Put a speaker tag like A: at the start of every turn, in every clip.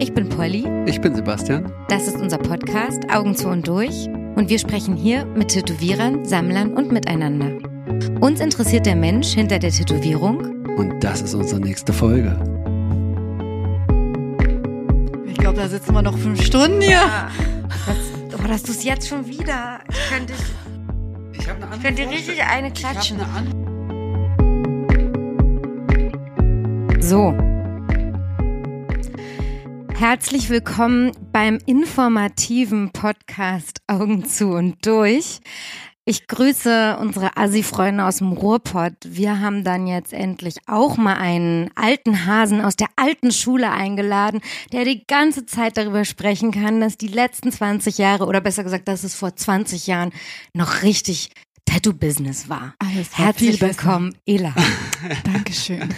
A: Ich bin Polly.
B: Ich bin Sebastian.
A: Das ist unser Podcast Augen zu und durch. Und wir sprechen hier mit Tätowierern, Sammlern und miteinander. Uns interessiert der Mensch hinter der Tätowierung.
B: Und das ist unsere nächste Folge.
C: Ich glaube, da sitzen wir noch fünf Stunden hier.
A: Oh, das tust du jetzt schon wieder. Ich könnte,
B: Ich habe eine
A: ich könnte richtig eine klatschen. So. Herzlich willkommen beim informativen Podcast Augen zu und durch. Ich grüße unsere Assi-Freunde aus dem Ruhrpott. Wir haben dann jetzt endlich auch mal einen alten Hasen aus der alten Schule eingeladen, der die ganze Zeit darüber sprechen kann, dass die letzten 20 Jahre oder besser gesagt, dass es vor 20 Jahren noch richtig Tattoo-Business war.
C: Alles war
A: Herzlich
C: viel besser.
A: willkommen, Ela.
C: Dankeschön.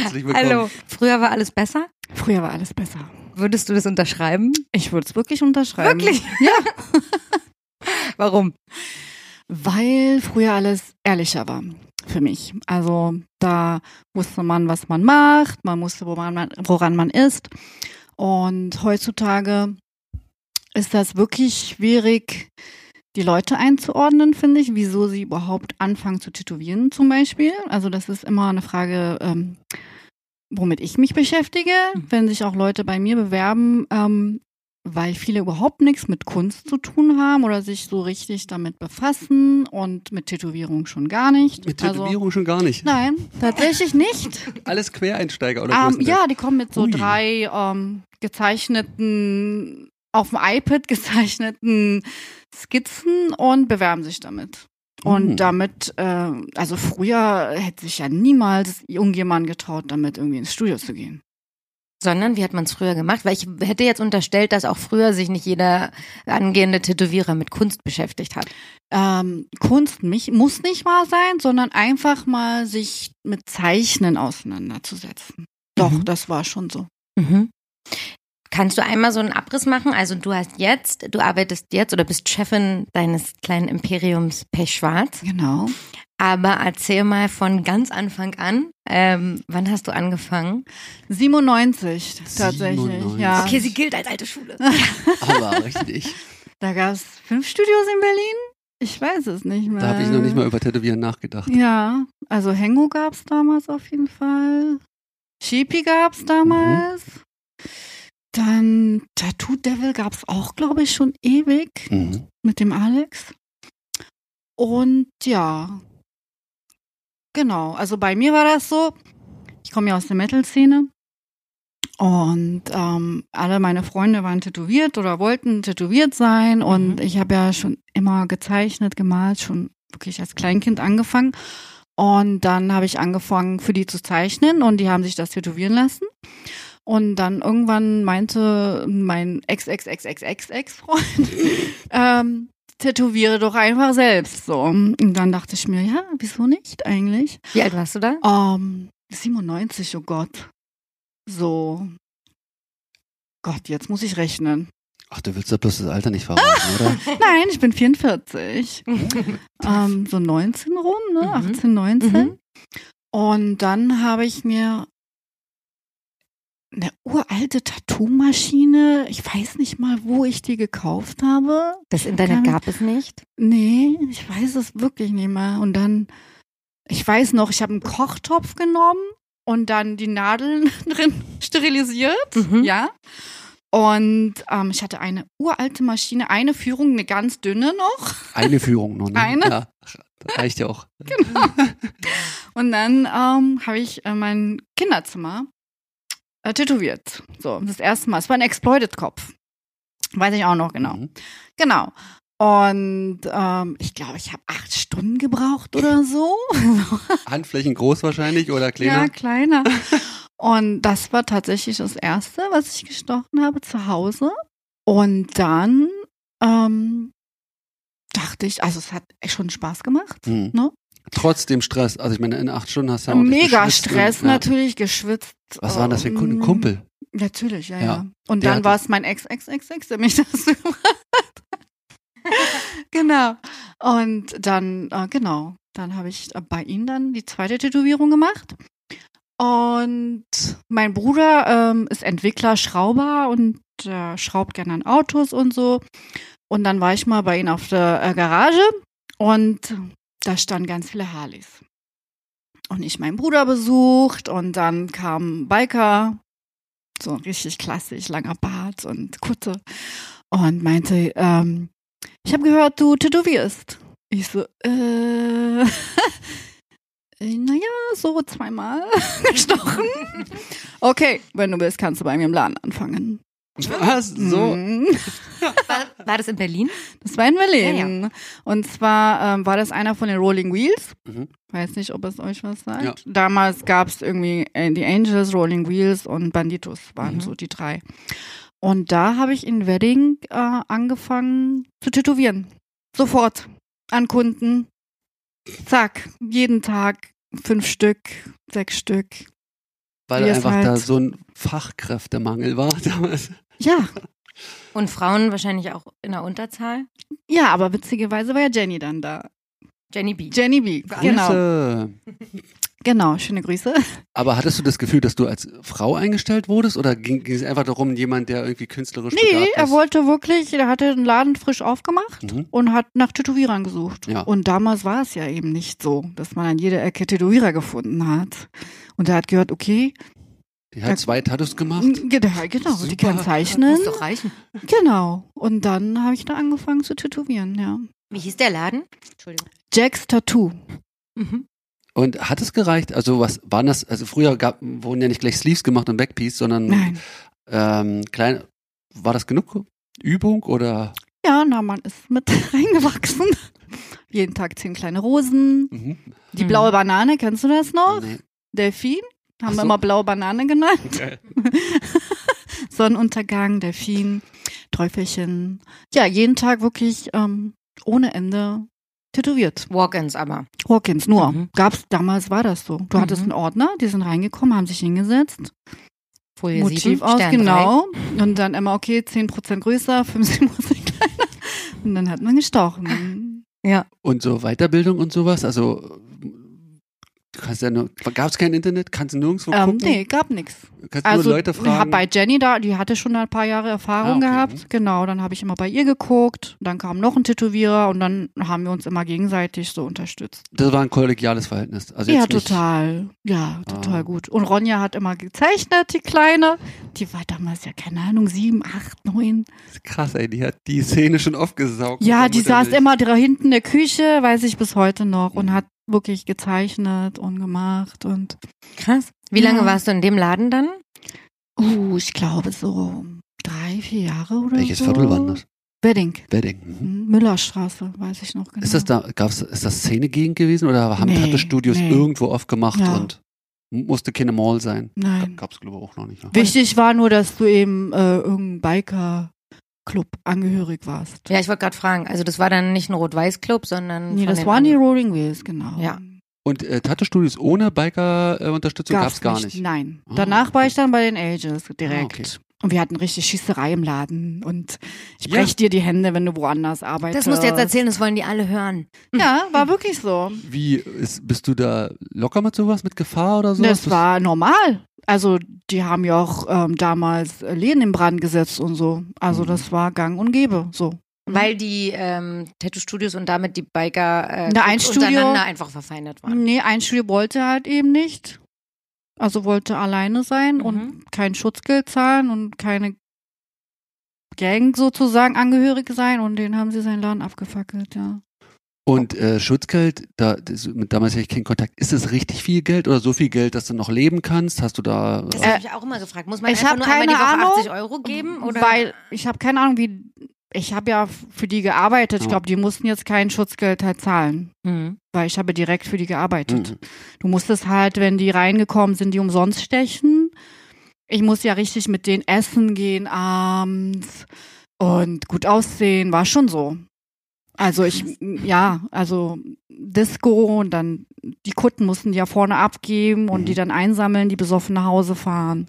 B: Herzlich willkommen.
A: Hallo. Früher war alles besser?
C: Früher war alles besser.
A: Würdest du das unterschreiben?
C: Ich würde es wirklich unterschreiben.
A: Warum?
C: Weil früher alles ehrlicher war für mich. Also da wusste man, was man macht, man wusste, woran man, woran man ist. Und heutzutage ist das wirklich schwierig, die Leute einzuordnen, finde ich, wieso sie überhaupt anfangen zu tätowieren zum Beispiel. Also das ist immer eine Frage, ähm, womit ich mich beschäftige,
B: Mhm.
C: wenn sich auch Leute bei mir bewerben, ähm, weil viele überhaupt nichts mit Kunst zu tun haben oder sich so richtig damit befassen und mit Tätowierung schon gar nicht.
B: Mit
C: Also-
B: Tätowierung schon gar nicht.
C: Nein, tatsächlich nicht.
B: Alles Quereinsteiger oder
C: ähm,
B: größtenteils.
C: ja, die kommen mit so
B: Ui.
C: drei ähm, gezeichneten, auf dem iPad gezeichneten Skizzen und bewerben sich damit. Und
B: Mhm.
C: damit, äh, also früher hätte sich ja niemals irgendjemand getraut, damit irgendwie ins Studio zu gehen.
A: Sondern wie hat man es früher gemacht? Weil ich hätte jetzt unterstellt, dass auch früher sich nicht jeder angehende Tätowierer mit Kunst beschäftigt hat.
C: ähm, Kunst mich, muss nicht wahr sein, sondern einfach mal sich mit Zeichnen auseinanderzusetzen. Doch,
A: Mhm.
C: das war schon so.
A: Mhm. Kannst du einmal so einen Abriss machen? Also du hast jetzt, du arbeitest jetzt oder bist Chefin deines kleinen Imperiums Pechschwarz.
C: Genau.
A: Aber erzähl mal von ganz Anfang an. Ähm, wann hast du angefangen?
C: 97 tatsächlich.
B: 97.
C: Ja.
B: Okay,
A: sie gilt als alte Schule.
B: Aber Oh, richtig.
C: Da gab es fünf Studios in Berlin? Ich weiß es nicht mehr.
B: Da habe ich noch nicht mal über Tätowieren nachgedacht.
C: Ja, also Hengo gab es damals auf jeden Fall. Sheepy gab
B: Mhm.
C: es damals. Dann Tattoo Devil gab es auch, glaube ich, schon ewig.
B: Mhm.
C: mit dem Alex. Und ja, genau. Also bei mir war das so, ich komme ja aus der Metal-Szene und ähm, alle meine Freunde waren tätowiert oder wollten tätowiert sein und
A: Mhm.
C: ich habe ja schon immer gezeichnet, gemalt, schon wirklich als Kleinkind angefangen. Und dann habe ich angefangen, für die zu zeichnen und die haben sich das tätowieren lassen. Und dann irgendwann meinte mein Ex-Ex-Ex-Ex-Ex-Ex-Freund, ähm, tätowiere doch einfach selbst. So. Und dann dachte ich mir, ja, wieso nicht eigentlich?
A: Wie alt warst du da?
C: Ähm, 97, oh Gott. So. Gott, jetzt muss ich rechnen.
B: Ach, du willst doch bloß das Alter nicht verraten, oder?
C: Nein, ich bin 44. Ähm, so 19 rum, ne?
A: Mhm.
C: 18, 19.
A: Mhm.
C: Und dann habe ich mir eine uralte Tattoo-Maschine, ich weiß nicht mal, wo ich die gekauft habe.
A: Das Internet gab es nicht.
C: Nee, ich weiß es wirklich nicht mehr. Und dann, ich weiß noch, ich habe einen Kochtopf genommen und dann die Nadeln drin sterilisiert.
A: Mhm.
C: Ja. Und ähm, ich hatte eine uralte Maschine, eine Führung, eine ganz dünne noch.
B: Eine Führung nur, ne?
C: Eine.
B: Ja, das reicht ja auch.
C: Und dann ähm, habe ich äh, mein Kinderzimmer äh, tätowiert. So, das erste Mal. Es war ein Exploited-Kopf. Weiß ich auch noch genau.
B: Mhm.
C: Genau. Und ähm, ich glaube, ich habe acht Stunden gebraucht oder so.
B: Handflächen groß wahrscheinlich oder kleiner?
C: Ja, kleiner. Und das war tatsächlich das Erste, was ich gestochen habe zu Hause. Und dann ähm, dachte ich, also es hat echt schon Spaß gemacht.
B: Mhm.
C: Ne?
B: Trotzdem Stress. Also ich meine, in acht Stunden hast du ja auch nicht
C: Mega
B: geschwitzt
C: Stress
B: und- ja.
C: natürlich, geschwitzt.
B: Was war denn das für ein Kunde?
C: ähm,
B: Kumpel?
C: Natürlich, ja,
B: Ja.
C: ja. Und
B: Der
C: dann
B: hat
C: war es mein Ex, Ex, Ex, Ex, der mich das gemacht hat. genau. Und dann, äh, genau, dann habe ich äh, bei ihm dann die zweite Tätowierung gemacht. Und mein Bruder ähm, ist Entwickler, Schrauber und äh, schraubt gerne an Autos und so. Und dann war ich mal bei ihm auf der äh, Garage und da standen ganz viele Harleys. Und ich meinen Bruder besucht und dann kam Biker, so richtig klassisch, langer Bart und Kutte und meinte, ähm, ich habe gehört, du tätowierst. Ich so, äh, naja, so zweimal gestochen. Okay, wenn du willst, kannst du bei mir im Laden anfangen.
B: Was? So?
C: Mm.
A: War, war das in Berlin?
C: Das war in Berlin. Und zwar ähm, war das einer von den Rolling Wheels.
B: Mhm.
C: Weiß nicht, ob es euch was sagt.
B: Ja.
C: Damals gab es irgendwie äh, die Angels, Rolling Wheels und Banditos waren
B: Mhm.
C: so die drei. Und da habe ich in Wedding äh, angefangen zu tätowieren. Sofort. An Kunden. Zack. Jeden Tag fünf Stück, sechs Stück.
B: Weil
C: Wie es
B: einfach da
C: halt-
B: so ein Fachkräftemangel war damals.
C: Ja.
A: Und Frauen wahrscheinlich auch in der Unterzahl?
C: Ja, aber witzigerweise war ja Jenny dann da.
A: Jenny B.
C: Jenny B. Genau.
B: Grüße.
C: Genau. Schöne Grüße.
B: Aber hattest du das Gefühl, dass du als Frau eingestellt wurdest oder ging, ging es einfach darum, jemand, der irgendwie künstlerisch
C: Nee,
B: begabt
C: er
B: ist?
C: wollte wirklich, er hatte einen Laden frisch aufgemacht
B: Mhm.
C: und hat nach Tätowierern gesucht.
B: Ja.
C: Und damals war es ja eben nicht so, dass man an jeder Ecke Tätowierer gefunden hat. Und er hat gehört, okay,
B: Die hat zwei Tattoos gemacht.
C: n- ge- ja, genau,
B: Super.
C: die kann zeichnen.
A: Muss doch reichen.
C: Genau. Und dann habe ich da angefangen zu tätowieren, ja.
A: Wie hieß der Laden? Entschuldigung.
C: Jacks Tattoo.
A: Mhm.
B: Und hat es gereicht? Also was waren das? Also früher gab, wurden ja nicht gleich Sleeves gemacht und Backpiece, sondern
C: Nein.
B: ähm, klein. War das genug Übung oder?
C: Ja, na, man ist mit reingewachsen. Jeden Tag zehn kleine Rosen.
B: Mhm.
C: Die
A: Mhm.
C: blaue Banane, kennst du das noch?
B: Nee.
C: Delfin. Haben
B: Ach
C: wir
B: so.
C: immer blaue Banane genannt. Sonnenuntergang, Delfin, Teufelchen. Ja, jeden Tag wirklich ähm, ohne Ende tätowiert.
A: Walk-ins aber.
C: Hawkins nur.
A: Mhm.
C: Gab's damals war das so. Du
A: Mhm.
C: hattest einen Ordner, die sind reingekommen, haben sich hingesetzt,
A: Folie
C: Motiv
A: 7,
C: aus,
A: Stern
C: genau. Und dann immer, okay, 10% größer, 15% kleiner. Und dann hat man gestochen.
B: Und so Weiterbildung und sowas. Also du kannst ja nur. Gab es kein Internet? Kannst du nirgendwo
C: Ähm,
B: gucken?
C: nee, gab nix.
B: Kannst
C: Also
B: nur Leute
C: hab
B: fragen.
C: bei Jenny da, die hatte schon ein paar Jahre
B: Ah,
C: Erfahrung
B: okay,
C: gehabt. Genau, dann habe ich immer bei ihr geguckt. Dann kam noch ein Tätowierer und dann haben wir uns immer gegenseitig so unterstützt.
B: das war ein kollegiales Verhältnis. Also
C: Ja,
B: jetzt nicht-
C: total. Ja, total
B: Ah.
C: gut. Und Ronja hat immer gezeichnet, die Kleine. Die war damals ja, keine Ahnung, sieben, acht, neun.
B: Krass, ey, die hat die Szene schon aufgesaugt.
C: Ja,
B: mit
C: die
B: der
C: saß
B: Muttermilch.
C: immer da hinten in der Küche, weiß ich bis heute noch, und
B: Mhm.
C: hat wirklich gezeichnet und gemacht. Und,
A: Krass. Wie lange
C: Ja.
A: warst du in dem Laden dann?
C: uh, ich glaube so drei, vier Jahre oder
B: Welches
C: so.
B: Viertel war denn das?
C: Wedding.
B: Wedding. Mhm.
C: Mhm. Müllerstraße, weiß ich noch genau.
B: Ist das da, gab's, ist das Szenegegend gewesen oder haben
C: Nee,
B: Tattoo-Studios
C: nee.
B: irgendwo aufgemacht
C: Ja.
B: und musste keine Mall sein?
C: Nein.
B: Gab es, glaube ich, auch noch nicht. Ne?
C: Wichtig war nur, dass du eben äh, irgendein Biker-Club angehörig warst.
A: Ja, ich wollte gerade fragen. Also das war dann nicht ein Rot-Weiß-Club, sondern
C: Nee,
A: von
C: das
A: den
C: waren die
A: anderen.
C: Rolling Wheels, genau.
A: Ja.
B: Und äh, Tattoo-Studios ohne Biker-Unterstützung gab's
C: Gab's
B: gar nicht.
C: Nein.
B: Ah,
C: Danach war
B: okay.
C: ich dann bei den Ages direkt.
B: Ah, okay.
C: Und wir hatten richtig Schießerei im Laden. Und ich
B: Ja.
C: brech dir die Hände, wenn du woanders arbeitest.
A: Das musst du jetzt erzählen, das wollen die alle hören.
C: Ja, war wirklich so.
B: Wie, ist, bist du da locker mit sowas, mit Gefahr oder so?
C: Das war normal. Also die haben ja auch ähm, damals äh, Läden in Brand gesetzt und so. Also
B: Mhm.
C: das war gang und gäbe. So.
A: Mhm. Weil die ähm, Tattoo-Studios und damit die Biker äh,
C: Na,
A: Clubs
C: ein Studio-
A: untereinander einfach verfeindet waren.
C: Nee, ein Studio wollte halt eben nicht. Also wollte alleine sein
A: Mhm.
C: und kein Schutzgeld zahlen und keine Gang sozusagen Angehörige sein und den haben sie seinen Laden abgefackelt, ja.
B: Und äh, Schutzgeld, da, das, mit damals hatte ich keinen Kontakt. Ist es richtig viel Geld oder so viel Geld, dass du noch leben kannst? Hast du da.
A: Das
B: äh,
A: habe ich auch immer gefragt. Muss man
C: ich
A: einfach
C: hab
A: nur einmal die Woche
C: keine Ahnung,
A: 80 Euro geben? Oder?
C: Weil ich habe keine Ahnung, wie ich habe ja f- für die gearbeitet. Ich
B: Ja.
C: glaube, die mussten jetzt kein Schutzgeld halt zahlen,
A: Mhm.
C: weil ich habe direkt für die gearbeitet.
B: Mhm.
C: Du musstest halt, wenn die reingekommen sind, die umsonst stechen. Ich muss ja richtig mit denen essen gehen abends und gut aussehen, war schon so. Also ich, ja, also Disco und dann die Kutten mussten die ja vorne abgeben und
B: Mhm.
C: die dann einsammeln, die besoffen nach Hause fahren.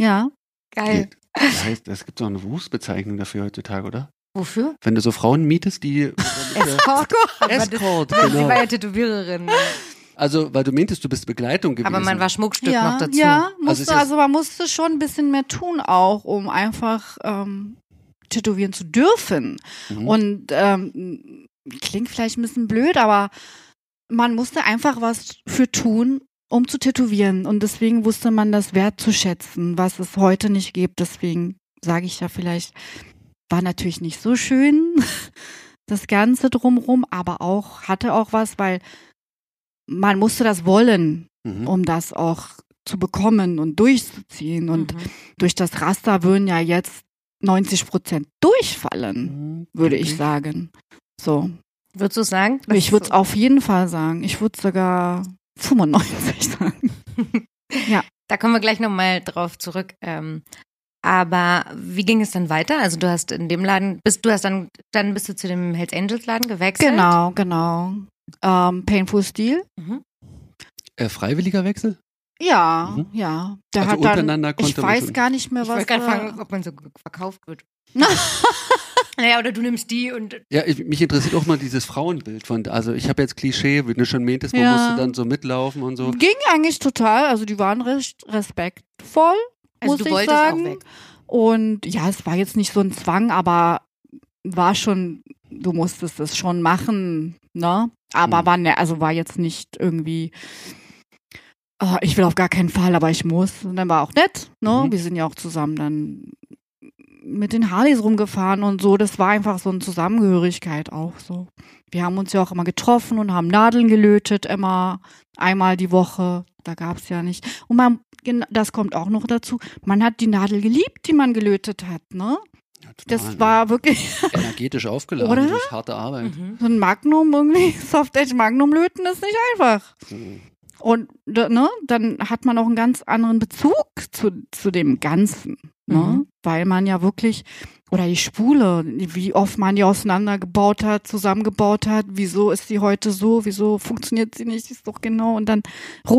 C: Ja,
B: Äh,
A: Geil.
B: das heißt, es gibt so eine Berufsbezeichnung dafür heutzutage, oder?
A: Wofür?
B: Wenn du so Frauen mietest, die.
A: Escort. Aber das-
B: Escort,
A: Sie
B: genau.
A: war ja Tätowiererin.
B: Also, weil du meintest, du bist Begleitung gewesen.
A: Aber man war Schmuckstück
C: ja,
A: noch dazu.
C: Ja, musste,
B: Also
C: also,
B: ist das-
C: man musste schon ein bisschen mehr tun auch, um einfach ähm, tätowieren zu dürfen.
B: Mhm.
C: Und ähm, klingt vielleicht ein bisschen blöd, aber man musste einfach was für tun, um zu tätowieren. Und deswegen wusste man das wertzuschätzen, was es heute nicht gibt. Deswegen sage ich ja vielleicht, war natürlich nicht so schön, das Ganze drumrum, aber auch, hatte auch was, weil man musste das wollen
B: Mhm.
C: um das auch zu bekommen und durchzuziehen. Und
A: Mhm.
C: durch das Raster würden ja jetzt 90 Prozent durchfallen,
B: Mhm.
C: würde ich sagen. So.
A: Würdest du sagen?
C: Ich würde es auf jeden Fall sagen. Ich würde sogar 95 sagen.
A: Da kommen wir gleich nochmal drauf zurück. Ähm, aber wie ging es dann weiter? Also du hast in dem Laden, bist du hast dann, dann bist du zu dem Hells Angels Laden gewechselt.
C: Genau, genau. Ähm, Painful Steel?
A: Mhm.
B: Äh, freiwilliger Wechsel?
C: Ja,
B: Mhm.
C: ja. Der
B: Also
C: hat dann,
B: untereinander
C: ich
B: konnte man
C: weiß
B: schon-
C: gar nicht mehr,
A: Ich
C: was.
A: wollte gerade
C: äh,
A: fragen, ob man so verkauft wird. naja, oder du nimmst die und
B: Ja, ich, mich interessiert auch mal dieses Frauenbild von, also ich habe jetzt Klischee, wie du schon meintest, man
C: Ja.
B: musste dann so mitlaufen und so.
C: Ging eigentlich total. Also die waren recht respektvoll.
A: also
C: Muss
A: du
C: ich
A: wolltest
C: sagen,
A: auch weg.
C: Und ja, es war jetzt nicht so ein Zwang, aber war schon, du musstest es schon machen, ne? Aber
B: Mhm.
C: war ne, also war jetzt nicht irgendwie, oh, ich will auf gar keinen Fall, aber ich muss. Und dann war auch nett, ne?
B: Mhm.
C: Wir sind ja auch zusammen dann mit den Harleys rumgefahren und so. Das war einfach so eine Zusammengehörigkeit auch so. Wir haben uns ja auch immer getroffen und haben Nadeln gelötet, immer einmal die Woche. Da gab's ja nicht. Und man, gen- das kommt auch noch dazu, man hat die Nadel geliebt, die man gelötet hat, ne?
B: Ja, total,
C: Das
B: ne?
C: war wirklich
B: energetisch aufgeladen
C: Oder?
B: durch harte Arbeit.
A: Mhm.
C: so ein Magnum irgendwie. Soft-Edge Magnum löten ist nicht einfach.
B: Mhm.
C: Und da- ne, dann hat man auch einen ganz anderen Bezug zu, zu dem Ganzen. Ne?
A: Mhm.
C: Weil man ja wirklich, oder die Spule, wie oft man die auseinandergebaut hat, zusammengebaut hat, wieso ist sie heute so, wieso funktioniert sie nicht, die ist doch genau und dann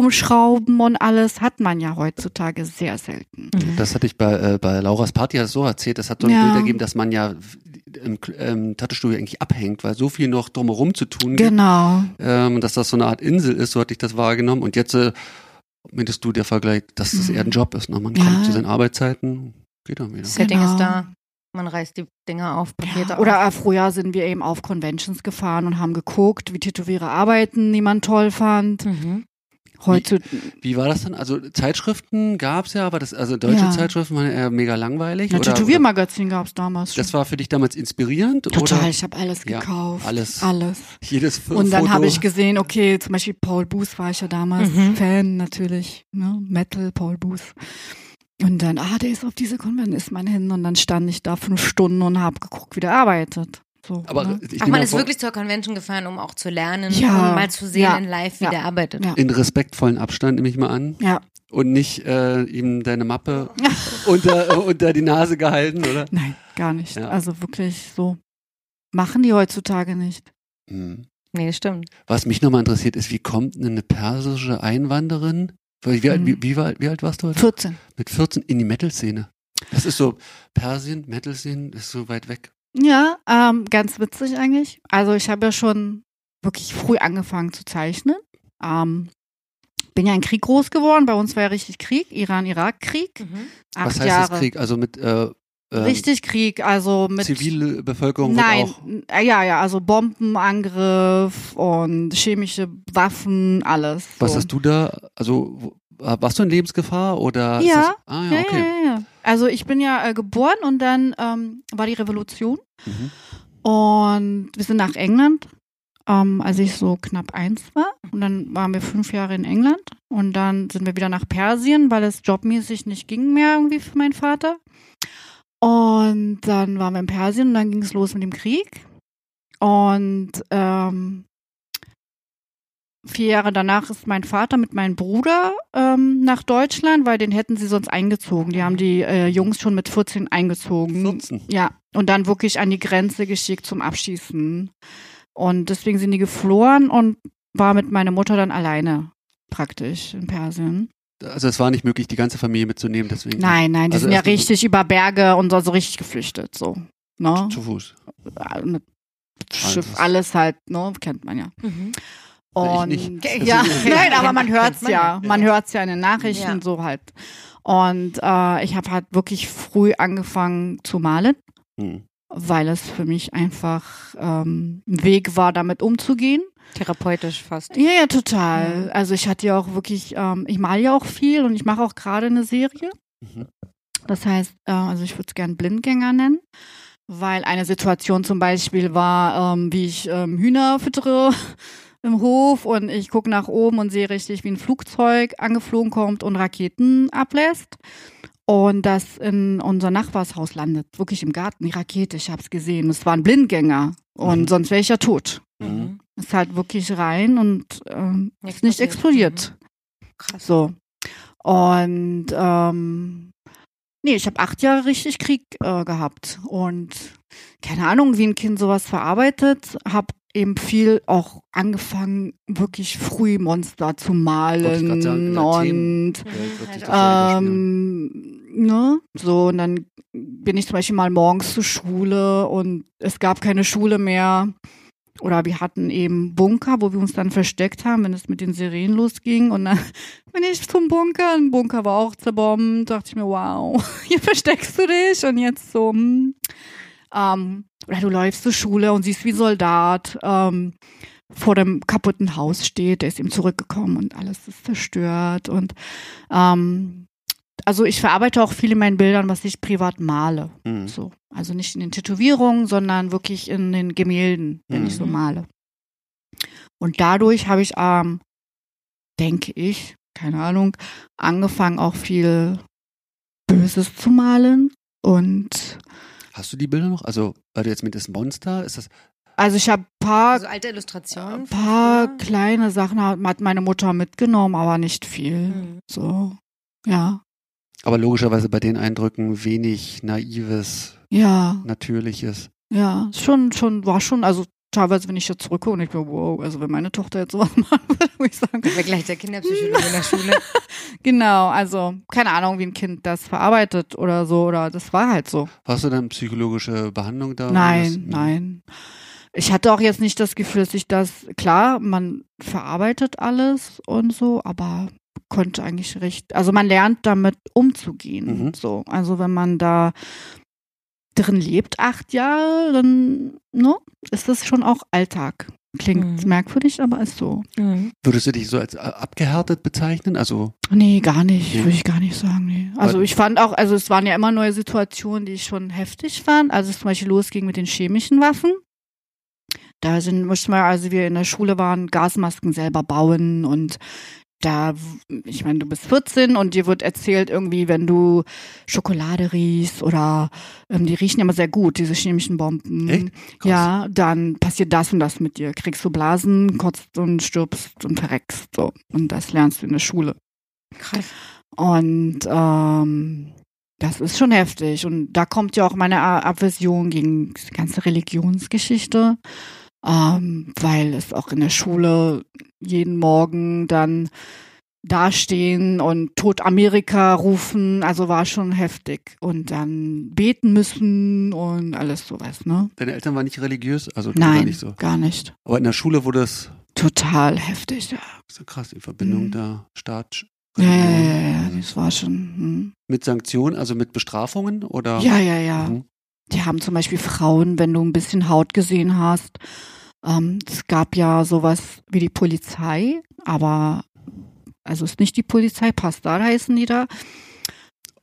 C: rumschrauben und alles hat man ja heutzutage sehr selten.
B: Das hatte ich bei, äh, bei Lauras Party hat es so erzählt, das hat so ein
C: Ja.
B: Bild ergeben, dass man ja im Kl- ähm, Tattoo-Studio eigentlich abhängt, weil so viel noch drumherum zu tun gibt,
C: Genau.
B: ähm, dass das so eine Art Insel ist, so hatte ich das wahrgenommen. Und jetzt äh, meintest du der Vergleich, dass das
C: Mhm.
B: eher ein Job ist. Ne? Man
C: Ja.
B: kommt zu seinen Arbeitszeiten, geht dann wieder.
A: Setting
C: Genau.
A: ist da. Man reißt die Dinger auf, Pakete auf.
C: Oder äh, früher sind wir eben auf Conventions gefahren und haben geguckt, wie Tätowierer arbeiten, die man toll fand.
A: Mhm.
C: Heutzutage.
B: Wie war das dann? Also Zeitschriften gab's ja, aber das, also deutsche
C: Ja.
B: Zeitschriften waren eher mega langweilig.
C: Ein
B: oder, oder,
C: Tätowiermagazin gab es damals schon.
B: das war für dich damals inspirierend?
C: Total,
B: Oder
C: ich habe alles
B: Ja,
C: gekauft.
B: alles.
C: Alles.
B: jedes F-
C: Und dann
B: Foto?
C: habe ich gesehen, okay, zum Beispiel Paul Booth war ich ja damals
A: Mhm.
C: Fan natürlich, ne? Metal, Paul Booth. Und dann, ah, der ist auf diese Konvention, ist man hin. Und dann stand ich da fünf Stunden und habe geguckt, wie der arbeitet. So,
B: aber
C: ne?
B: ich
A: Ach,
B: nehme
A: man
B: mal
A: ist
B: vor,
A: wirklich zur Convention gefahren, um auch zu lernen,
C: Ja.
A: um mal zu sehen
C: Ja.
A: in live, wie
C: Ja.
A: der arbeitet.
C: Ja.
B: in respektvollen Abstand, nehme ich mal an.
C: Ja,
B: Und nicht äh, ihm deine Mappe unter, äh, unter die Nase gehalten, oder?
C: nein, gar nicht.
B: Ja.
C: Also wirklich so. Machen die heutzutage nicht.
B: Hm.
A: Nee, stimmt.
B: Was mich nochmal interessiert ist, wie kommt denn eine persische Einwanderin, wie, wie, alt-
C: Mhm.
B: wie, wie, war- wie alt warst du?
C: 14.
B: Mit 14 in die Metal-Szene. Das ist so, Persien, Metal-Szene ist so weit weg.
C: Ja, ähm, ganz witzig eigentlich. Also ich habe ja schon wirklich früh angefangen zu zeichnen. Ähm, bin ja in Krieg groß geworden. Bei uns war ja richtig Krieg, Iran-Irak-Krieg.
A: Mhm.
C: Acht
B: Was heißt
C: Jahre.
B: das Krieg? Also mit äh, ähm,
C: Richtig Krieg, also mit
B: zivile Bevölkerung
C: Nein,
B: wird auch.
C: äh, ja, ja, also Bombenangriff und chemische Waffen, alles. So.
B: Was hast du da? Also wo- warst du in Lebensgefahr oder? Ist
C: Ja.
B: das, ah
C: Ja,
B: ja, okay.
C: ja, ja, ja. Also ich bin ja äh, geboren und dann ähm, war die Revolution.
B: Mhm.
C: Und wir sind nach England, ähm, als ich so knapp eins war. Und dann waren wir fünf Jahre in England. Und dann sind wir wieder nach Persien, weil es jobmäßig nicht ging mehr irgendwie für meinen Vater. Und dann waren wir in Persien und dann ging es los mit dem Krieg. Und ähm, vier Jahre danach ist mein Vater mit meinem Bruder ähm, nach Deutschland, weil den hätten sie sonst eingezogen. Die haben die äh, Jungs schon mit 14 eingezogen.
B: 14.
C: Ja, und dann wirklich an die Grenze geschickt zum Abschießen. Und deswegen sind die geflohen und war mit meiner Mutter dann alleine praktisch in Persien.
B: Also es war nicht möglich, die ganze Familie mitzunehmen, deswegen.
C: Nein, nein, die
B: Also
C: sind ja
B: erst-
C: richtig über Berge und so, so richtig geflüchtet, so. Ne?
B: Zu Fuß.
C: Mit Schiff,
B: Alles.
C: alles halt, ne? Kennt man ja.
A: Mhm.
B: Na, ich
C: Und
B: nicht. Das
C: ja,
B: ist-
C: nein, aber man hört's
A: Man
C: ja.
A: hört
C: Man hört's ja in den Nachrichten
A: Ja.
C: so halt. Und äh, ich habe halt wirklich früh angefangen zu malen,
B: Hm.
C: weil es für mich einfach ähm, ein Weg war, damit umzugehen.
A: Therapeutisch fast.
C: Ja, ja, total.
A: Mhm.
C: Also ich hatte ja auch wirklich, ähm, ich male ja auch viel und ich mache auch gerade eine Serie.
B: Mhm.
C: Das heißt, äh, also ich würde es gern Blindgänger nennen, weil eine Situation zum Beispiel war, ähm, wie ich ähm, Hühner füttere im Hof und ich gucke nach oben und sehe richtig, wie ein Flugzeug angeflogen kommt und Raketen ablässt. Und das in unser Nachbarshaus landet, wirklich im Garten, die Rakete, ich habe es gesehen. Es war ein Blindgänger und
B: Mhm.
C: sonst wäre ich ja tot.
B: Mhm.
C: Ist halt wirklich rein und ähm, ist nicht explodiert.
A: Krass.
C: So. Und ähm, nee, ich habe acht Jahre richtig Krieg äh, gehabt. Und keine Ahnung, wie ein Kind sowas verarbeitet. Habe eben viel auch angefangen, wirklich früh Monster zu
B: Wollte ich
C: malen.
B: grad sagen, ja, Themen.
C: und
B: Ja, Äh, wird sich das weiterspielen.
C: Ah, halt ähm, ne? So, und dann bin ich zum Beispiel mal morgens zur Schule und es gab keine Schule mehr. Oder wir hatten eben Bunker, wo wir uns dann versteckt haben, wenn es mit den Sirenen losging. Und dann bin ich zum Bunker. Ein Bunker war auch zerbombt. Dachte ich mir, wow, hier versteckst du dich. Und jetzt so, hm. ähm, oder du läufst zur Schule und siehst, wie ein Soldat ähm, vor dem kaputten Haus steht. Der ist ihm zurückgekommen und alles ist zerstört. Und ähm, also ich verarbeite auch viel in meinen Bildern, was ich privat male.
B: Mhm.
C: So. Also nicht in den Tätowierungen, sondern wirklich in den Gemälden, wenn ich so
A: Mhm.
C: male. Und dadurch habe ich, ähm, denke ich, keine Ahnung, angefangen auch viel Böses zu malen. Und
B: Hast du die Bilder noch? Also, weil du jetzt mit das Monster, ist das.
C: also ich habe ein paar,
A: Also alte Illustrationen.
C: ein paar
A: von früher?
C: kleine Sachen hat hat meine Mutter mitgenommen, aber nicht viel.
A: Mhm.
C: So, ja,
B: Aber logischerweise bei den Eindrücken wenig Naives,
C: ja.
B: Natürliches.
C: Ja, ist schon, schon, war schon, also teilweise, wenn ich jetzt zurückkomme und ich bin, wow, also wenn meine Tochter jetzt sowas machen würde, würde ich sagen.
A: Da wäre gleich der Kinderpsychologe in der Schule.
C: Genau, also keine Ahnung, wie ein Kind das verarbeitet oder so, oder das war halt so.
B: Hast du dann psychologische Behandlung da? um das-
C: Nein,
B: Mhm.
C: nein. Ich hatte auch jetzt nicht das Gefühl, dass ich das, klar, man verarbeitet alles und so, aber konnte eigentlich recht, also man lernt damit umzugehen.
B: Mhm.
C: So, also wenn man da drin lebt, acht Jahre, dann ne, ist das schon auch Alltag. Klingt
A: Mhm.
C: merkwürdig, aber ist so.
A: Mhm.
B: Würdest du dich so als äh, abgehärtet bezeichnen? Also,
C: Nee, gar nicht,
B: Nee.
C: würde ich gar nicht sagen. Nee. Also
B: Aber-
C: ich fand auch, also es waren ja immer neue Situationen, die ich schon heftig fand. Also es zum Beispiel losging mit den chemischen Waffen. Da sind, mussten wir, also wir in der Schule waren, Gasmasken selber bauen und da, w- ich meine, du bist 14 und dir wird erzählt irgendwie, wenn du Schokolade riechst oder ähm, die riechen immer sehr gut, diese chemischen Bomben.
B: Echt? Krass.
C: Mhm. Ja, dann passiert das und das mit dir. Kriegst du Blasen, kotzt und stirbst und verreckst. So. Und das lernst du in der Schule.
A: Krass.
C: Und ähm, das ist schon heftig. Und da kommt ja auch meine A- Aversion gegen die ganze Religionsgeschichte, ähm, weil es auch in der Schule jeden Morgen dann dastehen und Tod Amerika rufen, also war schon heftig. Und dann beten müssen und alles sowas, ne?
B: deine Eltern waren nicht religiös? Also, du war
C: Nein,
B: nicht so.
C: gar nicht.
B: Aber in der Schule wurde es
C: Total heftig, ja.
B: so krass, in Verbindung
C: Mhm.
B: der Staat.
C: Ja, ja,
B: Religion. Mhm.
C: ja, ja, ja, das war schon. Hm.
B: Mit Sanktionen, also mit Bestrafungen? Oder?
C: Ja, ja, ja.
B: Mhm.
C: Die haben zum Beispiel Frauen, wenn du ein bisschen Haut gesehen hast. Ähm, es gab ja sowas wie die Polizei, aber also ist nicht die Polizei, Pastar heißen die da.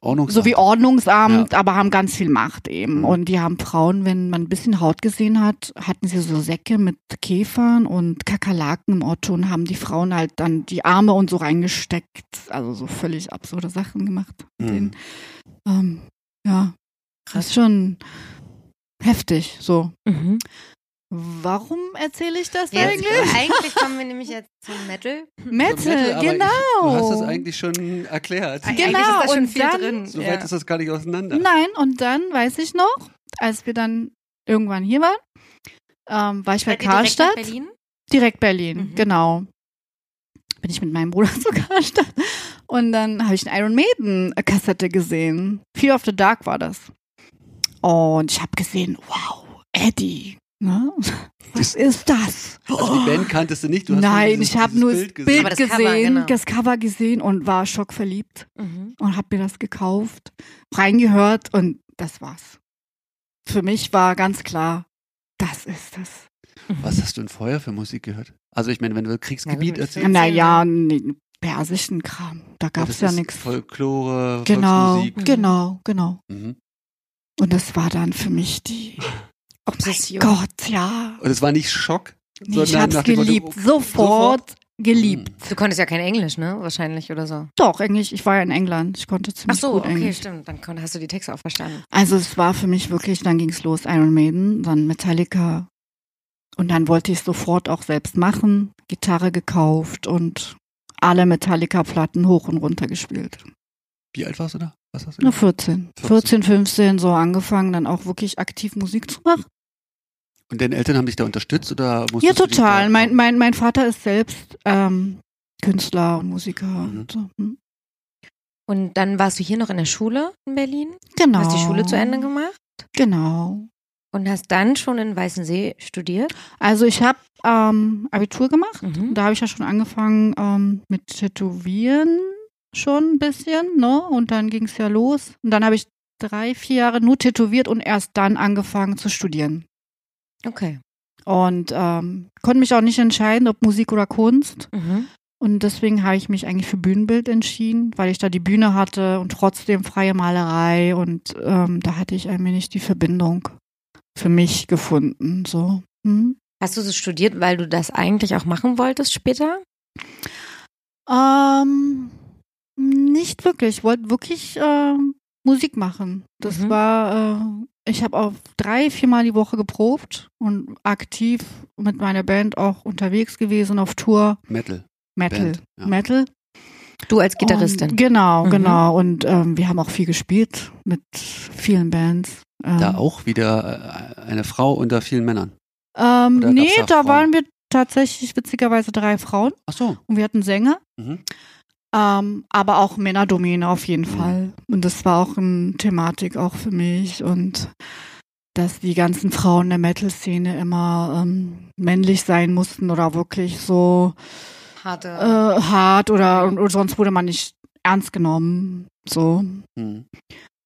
B: Ordnungsamt.
C: So wie Ordnungsamt, aber haben ganz viel Macht
B: Mhm.
C: eben. Und die haben Frauen, wenn man ein bisschen Haut gesehen hat, hatten sie so Säcke mit Käfern und Kakerlaken im Otto und haben die Frauen halt dann die Arme und so reingesteckt. Also so völlig absurde Sachen gemacht. Mit denen.
B: Mhm.
C: Ähm, ja, das ist schon heftig. So.
A: Mhm.
C: Warum erzähle ich das
A: Jetzt,
C: eigentlich?
A: eigentlich kommen wir nämlich jetzt zum Metal.
B: Also Metal,
C: Metal,
B: aber ich-
C: genau.
B: Du hast das eigentlich schon erklärt.
A: Eigentlich
C: Genau,
A: ist da schon
C: und
A: viel
C: dann-
A: drin.
B: So weit ist das gar nicht auseinander.
C: Nein, und dann weiß ich noch, als wir dann irgendwann hier waren, ähm, war ich bei
A: Seid ihr direkt nach
C: Karstadt.
A: Berlin?
C: Direkt Berlin,
A: Mhm.
C: genau. Bin ich mit meinem Bruder zu Karstadt. Und dann habe ich eine Iron Maiden-Kassette gesehen. Fear of the Dark war das. Und ich habe gesehen, wow, Eddie. Ne? Was ist das?
B: Also die Band kanntest du nicht, du hast
C: Nein,
B: dieses-
C: ich habe
B: dieses
C: nur
B: Bild gesehen.
A: Aber
C: Bild
A: das Cover,
C: gesehen,
A: genau.
C: das Cover gesehen und war schockverliebt
A: Mhm.
C: und habe mir das gekauft, reingehört und das war's. Für mich war ganz klar, das ist es.
B: Was hast du denn vorher für Musik gehört? Also ich meine, wenn du Kriegsgebiet
A: Ja, das ist-
B: erzählst,
A: Erzähl
C: Naja, nee, persischen Kram, da gab's
B: das
C: ja
B: ist
C: nichts.
B: Folklore,
C: Genau,
B: Volksmusik.
C: genau, genau.
B: Mhm.
C: Und das war dann für mich die oh
A: Obsession.
C: Gott, ja.
B: Und es war nicht Schock,
C: Nee, ich
B: Sondern
C: hab's
B: nach dem Motto,
C: geliebt,
B: okay,
C: sofort, geliebt.
B: Mhm.
A: Du konntest ja kein Englisch, ne? Wahrscheinlich oder so.
C: Doch, Englisch, ich war ja in England, ich konnte
A: Ach
C: ziemlich
A: so,
C: gut
A: okay,
C: Englisch.
A: stimmt. Dann kon- hast du die Texte auch verstanden.
C: Also es war für mich wirklich, dann ging's los, Iron Maiden, dann Metallica und dann wollte ich sofort auch selbst machen, Gitarre gekauft und alle Metallica-Platten hoch und runter gespielt.
B: Wie alt warst du da? Was hast du
C: Na,
B: gemacht?
C: 14. 14, 15 so angefangen, dann auch wirklich aktiv Musik zu machen.
B: Und deine Eltern haben dich da unterstützt oder musstest
C: Ja,
B: du dich
C: total.
B: da-
C: Mein, mein, mein Vater ist selbst ähm, Künstler und Musiker
B: Mhm.
C: und so. Hm.
A: Und dann warst du hier noch in der Schule in Berlin,
C: Genau.
A: hast die Schule zu Ende gemacht
C: Genau.
A: und hast dann schon in Weißensee studiert.
C: Also ich habe ähm, Abitur gemacht.
A: Mhm.
C: Da habe ich ja schon angefangen ähm, mit Tätowieren schon ein bisschen, ne? Und dann ging es ja los. Und dann habe ich drei, vier Jahre nur tätowiert und erst dann angefangen zu studieren.
A: Okay.
C: Und ähm, konnte mich auch nicht entscheiden, ob Musik oder Kunst.
A: Mhm.
C: Und deswegen habe ich mich eigentlich für Bühnenbild entschieden, weil ich da die Bühne hatte und trotzdem freie Malerei. Und ähm, da hatte ich ein wenig die Verbindung für mich gefunden. So. Hm?
A: Hast du es studiert, weil du das eigentlich auch machen wolltest später?
C: Ähm, nicht wirklich. Ich wollte wirklich ähm, Musik machen. Das
A: Mhm.
C: war, äh, ich habe auch drei, viermal die Woche geprobt und aktiv mit meiner Band auch unterwegs gewesen auf Tour.
B: Metal.
C: Metal.
B: Band, ja.
C: Metal.
A: Du als Gitarristin.
C: Und, genau,
A: Mhm.
C: genau. Und ähm, wir haben auch viel gespielt mit vielen Bands. Ähm,
B: Da auch wieder äh, eine Frau unter vielen Männern.
C: Ähm,
B: Oder
C: nee,
B: gab's da
C: da
B: Frauen?
C: waren wir tatsächlich witzigerweise drei Frauen
B: Ach so.
C: und wir hatten Sänger.
B: Mhm.
C: Ähm, aber auch Männerdomäne auf jeden
B: Mhm.
C: Fall. Und das war auch eine Thematik auch für mich und dass die ganzen Frauen der Metal-Szene immer ähm, männlich sein mussten oder wirklich so
A: Harte.
C: äh, hart oder und, und sonst wurde man nicht ernst genommen. So.
B: Mhm.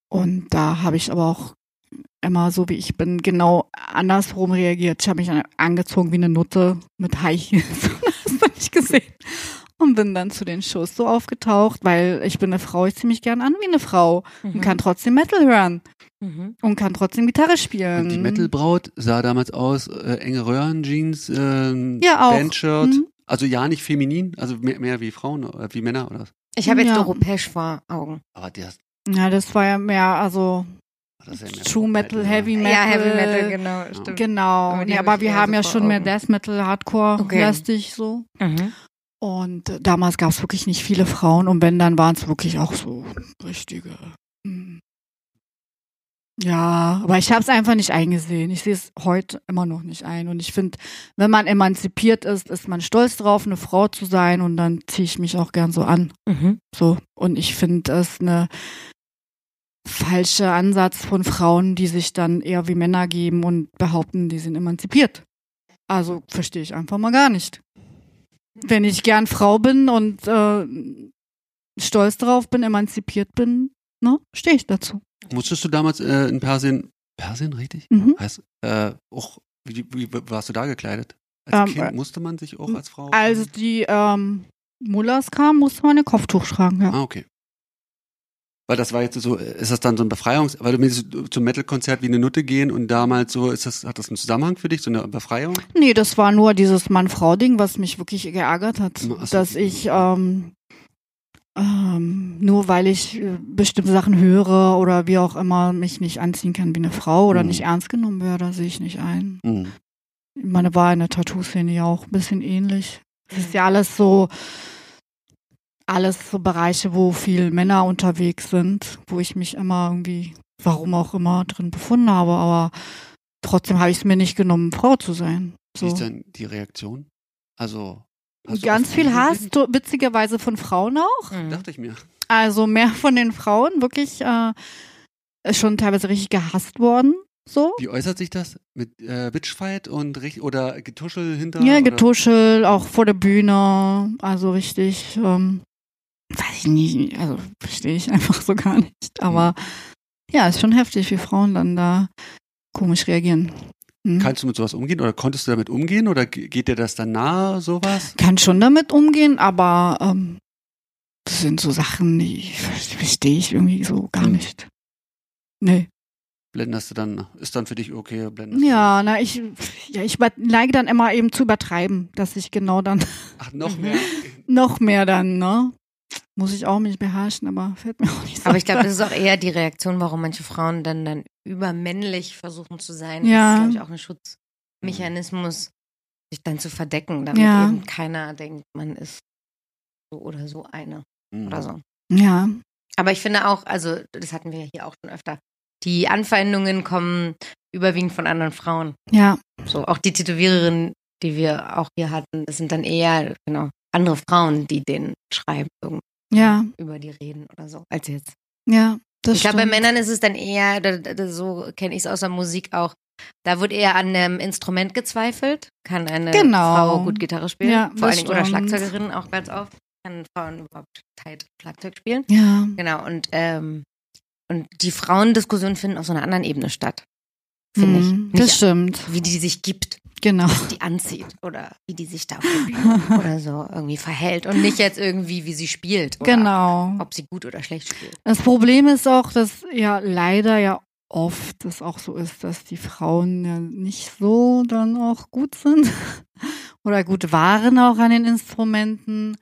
C: Und da habe ich aber auch immer so wie ich bin genau andersrum reagiert. Ich habe mich an- angezogen wie eine Nutte mit High Heels. Hast du nicht gesehen? Und bin dann zu den Shows so aufgetaucht, weil ich bin eine Frau, ich ziehe mich gern an wie eine Frau und
A: mhm.
C: kann trotzdem Metal hören
A: Mhm.
C: und kann trotzdem Gitarre spielen. Mhm.
B: Und die Metalbraut sah damals aus, äh, enge Röhrenjeans, ähm,
C: Ja, auch.
B: Bandshirt.
C: Mhm.
B: Also ja, nicht feminin, also mehr, mehr wie Frauen, äh, wie Männer oder was.
A: Ich habe jetzt
C: Ja.
A: Doro Pesch vor Augen.
B: Aber der,
C: Ja, das war ja mehr, also
B: das ist ja mehr
C: True Metal, Heavy Metal.
A: Ja, Heavy Metal, genau.
B: stimmt.
A: Stimmt.
C: Genau.
A: Aber die
C: Nee,
A: hab
C: aber
A: ich
C: wir
A: eher
C: haben
A: so
C: ja
A: vor
C: schon mehr
A: Augen.
C: Death Metal, Hardcore,
A: Okay.
C: lastig so.
A: Mhm.
C: Und äh, damals gab es wirklich nicht viele Frauen und wenn, dann waren es wirklich auch so richtige. hm. Ja, aber ich habe es einfach nicht eingesehen. Ich sehe es heute immer noch nicht ein. Und ich finde, wenn man emanzipiert ist, ist man stolz drauf, eine Frau zu sein und dann ziehe ich mich auch gern so an.
A: Mhm.
C: So. Und ich finde es eine falsche Ansatz von Frauen, die sich dann eher wie Männer geben und behaupten, die sind emanzipiert. Also verstehe ich einfach mal gar nicht. Wenn ich gern Frau bin und äh, stolz drauf bin, emanzipiert bin, ne, stehe ich dazu.
B: Musstest du damals äh, in Persien, Persien, richtig?
C: Mhm.
B: Heißt, äh, auch, wie, wie warst du da gekleidet?
C: Ähm,
B: Als
C: äh, also
B: Kind musste man sich auch als Frau.
C: Als die ähm, Mullahs kamen, musste man ein Kopftuch tragen, ja.
B: Ah, okay. Weil das war jetzt so, äh, ist das dann so ein Befreiungs-, weil du mir so- du zum Metal-Konzert wie eine Nutte gehen und damals so, ist das, hat das einen Zusammenhang für dich, so eine Befreiung?
C: Nee, das war nur dieses Mann-Frau-Ding, was mich wirklich geärgert hat.
B: Ach so.
C: Dass ich, ähm, ähm, nur weil ich äh, bestimmte Sachen höre oder wie auch immer, mich nicht anziehen kann wie eine Frau oder
B: Mhm.
C: nicht ernst genommen werde, sehe ich nicht ein. Ich meine, war in der Tattoo-Szene ja auch ein bisschen ähnlich. Es ist ja alles so, alles so Bereiche, wo viel Männer unterwegs sind, wo ich mich immer irgendwie, warum auch immer, drin befunden habe, aber trotzdem habe ich es mir nicht genommen, Frau zu sein.
B: Wie
C: So.
B: ist denn die Reaktion? Also. hast du
C: Ganz
B: oft
C: viel
B: Liebe
C: Hass,
B: gesehen?
C: to- witzigerweise von Frauen auch.
A: Mhm.
B: Dachte ich mir.
C: Also mehr von den Frauen, wirklich äh, schon teilweise richtig gehasst worden. So.
B: Wie äußert sich das? Mit äh, Bitchfight und Rich oder Getuschel hinter?
C: Ja,
B: oder-
C: Ne, getuschelt, auch vor der Bühne, also richtig, ähm, weiß ich nicht, also verstehe ich einfach so gar nicht. Aber
B: Mhm.
C: ja, ist schon heftig, wie Frauen dann da komisch reagieren. Mhm.
B: Kannst du mit sowas umgehen oder konntest du damit umgehen oder ge- geht dir das dann nahe, sowas?
C: Kann schon damit umgehen, aber ähm, das sind so Sachen, die ver- verstehe ich irgendwie so gar
B: Mhm.
C: nicht. Nee.
B: Blendest du dann, ist dann für dich okay, blendest
C: Ja, na, ich, ja, ich über- neige dann immer eben zu übertreiben, dass ich genau dann
B: du. Ach, noch
A: Mhm.
B: mehr.
C: noch mehr dann, ne? Muss ich auch mich beherrschen, aber fällt mir auch nicht so
A: Aber ich glaube,
C: ein.
A: das ist auch eher die Reaktion, warum manche Frauen dann, dann übermännlich versuchen zu sein. Das
C: Ja.
A: ist, glaube ich, auch ein
B: Mhm.
A: Schutzmechanismus, sich dann zu verdecken, damit
C: Ja.
A: eben keiner denkt, man ist so oder so eine
B: Mhm.
A: oder so.
C: Ja,
A: Aber ich finde auch, also das hatten wir ja hier auch schon öfter, die Anfeindungen kommen überwiegend von anderen Frauen.
C: ja,
A: So auch die Tätowiererin, die wir auch hier hatten, das sind dann eher genau andere Frauen, die den schreiben, irgendwie
C: ja,
A: über die reden oder so, als jetzt
C: ja. Das
A: ich glaube, bei
C: stimmt.
A: Männern ist es dann eher, da- da- da- so kenne ich es aus der Musik auch, da wird eher an einem Instrument gezweifelt. Kann eine
C: Genau.
A: Frau gut Gitarre spielen?
C: Ja,
A: Vor allen
C: das
A: Dingen, oder
C: stimmt.
A: Schlagzeugerinnen auch ganz oft. Kann Frauen überhaupt tight Schlagzeug spielen?
C: Ja,
A: Genau, und, ähm, und die Frauendiskussionen finden auf so einer anderen Ebene statt. Finde
C: Mhm,
A: ich.
C: Das
A: Nicht,
C: stimmt,
A: wie die sich gibt,
C: genau.
A: die anzieht oder wie die sich da auf der Bühne oder so irgendwie verhält und nicht jetzt irgendwie, wie sie spielt. Oder
C: Genau.
A: Ob sie gut oder schlecht spielt.
C: Das Problem ist auch, dass ja leider ja oft es auch so ist, dass die Frauen ja nicht so dann auch gut sind oder gut waren auch an den Instrumenten.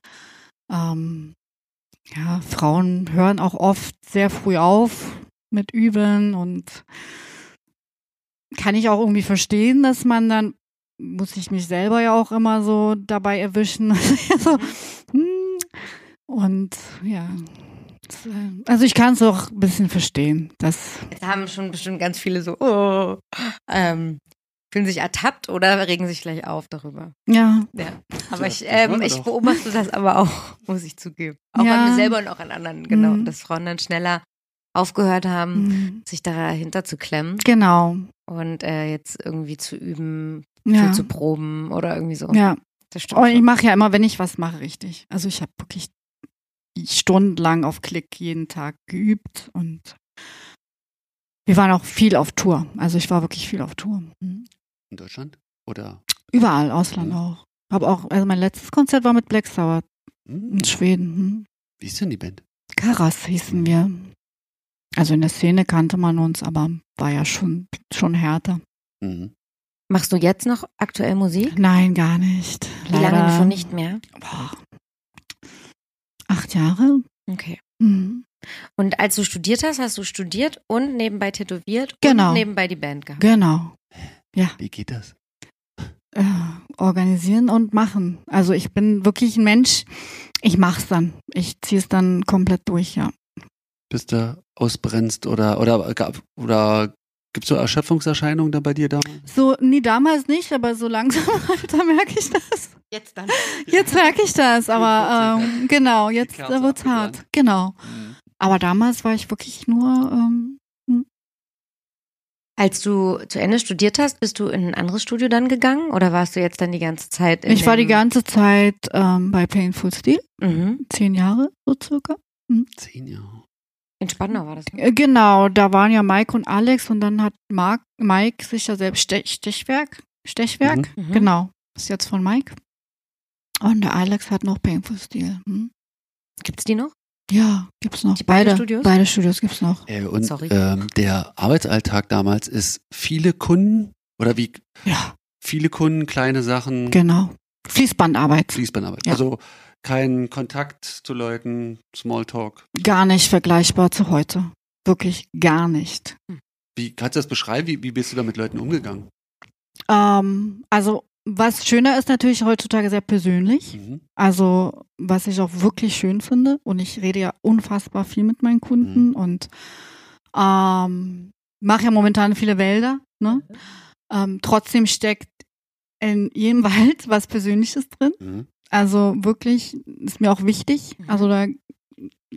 C: Ähm, ja, Frauen hören auch oft sehr früh auf mit Üben und kann ich auch irgendwie verstehen, dass man dann muss ich mich selber ja auch immer so dabei erwischen. so, hm, und ja, also ich kann es auch ein bisschen verstehen, dass
A: Jetzt haben schon bestimmt ganz viele so, oh, ähm, fühlen sich ertappt oder regen sich gleich auf darüber.
C: ja,
A: Ja. Aber
B: Ja,
A: ich,
B: das wollen
A: ähm,
B: wir
A: ich
B: doch.
A: beobachte das aber auch, muss ich zugeben. Auch
C: Ja.
A: an mir selber und auch an anderen, genau.
C: Mhm.
A: Dass Frauen dann schneller aufgehört haben,
C: mh,
A: sich dahinter zu klemmen
C: mm, genau,
A: und äh, jetzt irgendwie zu üben,
C: ja,
A: viel zu proben oder irgendwie so.
C: ja.
A: Das stimmt.
C: Und ich
A: schon.
C: mache ja immer, wenn ich was mache, richtig. Also ich habe wirklich stundenlang auf Klick jeden Tag geübt und wir waren auch viel auf Tour. Also ich war wirklich viel auf Tour. Mhm.
B: In Deutschland? Oder?
C: Überall, Ausland
A: Mhm.
C: auch. Aber auch, also mein letztes Konzert war mit Black Sabbath
B: Hm,
C: in Schweden. Mhm.
B: Wie ist denn die Band?
C: Karas hießen wir. Also in der Szene kannte man uns, aber war ja schon, schon härter.
B: Mhm.
A: Machst du jetzt noch aktuell Musik?
C: Nein, gar nicht.
A: Wie lange schon nicht mehr?
C: Boah. Acht Jahre?
A: Okay.
C: Mhm.
A: Und als du studiert hast, hast du studiert und nebenbei tätowiert
C: Genau.
A: und nebenbei die Band gehabt.
C: Genau. Ja,
B: Wie geht das?
C: äh, organisieren und machen. Also ich bin wirklich ein Mensch. Ich mach's dann. Ich zieh's dann komplett durch, ja.
B: Bist du ausbrennst oder oder gab oder gibt's so Erschöpfungserscheinungen da bei dir da?
C: So, nee, damals nicht, aber so langsam, da merke ich das.
A: Jetzt dann.
C: Jetzt merke ich das, aber
B: Jetzt wird's
C: ähm, genau, jetzt
B: Kerze
C: äh, wird's
B: abgebrannt.
C: hart. Genau.
B: Mhm.
C: Aber damals war ich wirklich nur, ähm,
A: Als du zu Ende studiert hast, bist du in ein anderes Studio dann gegangen oder warst du jetzt dann die ganze Zeit in
C: ich war die
A: dem-
C: ganze Zeit ähm, bei Painful Steel,
A: mhm.
C: zehn Jahre so circa.
B: Zehn Jahre.
A: in Spandau war das. Ne?
C: Äh, Genau, da waren ja Mike und Alex und dann hat Mark, Mike sich ja selbst Stech, Stechwerk, Stechwerk,
A: Mhm. Mhm.
C: genau, ist jetzt von Mike. Und der Alex hat noch Painful Steel. Hm?
A: Gibt's die noch?
C: Ja, gibt's noch.
A: Die beide Studios?
C: Beide Studios gibt's noch.
B: Äh, und
A: Sorry.
B: Ähm, der Arbeitsalltag damals ist viele Kunden oder wie
C: Ja,
B: viele Kunden, kleine Sachen,
C: genau. Fließbandarbeit.
B: Fließbandarbeit.
C: Ja.
B: Also kein Kontakt zu Leuten, Smalltalk.
C: Gar nicht vergleichbar zu heute. Wirklich gar nicht.
B: Wie kannst du das beschreiben? Wie, wie bist du da mit Leuten umgegangen?
C: Ähm, also, was schöner ist natürlich heutzutage sehr persönlich.
B: Mhm.
C: Also, was ich auch wirklich schön finde, und ich rede ja unfassbar viel mit meinen Kunden und ähm, mache ja momentan viele Wälder. Ne? Ähm, trotzdem steckt in jedem Wald was Persönliches drin.
B: Mhm.
C: Also wirklich ist mir auch wichtig.
A: Mhm.
C: Also da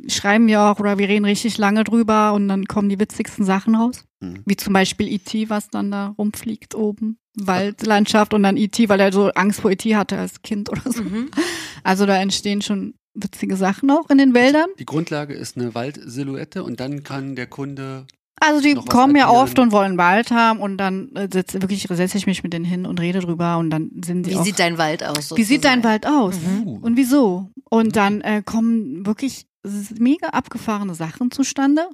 C: schreiben wir auch oder wir reden richtig lange drüber und dann kommen die witzigsten Sachen raus.
B: Mhm.
C: Wie zum Beispiel IT, was dann da rumfliegt oben. Waldlandschaft und dann IT, weil er so Angst vor IT hatte als Kind oder so.
A: Mhm.
C: Also da entstehen schon witzige Sachen auch in den Wäldern.
B: Die Grundlage ist eine Waldsilhouette und dann kann der Kunde.
C: Also die
B: noch was
C: kommen ja
B: addieren.
C: oft und wollen Wald haben und dann äh, setz, wirklich setze ich mich mit denen hin und rede drüber und dann sind die
D: Wie
C: auch.
D: sieht dein Wald aus?
C: wie sieht dein
D: sozusagen?
C: Wald aus?
B: Uh,
C: Mhm. Und wieso?
B: Mhm.
C: Und dann äh, kommen wirklich s- mega abgefahrene Sachen zustande.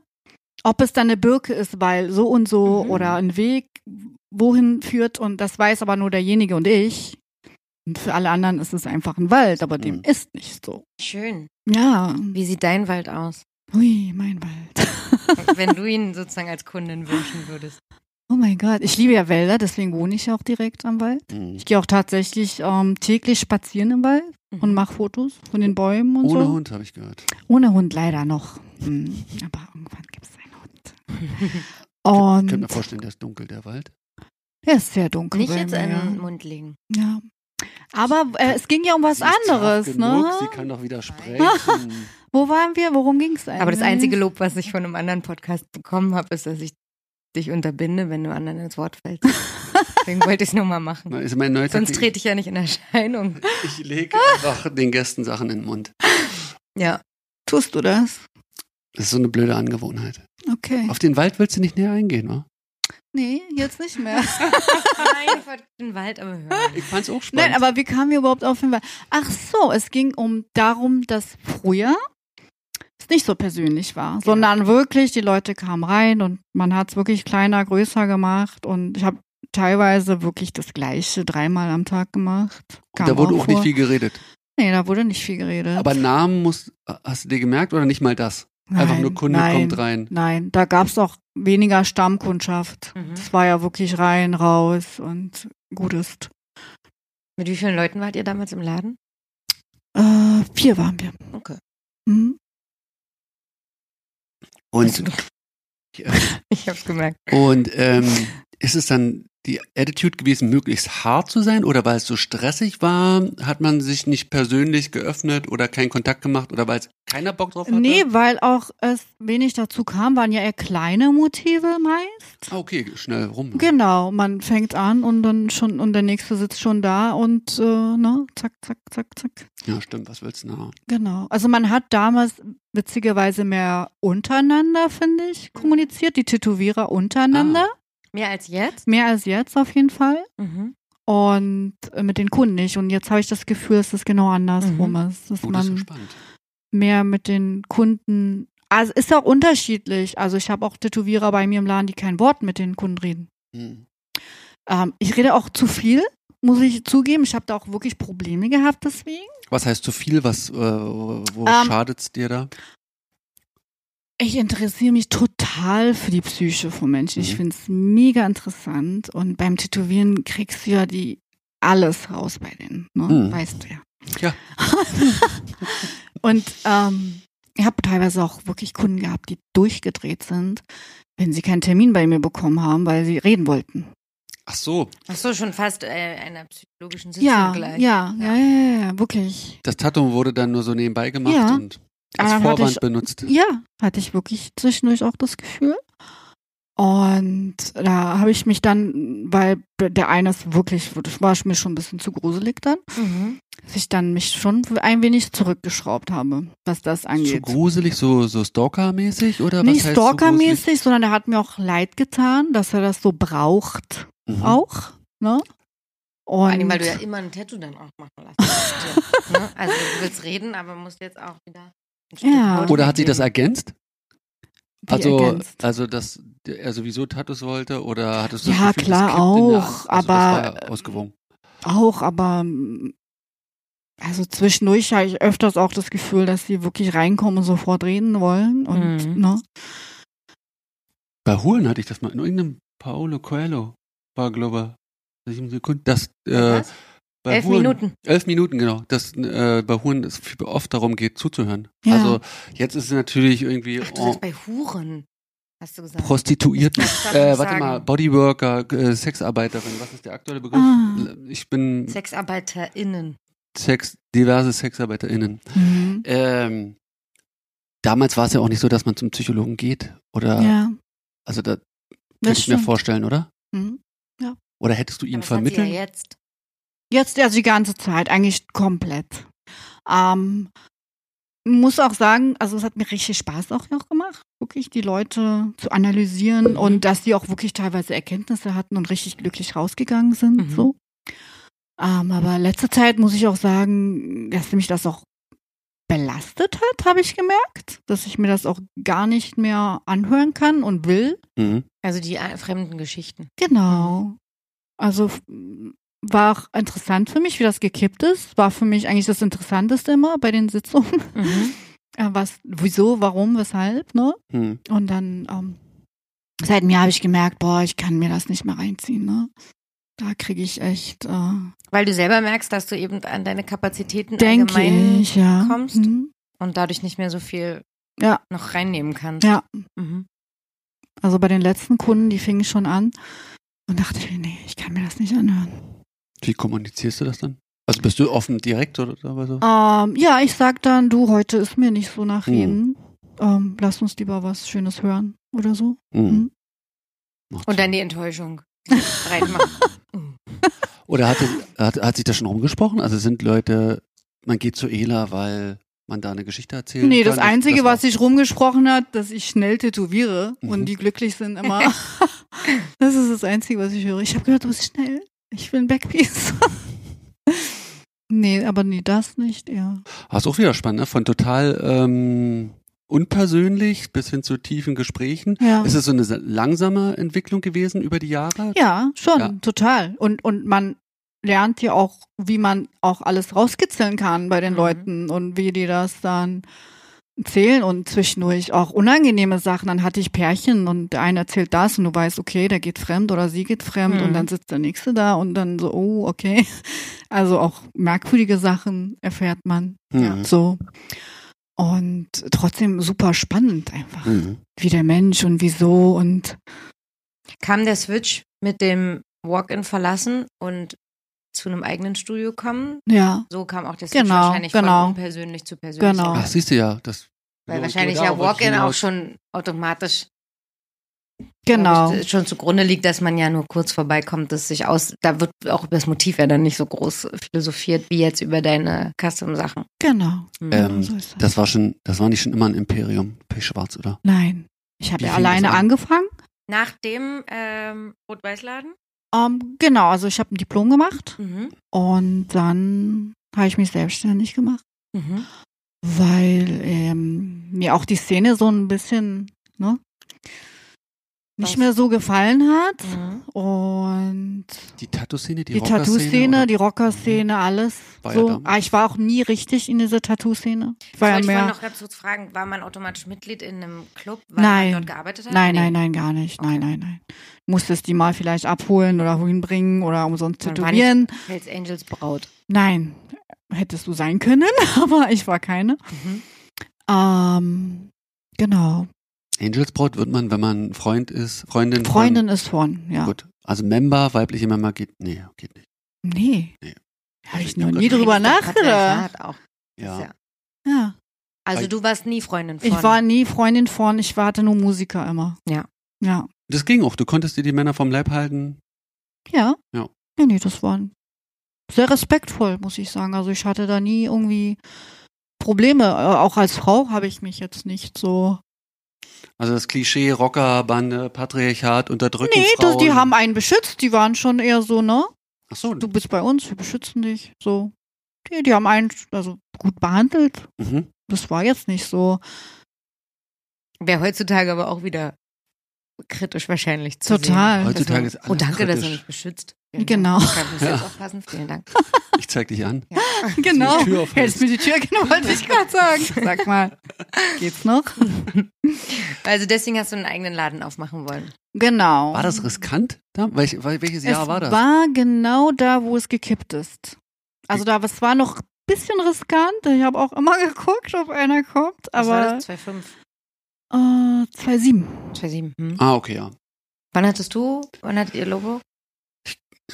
C: Ob es dann eine Birke ist, weil so und so
A: Mhm.
C: oder ein Weg wohin führt und das weiß aber nur derjenige und ich. Und für alle anderen ist es einfach ein Wald, aber dem
B: Mhm.
C: ist nicht so.
A: Schön.
C: Ja,
A: Wie sieht dein Wald aus?
C: ui, mein Wald.
A: Wenn du ihn sozusagen als Kundin wünschen würdest.
C: Oh mein Gott, ich liebe ja Wälder, deswegen wohne ich ja auch direkt am Wald.
B: mhm.
C: Ich gehe auch tatsächlich ähm, täglich spazieren im Wald und mache Fotos von den Bäumen und
B: Mhm. Ohne
C: so.
B: Hund habe ich gehört.
C: Ohne Hund leider noch. Hm, Aber irgendwann gibt es
B: Ich
C: einen Hund.
B: könnte mir
C: Und
B: vorstellen, der ist dunkel, der Wald.
C: er ist sehr dunkel.
A: Nicht
C: bei
A: jetzt
C: mir.
A: in den Mund legen.
C: Ja. Aber äh, es ging ja um was
B: Sie ist scharf
C: anderes,
B: genug,
C: ne?
B: Sie kann doch wieder sprechen.
C: Wo waren wir? Worum ging es eigentlich?
A: Aber das einzige Lob, was ich von einem anderen Podcast bekommen habe, ist, dass ich dich unterbinde, wenn du anderen ins Wort fällst. Deswegen wollte ich es nur mal machen.
B: Na, ist mein neuer
A: Sonst
B: Taktik.
A: trete ich ja nicht in Erscheinung.
B: Ich lege einfach den Gästen Sachen in den Mund.
A: Ja.
C: Tust du das?
B: Das ist so eine blöde Angewohnheit.
C: Okay.
B: Auf den Wald willst du nicht näher eingehen, wa?
C: Nee, jetzt nicht mehr.
A: Nein, ich wollte den Wald aber hören.
B: Ich fand's auch spannend.
C: Nein, aber wie kamen wir überhaupt auf den Wald? Ach so, es ging um darum, dass früher es nicht so persönlich war, sondern wirklich die Leute kamen rein und man hat es wirklich kleiner, größer gemacht und ich habe teilweise wirklich das Gleiche dreimal am Tag gemacht.
B: Und da wurde auch nicht
C: vor.
B: viel geredet.
C: Nee, da wurde nicht viel geredet.
B: Aber Namen muss, hast du dir gemerkt oder nicht mal das? Einfach
C: Nein,
B: nur Kunde
C: nein,
B: kommt rein.
C: Nein, da gab es auch weniger Stammkundschaft.
A: Mhm.
C: Es war ja wirklich rein, raus und gut ist.
A: Mit wie vielen Leuten wart ihr damals im Laden?
C: Äh, vier waren wir.
A: Okay.
C: Mhm.
B: Und,
A: Ich hab's gemerkt.
B: und ähm, ist es dann die Attitude gewesen, möglichst hart zu sein? Oder weil es so stressig war, hat man sich nicht persönlich geöffnet oder keinen Kontakt gemacht oder weil es keiner Bock drauf hatte?
C: Nee, weil auch es wenig dazu kam, waren ja eher kleine Motive meist.
B: Ah, okay, schnell rum.
C: Genau, man fängt an und dann schon und der nächste sitzt schon da und äh, ne, zack, zack, zack, zack.
B: Ja, stimmt, was willst du denn?
C: Genau. Also man hat damals witzigerweise mehr untereinander, finde ich,
B: Mhm.
C: kommuniziert, die Tätowierer untereinander.
B: Ah.
A: Mehr als jetzt?
C: Mehr als jetzt auf jeden Fall.
A: Mhm.
C: Und äh, mit den Kunden nicht. Und jetzt habe ich das Gefühl, dass das genau andersrum ist. Dass
B: Oh, das ist so
C: man
B: spannend.
C: mehr mit den Kunden. Also ist auch unterschiedlich. Also ich habe auch Tätowierer bei mir im Laden, die kein Wort mit den Kunden reden.
B: Hm.
C: Ähm, ich rede auch zu viel, muss ich zugeben. Ich habe da auch wirklich Probleme gehabt deswegen.
B: Was heißt zu viel? Was, äh, wo
C: Ähm,
B: schadet's dir da?
C: Ich interessiere mich total für die Psyche von Menschen. Ich
B: Mhm.
C: finde es mega interessant. Und beim Tätowieren kriegst du ja die alles raus bei denen. Ne?
B: Mhm.
C: Weißt du ja.
B: Ja.
C: und ähm, ich habe teilweise auch wirklich Kunden gehabt, die durchgedreht sind, wenn sie keinen Termin bei mir bekommen haben, weil sie reden wollten.
B: Ach so,
A: Ach so, schon fast äh, einer psychologischen Sitzung
C: Ja, ja,
A: gleich.
C: ja, ja, ja, ja, wirklich.
B: das Tattoo wurde dann nur so nebenbei gemacht
C: Ja.
B: und
C: Aber
B: als
C: dann hatte
B: Vorwand
C: ich-
B: benutzt.
C: Ja, hatte ich wirklich zwischendurch auch das Gefühl. Und da habe ich mich dann, weil der eine ist wirklich, das war mir schon ein bisschen zu gruselig dann,
A: Mhm.
C: dass ich dann mich schon ein wenig zurückgeschraubt habe, was das
B: Zu
C: angeht.
B: gruselig, so, so Stalker-mäßig oder
C: Nicht
B: was heißt so gruselig?
C: stalkermäßig, sondern er hat mir auch leid getan, dass er das so braucht
B: Mhm.
C: auch. Ne?
A: Vor allem, weil
C: Und
A: du ja immer ein Tattoo dann auch machen lässt. ne? Also du willst reden, aber musst jetzt auch wieder ein Stück
C: Ja.
A: Haut
B: Oder hat sie das
A: mitgeben.
B: ergänzt?
C: wie
B: Also,
C: ergänzt.
B: also dass er sowieso Tattoos wollte oder hattest du
C: Ja,
B: das Gefühl,
C: klar
B: das kippt in der-
C: auch,
B: also,
C: aber- äh,
B: das war ausgewogen.
C: Auch, aber mm, also zwischendurch habe ich öfters auch das Gefühl, dass sie wirklich reinkommen und sofort reden wollen. Und
A: Mhm.
C: ne?
B: Bei Hulen hatte ich das mal in irgendeinem Paolo Coelho war glaube ich sieben Sekunden. Das äh,
A: Was?
B: bei
A: Elf
B: Huren-
A: Minuten.
B: Elf Minuten, genau. Dass äh, bei Huren es viel- oft darum geht, zuzuhören.
C: Ja.
B: Also jetzt ist es natürlich irgendwie
A: Ach, du
B: oh,
A: sagst bei Huren, hast du gesagt.
B: Prostituierten.
A: Ich darf
B: Äh,
A: nicht
B: warte
A: sagen.
B: mal, Bodyworker, äh, Sexarbeiterin, was ist der aktuelle Begriff?
C: Ah.
B: Ich bin
A: SexarbeiterInnen.
B: Sex, diverse SexarbeiterInnen.
C: Mhm.
B: Ähm, damals war es ja auch nicht so, dass man zum Psychologen geht. Oder,
C: Ja,
B: also da
C: das
B: könnte ich mir
C: stimmt.
B: vorstellen, oder?
C: Mhm.
B: Oder hättest du ihm vermittelt?
A: Ja jetzt.
C: Jetzt, also die ganze Zeit, eigentlich komplett. Ähm, muss auch sagen, also es hat mir richtig Spaß auch noch gemacht, wirklich die Leute zu analysieren und dass die auch wirklich teilweise Erkenntnisse hatten und richtig glücklich rausgegangen sind.
A: Mhm.
C: So. Ähm, aber letzte Zeit muss ich auch sagen, dass mich das auch belastet hat, habe ich gemerkt, dass ich mir das auch gar nicht mehr anhören kann und will.
B: Mhm.
A: Also die äh, fremden Geschichten.
C: Genau. Also f- war auch interessant für mich, wie das gekippt ist. War für mich eigentlich das Interessanteste immer bei den Sitzungen.
A: Mhm.
C: Äh, Was, wieso, warum, weshalb, ne?
B: Mhm.
C: Und dann ähm, seit mir habe ich gemerkt, boah, ich kann mir das nicht mehr reinziehen, ne? Da kriege ich echt, äh,
A: Weil du selber merkst, dass du eben an deine Kapazitäten
C: denke
A: allgemein
C: ich, ja.
A: kommst?
C: Mhm.
A: und dadurch nicht mehr so viel
C: Ja.
A: noch reinnehmen kannst.
C: Ja.
A: Mhm.
C: Also bei den letzten Kunden, die fingen schon an und dachte ich, mir, nee, ich kann mir das nicht anhören.
B: Wie kommunizierst du das dann? Also bist du offen direkt oder oder so?
C: Ähm, ja, ich sag dann, du, heute ist mir nicht so nach
B: Hm.
C: Reden. Ähm, lass uns lieber was Schönes hören oder so.
B: Mhm. Macht
A: Und
B: Sinn.
A: dann die Enttäuschung. Breit machen. Mhm.
B: Oder hat, es- hat, hat sich das schon rumgesprochen? Also sind Leute, man geht zu Ela, weil man da eine Geschichte erzählt?
C: nee, das Einzige, was sich rumgesprochen hat, dass ich schnell tätowiere
B: Mhm.
C: und die glücklich sind immer. das ist das Einzige, was ich höre. Ich habe gehört, du bist schnell. Ich will ein Backpiece. nee, aber nee, das nicht, ja.
B: Ah, ist auch wieder spannend, ne? Von total ähm, unpersönlich bis hin zu tiefen Gesprächen.
C: Ja.
B: Ist es so eine sa- langsame Entwicklung gewesen über die Jahre?
C: Ja, schon,
B: Ja.
C: total. Und, und man lernt ja auch, wie man auch alles rauskitzeln kann bei den
A: Mhm.
C: Leuten und wie die das dann erzählen und zwischendurch auch unangenehme Sachen. Dann hatte ich Pärchen und der eine erzählt das und du weißt, okay, der geht fremd oder sie geht fremd
A: Mhm.
C: und dann sitzt der nächste da und dann so, oh, okay. Also auch merkwürdige Sachen erfährt man
B: Mhm.
C: so. Und trotzdem super spannend einfach,
B: Mhm.
C: wie der Mensch und wieso und
A: Kam der Switch mit dem Walk-in verlassen und zu einem eigenen Studio kommen?
C: ja.
A: So kam auch der Switch
C: Genau,
A: wahrscheinlich
C: genau.
A: von persönlich zu persönlich.
C: Genau.
B: Ach, Ah, siehst du ja, das.
A: Weil
B: so,
A: wahrscheinlich
B: da
A: ja
B: wollte ich
A: Walk-in auch
B: hinaus.
A: schon automatisch
C: Genau.
A: glaub ich, schon zugrunde liegt, dass man ja nur kurz vorbeikommt, dass sich aus, da wird auch über das Motiv ja dann nicht so groß philosophiert wie jetzt über deine Custom-Sachen.
C: Genau.
A: Mhm.
B: Ähm,
C: so ist das.
B: Das war schon, das war nicht schon immer ein Imperium, Pechschwarz, oder?
C: Nein. Ich
B: Wie
C: habe ja
B: fing das
C: alleine
B: an?
C: angefangen.
A: Nach dem ähm, Rot-Weiß-Laden?
C: Ähm, genau, also ich habe ein Diplom gemacht
A: Mhm.
C: und dann habe ich mich selbstständig gemacht,
A: Mhm.
C: weil ähm, mir auch die Szene so ein bisschen ne, nicht
A: Was?
C: mehr so gefallen hat.
A: Mhm.
C: Und
B: Die Tattoo-Szene, die,
C: die,
B: Rocker-Szene,
C: Tattoo-Szene,
B: oder?
C: die Rocker-Szene, alles.
B: War ja
C: so.
B: damals.
C: ah, ich war auch nie richtig in dieser Tattoo-Szene. Ich war ja
A: Wollte ich vorhin
C: mehr.
A: noch ganz kurz fragen, war man automatisch Mitglied in einem Club, weil
C: Nein.
A: man dort gearbeitet hat?
C: Nein,
A: Nee.
C: nein, nein, gar nicht. Nein,
A: Okay.
C: nein, nein. Musstest die mal vielleicht abholen oder wohin bringen oder umsonst
A: Dann war nicht-
C: tätowieren.
A: Hells Angels Braut.
C: Nein, hättest du sein können, aber ich war keine.
A: Mhm.
C: Ähm, genau.
B: Angels Braut wird man, wenn man Freund ist, Freundin. von-
C: Freundin ist von, ja.
B: Gut. Also Member, weibliche Member geht, nee, geht nicht.
C: Nee.
B: Nee.
C: Habe ich
B: Ich
C: noch
B: hab
C: nie
B: grad-
C: drüber
A: Das hat ja
C: nachgedacht.
A: Saat auch.
B: Ja.
A: Ja.
C: Ja.
A: Also du warst nie Freundin von.
C: Ich war nie Freundin von, ich warte nur Musiker immer.
A: Ja.
C: Ja.
B: Das ging auch. Du konntest dir die Männer vom Leib halten.
C: Ja.
B: Ja.
C: Nee, nee, das war sehr respektvoll, muss ich sagen. Also ich hatte da nie irgendwie Probleme. Äh, Auch als Frau habe ich mich jetzt nicht so.
B: Also das Klischee Rockerbande, Patriarchat, Unterdrückung.
C: Nee, das,
B: Frauen.
C: die haben einen beschützt. Die waren schon eher so, ne?
B: Ach so.
C: du bist bei uns, wir beschützen dich. So. Die, die haben einen also gut behandelt.
B: Mhm.
C: Das war jetzt nicht so
A: Wäre heutzutage aber auch wieder kritisch wahrscheinlich zu
C: total.
B: Heutzutage
C: also,
B: ist alles
A: sehen. Oh, danke, dass du
B: kritisch.
A: mich beschützt. ne?
C: Genau.
A: Ich kann mich
B: Ja.
A: jetzt aufpassen. Vielen Dank.
B: Ich zeig dich an.
A: Ja.
B: Dass
C: genau.
B: du die Tür aufhältst.
C: Hältst mir die Tür, genau, wollte ich gerade sagen. Sag mal, geht's noch?
A: Also deswegen hast du einen eigenen Laden aufmachen wollen.
C: Genau.
B: War das riskant? Da? Welch, wel- welches
C: Es
B: Jahr war das?
C: war genau da, wo es gekippt ist. Also da, es war noch ein bisschen riskant. Ich habe auch immer geguckt, ob einer kommt.
A: Was war
C: Aber
A: das? 2,5,
C: äh, 2,7.
A: 2,7. Hm.
B: ah, okay, ja.
A: Wann hattest du, wann hattet ihr Logo?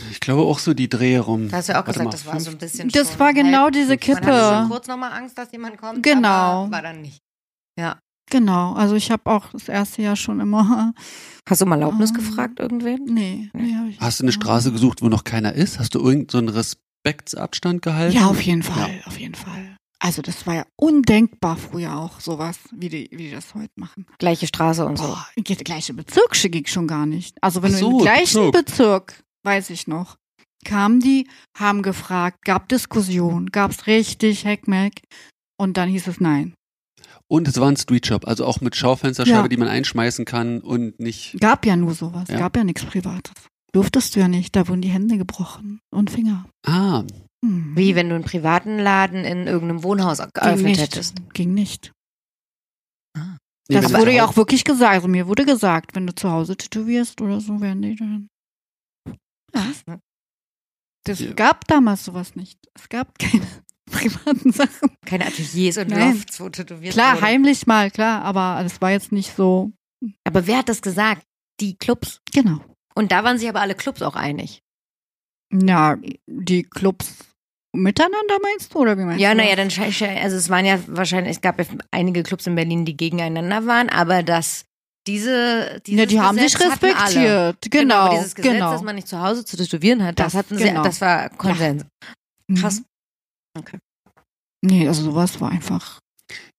B: Ich glaube auch so die Drehe rum.
A: Da hast du ja auch
B: Warte
A: gesagt,
B: mal,
A: das war so ein bisschen
C: Das
A: schon
C: war genau
A: halb-
C: diese
A: Man hatte schon
C: Kippe.
A: kurz nochmal Angst, dass jemand kommt,
C: Genau.
A: aber war dann nicht. Ja.
C: Genau, also ich habe auch das erste Jahr schon immer.
A: Hast du um Erlaubnis
C: Ähm,
A: gefragt irgendwen?
C: Nee, nee hab ich
B: Hast du eine
C: gemacht.
B: Straße gesucht, wo noch keiner ist? Hast du irgendeinen Respektsabstand gehalten?
C: Ja, auf jeden Fall, auf jeden Fall. Also das war ja undenkbar früher auch sowas, wie die, wie die das heute machen.
A: Gleiche Straße und so.
C: Boah, geht der gleiche Bezirk schicke ich schon gar nicht. Also wenn
B: Ach
C: du im
B: so,
C: gleichen
B: Bezirk.
C: Bezirk. weiß ich noch, kamen die, haben gefragt, gab Diskussion, gab's richtig Heckmeck und dann hieß es nein.
B: Und es war ein Streetshop, also auch mit Schaufensterscheibe,
C: Ja.
B: die man einschmeißen kann und nicht.
C: Gab ja nur sowas,
B: Ja.
C: gab ja nichts Privates. Durftest du ja nicht, da wurden die Hände gebrochen und Finger.
B: Ah,
C: Hm.
A: Wie wenn du einen privaten Laden in irgendeinem Wohnhaus
C: Ging
A: geöffnet hättest.
C: nicht. Ging nicht.
B: nee, wenn
C: das
B: du
C: wurde ja
B: zu
C: auch wirklich gesagt. Also mir wurde gesagt, wenn du zu Hause tätowierst oder so, werden die dann.
A: Krass, ne?
C: Das
B: Ja.
C: gab damals sowas nicht. Es gab keine privaten Sachen.
A: Keine Ateliers und
C: Nein.
A: Lofts, wo tätowiert
C: Klar,
A: wurde.
C: heimlich mal, klar, aber das war jetzt nicht so.
A: Aber wer hat das gesagt? Die Clubs.
C: Genau.
A: Und da waren sich aber alle Clubs auch einig.
C: Ja, die Clubs miteinander meinst du oder wie meinst
A: Ja,
C: du?
A: naja, dann sche- sche- also es waren ja wahrscheinlich, es gab ja einige Clubs in Berlin, die gegeneinander waren, aber dass diese, dieses
C: Ja, die haben
A: Gesetz
C: sich
A: hatten alle.
C: respektiert. Genau,
A: aber
C: genau.
A: Dieses Gesetz, dass man nicht zu Hause zu tätowieren hat, das,
C: Das-
A: hatten sie,
C: genau.
A: das war Konsens.
C: Mhm.
A: Krass. Okay.
C: Nee, also sowas war einfach.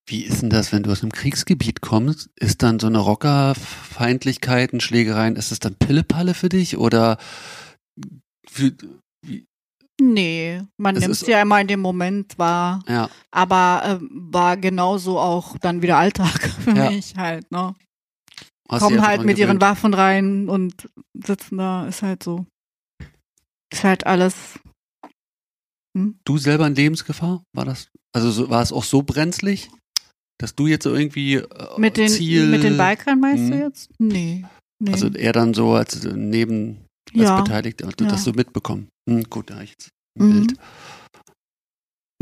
B: Wie ist denn das, wenn du aus einem Kriegsgebiet kommst? Ist dann so eine Rockerfeindlichkeiten, Schlägereien, ist das dann Pillepalle für dich oder für,
C: Nee, man
B: Es
C: nimmt
B: ist-
C: ja immer in dem Moment wahr.
B: ja,
C: aber ähm, war genauso auch dann wieder Alltag für
B: Ja.
C: mich halt, ne?
B: hast du dich
C: Kommen
B: einfach
C: halt
B: dran
C: mit ihren
B: gewöhnt?
C: Waffen rein und sitzen da, ist halt so. Ist halt alles.
B: Du selber in Lebensgefahr? War das also so, war es auch so brenzlig, dass du jetzt so irgendwie äh,
C: Mit den,
B: Ziel,
C: mit den Bikern meinst du
B: Mhm.
C: jetzt? Nee. nee.
B: also er dann so als neben als
C: ja.
B: beteiligt, du
C: Ja.
B: das so mitbekommen. Hm, gut, da hab ich jetzt ein
C: Mhm.
B: Bild.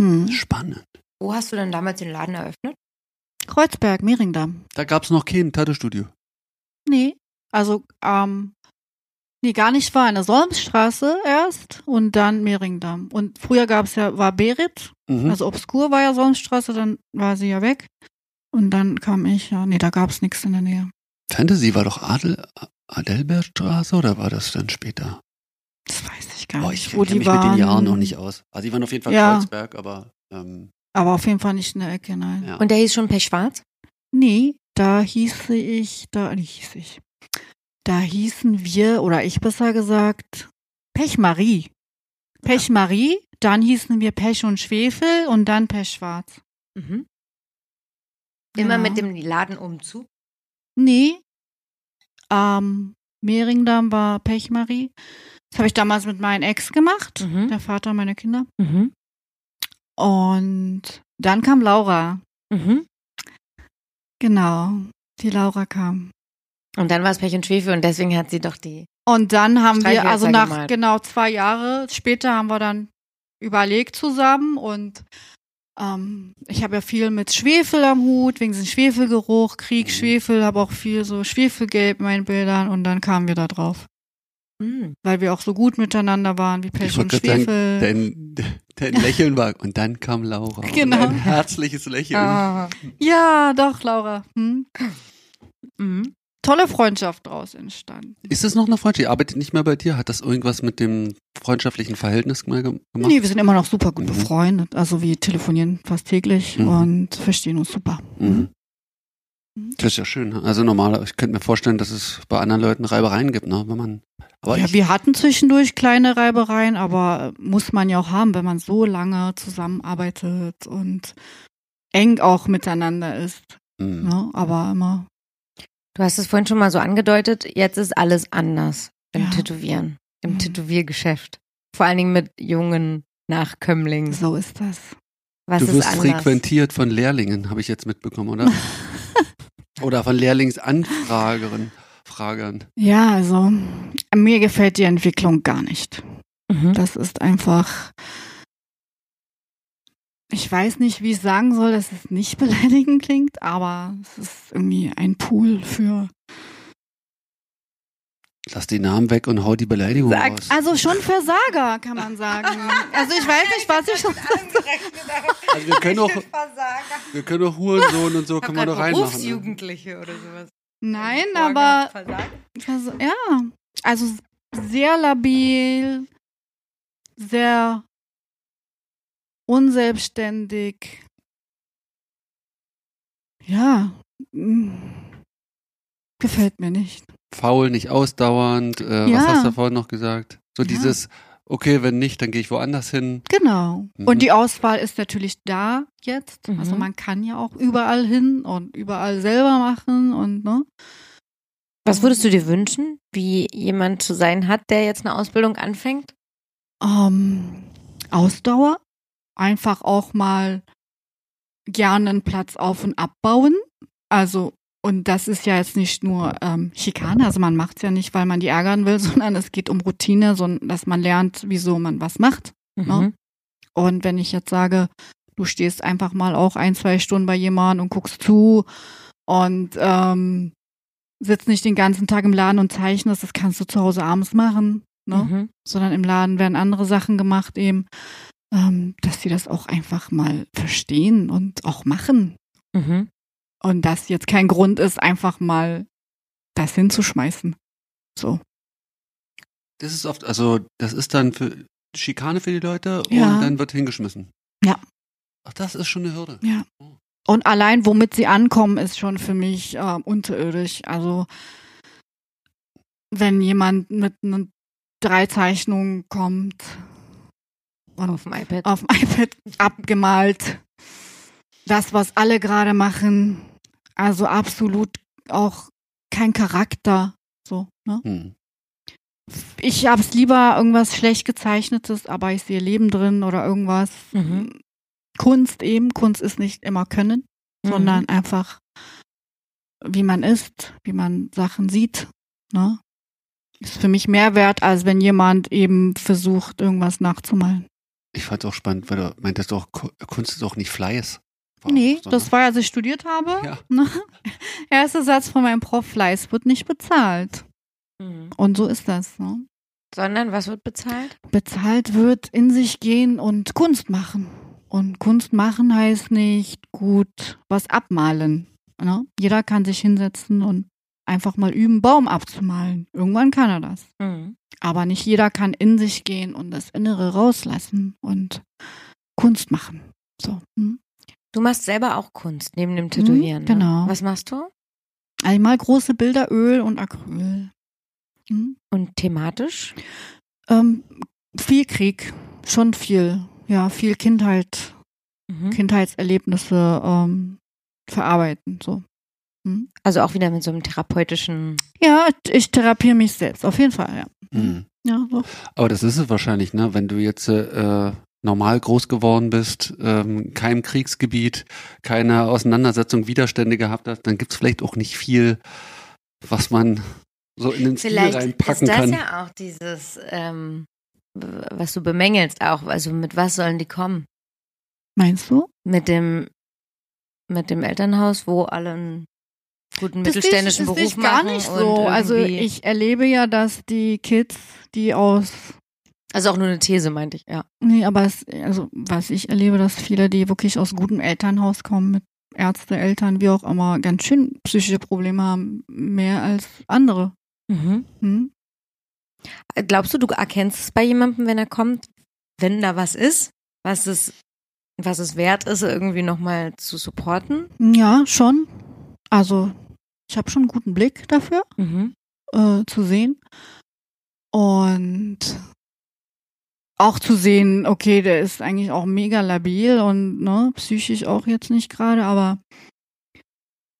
C: Hm.
B: Spannend.
A: Wo hast du denn damals den Laden eröffnet?
C: Kreuzberg, Mehringdamm.
B: Da gab es noch kein Tattoo-Studio.
C: Nee. Also, ähm, nee, gar nicht war in der Solmsstraße erst und dann Mehringdamm. Und früher gab es ja, war Berit,
B: Mhm.
C: Also Obskur war ja Solmstraße, dann war sie ja weg. Und dann kam ich, ja, nee, da gab's nichts in der Nähe.
B: Fantasy war doch Adel, Adelbertstraße oder war das dann später?
C: Das weiß ich gar
B: Oh,
C: nicht.
B: ich kenne mich mit den Jahren noch nicht aus. Also die waren auf jeden Fall
C: Ja.
B: Kreuzberg, aber ähm,
C: Aber auf jeden Fall nicht in der Ecke, nein.
B: ja.
A: Und der hieß schon Pechschwarz?
C: Nee, da hieße ich, da nee, hieß ich. Da hießen wir, oder ich besser gesagt, Pechmarie. Pechmarie, dann hießen wir Pech und Schwefel und dann Pechschwarz.
A: Mhm. Immer
C: Ja.
A: mit dem Ladenumzug.
C: Nee. Ähm, Mehringdamm war Pechmarie. Das habe ich damals mit meinem Ex gemacht,
A: Mhm.
C: der Vater meiner Kinder.
A: Mhm.
C: Und dann kam Laura.
A: Mhm.
C: Genau, die Laura kam.
A: Und dann war es Pech und Schwefel und deswegen hat sie doch die.
C: Und dann haben wir,
A: Streichhölzer
C: also nach
A: gemalt.
C: genau zwei Jahre später haben wir dann überlegt zusammen und ähm, ich habe ja viel mit Schwefel am Hut, wegen diesem Schwefelgeruch,
A: Mhm.
C: Krieg, Schwefel, habe auch viel so Schwefelgelb in meinen Bildern und dann kamen wir da drauf.
A: Mhm.
C: weil wir auch so gut miteinander waren, wie Pech
B: Ich
C: und
B: wollte gerade
C: Schwefel.
B: Dein, dein Lächeln war. Und dann kam Laura.
C: Genau.
B: Und ein herzliches Lächeln.
A: Ah.
C: ja, doch, Laura. Hm?
A: Mhm.
C: Tolle Freundschaft draus entstanden.
B: Ist das noch eine Freundschaft? Ihr arbeitet nicht mehr bei dir? Hat das irgendwas mit dem freundschaftlichen Verhältnis mal ge- gemacht?
C: Nee, wir sind immer noch super gut
B: Mhm.
C: befreundet. Also wir telefonieren fast täglich
B: Mhm.
C: und verstehen uns super. Hm?
B: Mhm.
C: Mhm.
B: Das ist ja schön. ne? Also normal, ich könnte mir vorstellen, dass es bei anderen Leuten Reibereien gibt, ne? Wenn man. Aber
C: Ja,
B: ich,
C: wir hatten zwischendurch kleine Reibereien, aber muss man ja auch haben, wenn man so lange zusammenarbeitet und eng auch miteinander ist.
B: mh.
C: Ne? Aber immer.
A: Du hast es vorhin schon mal so angedeutet, jetzt ist alles anders im
C: Ja.
A: Tätowieren, im
C: Mhm.
A: Tätowiergeschäft. Vor allen Dingen mit jungen Nachkömmlingen.
C: So ist das.
A: Was
B: du
A: ist
B: wirst
A: anders?
B: frequentiert von Lehrlingen, habe ich jetzt mitbekommen, oder? oder von Lehrlingsanfragerinnen. Fragern.
C: Ja, also mir gefällt die Entwicklung gar nicht.
A: Mhm.
C: Das ist einfach. Ich weiß nicht, wie ich sagen soll, dass es nicht beleidigend klingt, aber es ist irgendwie ein Pool für
B: Lass die Namen weg und hau die Beleidigung
A: Sag-
B: raus.
C: Also schon Versager, kann man sagen. Also ich weiß nicht, was ich. genau.
B: Also wir können auch, wir können auch Hurensohn und so können wir noch reinmachen. Ne?
A: Berufsjugendliche oder sowas.
C: Nein, aber Vers- ja. Also sehr labil, sehr unselbstständig. Ja. mm. Gefällt mir nicht.
B: Faul, nicht ausdauernd. Äh, Was
C: Ja.
B: hast du vorhin noch gesagt? So
C: Ja.
B: dieses, okay, wenn nicht, dann gehe ich woanders hin.
C: Genau.
B: Mhm.
C: Und die Auswahl ist natürlich da jetzt.
A: Mhm.
C: Also man kann ja auch überall hin und überall selber machen und ne?
A: Was würdest du dir wünschen, wie jemand zu sein hat, der jetzt eine Ausbildung anfängt?
C: Ähm, Ausdauer. Einfach auch mal gerne einen Platz auf und abbauen. Also, und das ist ja jetzt nicht nur ähm, Schikane, also man macht es ja nicht, weil man die ärgern will, sondern es geht um Routine, sondern dass man lernt, wieso man was macht. Mhm. Und wenn ich jetzt sage, du stehst einfach mal auch ein, zwei Stunden bei jemandem und guckst zu und ähm, sitzt nicht den ganzen Tag im Laden und zeichnest, das kannst du zu Hause abends machen, ne?
A: Mhm.
C: sondern im Laden werden andere Sachen gemacht eben, ähm, dass sie das auch einfach mal verstehen und auch machen.
A: Mhm.
C: Und dass jetzt kein Grund ist, einfach mal das hinzuschmeißen. So.
B: Das ist oft, also das ist dann für Schikane für die Leute
C: Ja.
B: und dann wird hingeschmissen.
C: Ja.
B: Ach, das ist schon eine Hürde.
C: Ja. Und allein, womit sie ankommen, ist schon für mich ähm, unterirdisch. Also, wenn jemand mit einer drei Zeichnungen kommt und
A: Auf dem iPad.
C: auf dem iPad abgemalt, das, was alle gerade machen, also absolut auch kein Charakter, so, ne?
B: Hm.
C: ich hab's lieber irgendwas schlecht gezeichnetes, aber ich sehe Leben drin oder irgendwas.
A: Mhm.
C: Kunst eben, Kunst ist nicht immer Können, sondern einfach, wie man ist, wie man Sachen sieht. Ne? Ist für mich mehr wert, als wenn jemand eben versucht, irgendwas nachzumalen.
B: Ich fand's auch spannend, weil du meintest du auch, Ku- Kunst ist auch nicht Fleiß. War
C: nee,
B: auch so,
C: das
B: ne?
C: war, als ich studiert habe.
B: Ja.
C: Ne? Erster Satz von meinem Prof, Fleiß wird nicht bezahlt.
A: Mhm.
C: Und so ist das. Ne?
A: Sondern was wird bezahlt?
C: bezahlt wird, in sich gehen und Kunst machen. Und Kunst machen heißt nicht gut was abmalen. Ne? Jeder kann sich hinsetzen und einfach mal üben, Baum abzumalen. Irgendwann kann er das.
A: Mhm.
C: Aber nicht jeder kann in sich gehen und das Innere rauslassen und Kunst machen. So. Hm?
A: Du machst selber auch Kunst neben dem Tätowieren.
C: Mhm, genau.
A: Ne? Was machst du?
C: Einmal große Bilder, Öl und Acryl. Hm?
A: Und thematisch?
C: Ähm, viel Krieg, schon viel. Ja, viel Kindheit,
A: Mhm.
C: Kindheitserlebnisse ähm, verarbeiten. So.
A: Also auch wieder mit so einem therapeutischen.
C: Ja, ich therapiere mich selbst, auf jeden Fall, ja.
B: Hm.
C: Ja, so.
B: Aber das ist es wahrscheinlich, ne? Wenn du jetzt äh, normal groß geworden bist, ähm, keinem Kriegsgebiet, keine Auseinandersetzung, Widerstände gehabt hast, dann gibt's vielleicht auch nicht viel, was man so in den Stil
A: ist
B: reinpacken
A: das
B: kann.
A: ja auch dieses, ähm, w- was du bemängelst auch. Also mit was sollen die kommen?
C: Meinst du?
A: Mit dem, mit dem Elternhaus, wo alle einen guten mittelständischen
C: das sehe
A: Beruf
C: ich- das sehe ich gar
A: machen.
C: nicht
A: und
C: so. Also
A: irgendwie-
C: ich erlebe ja, dass die Kids, die aus
A: also auch nur eine These, meinte ich, ja.
C: Nee, aber es, also was ich erlebe, dass viele, die wirklich aus gutem Elternhaus kommen, mit Ärzte, Eltern, wie auch immer, ganz schön psychische Probleme haben, mehr als andere. Hm?
A: Glaubst du, du erkennst es bei jemandem, wenn er kommt, wenn da was ist, was es, was es wert ist, irgendwie nochmal zu supporten?
C: Ja, schon. Also ich habe schon einen guten Blick dafür.
A: Mhm.
C: äh, zu sehen. Und auch zu sehen, okay, der ist eigentlich auch mega labil und ne, psychisch auch jetzt nicht gerade, aber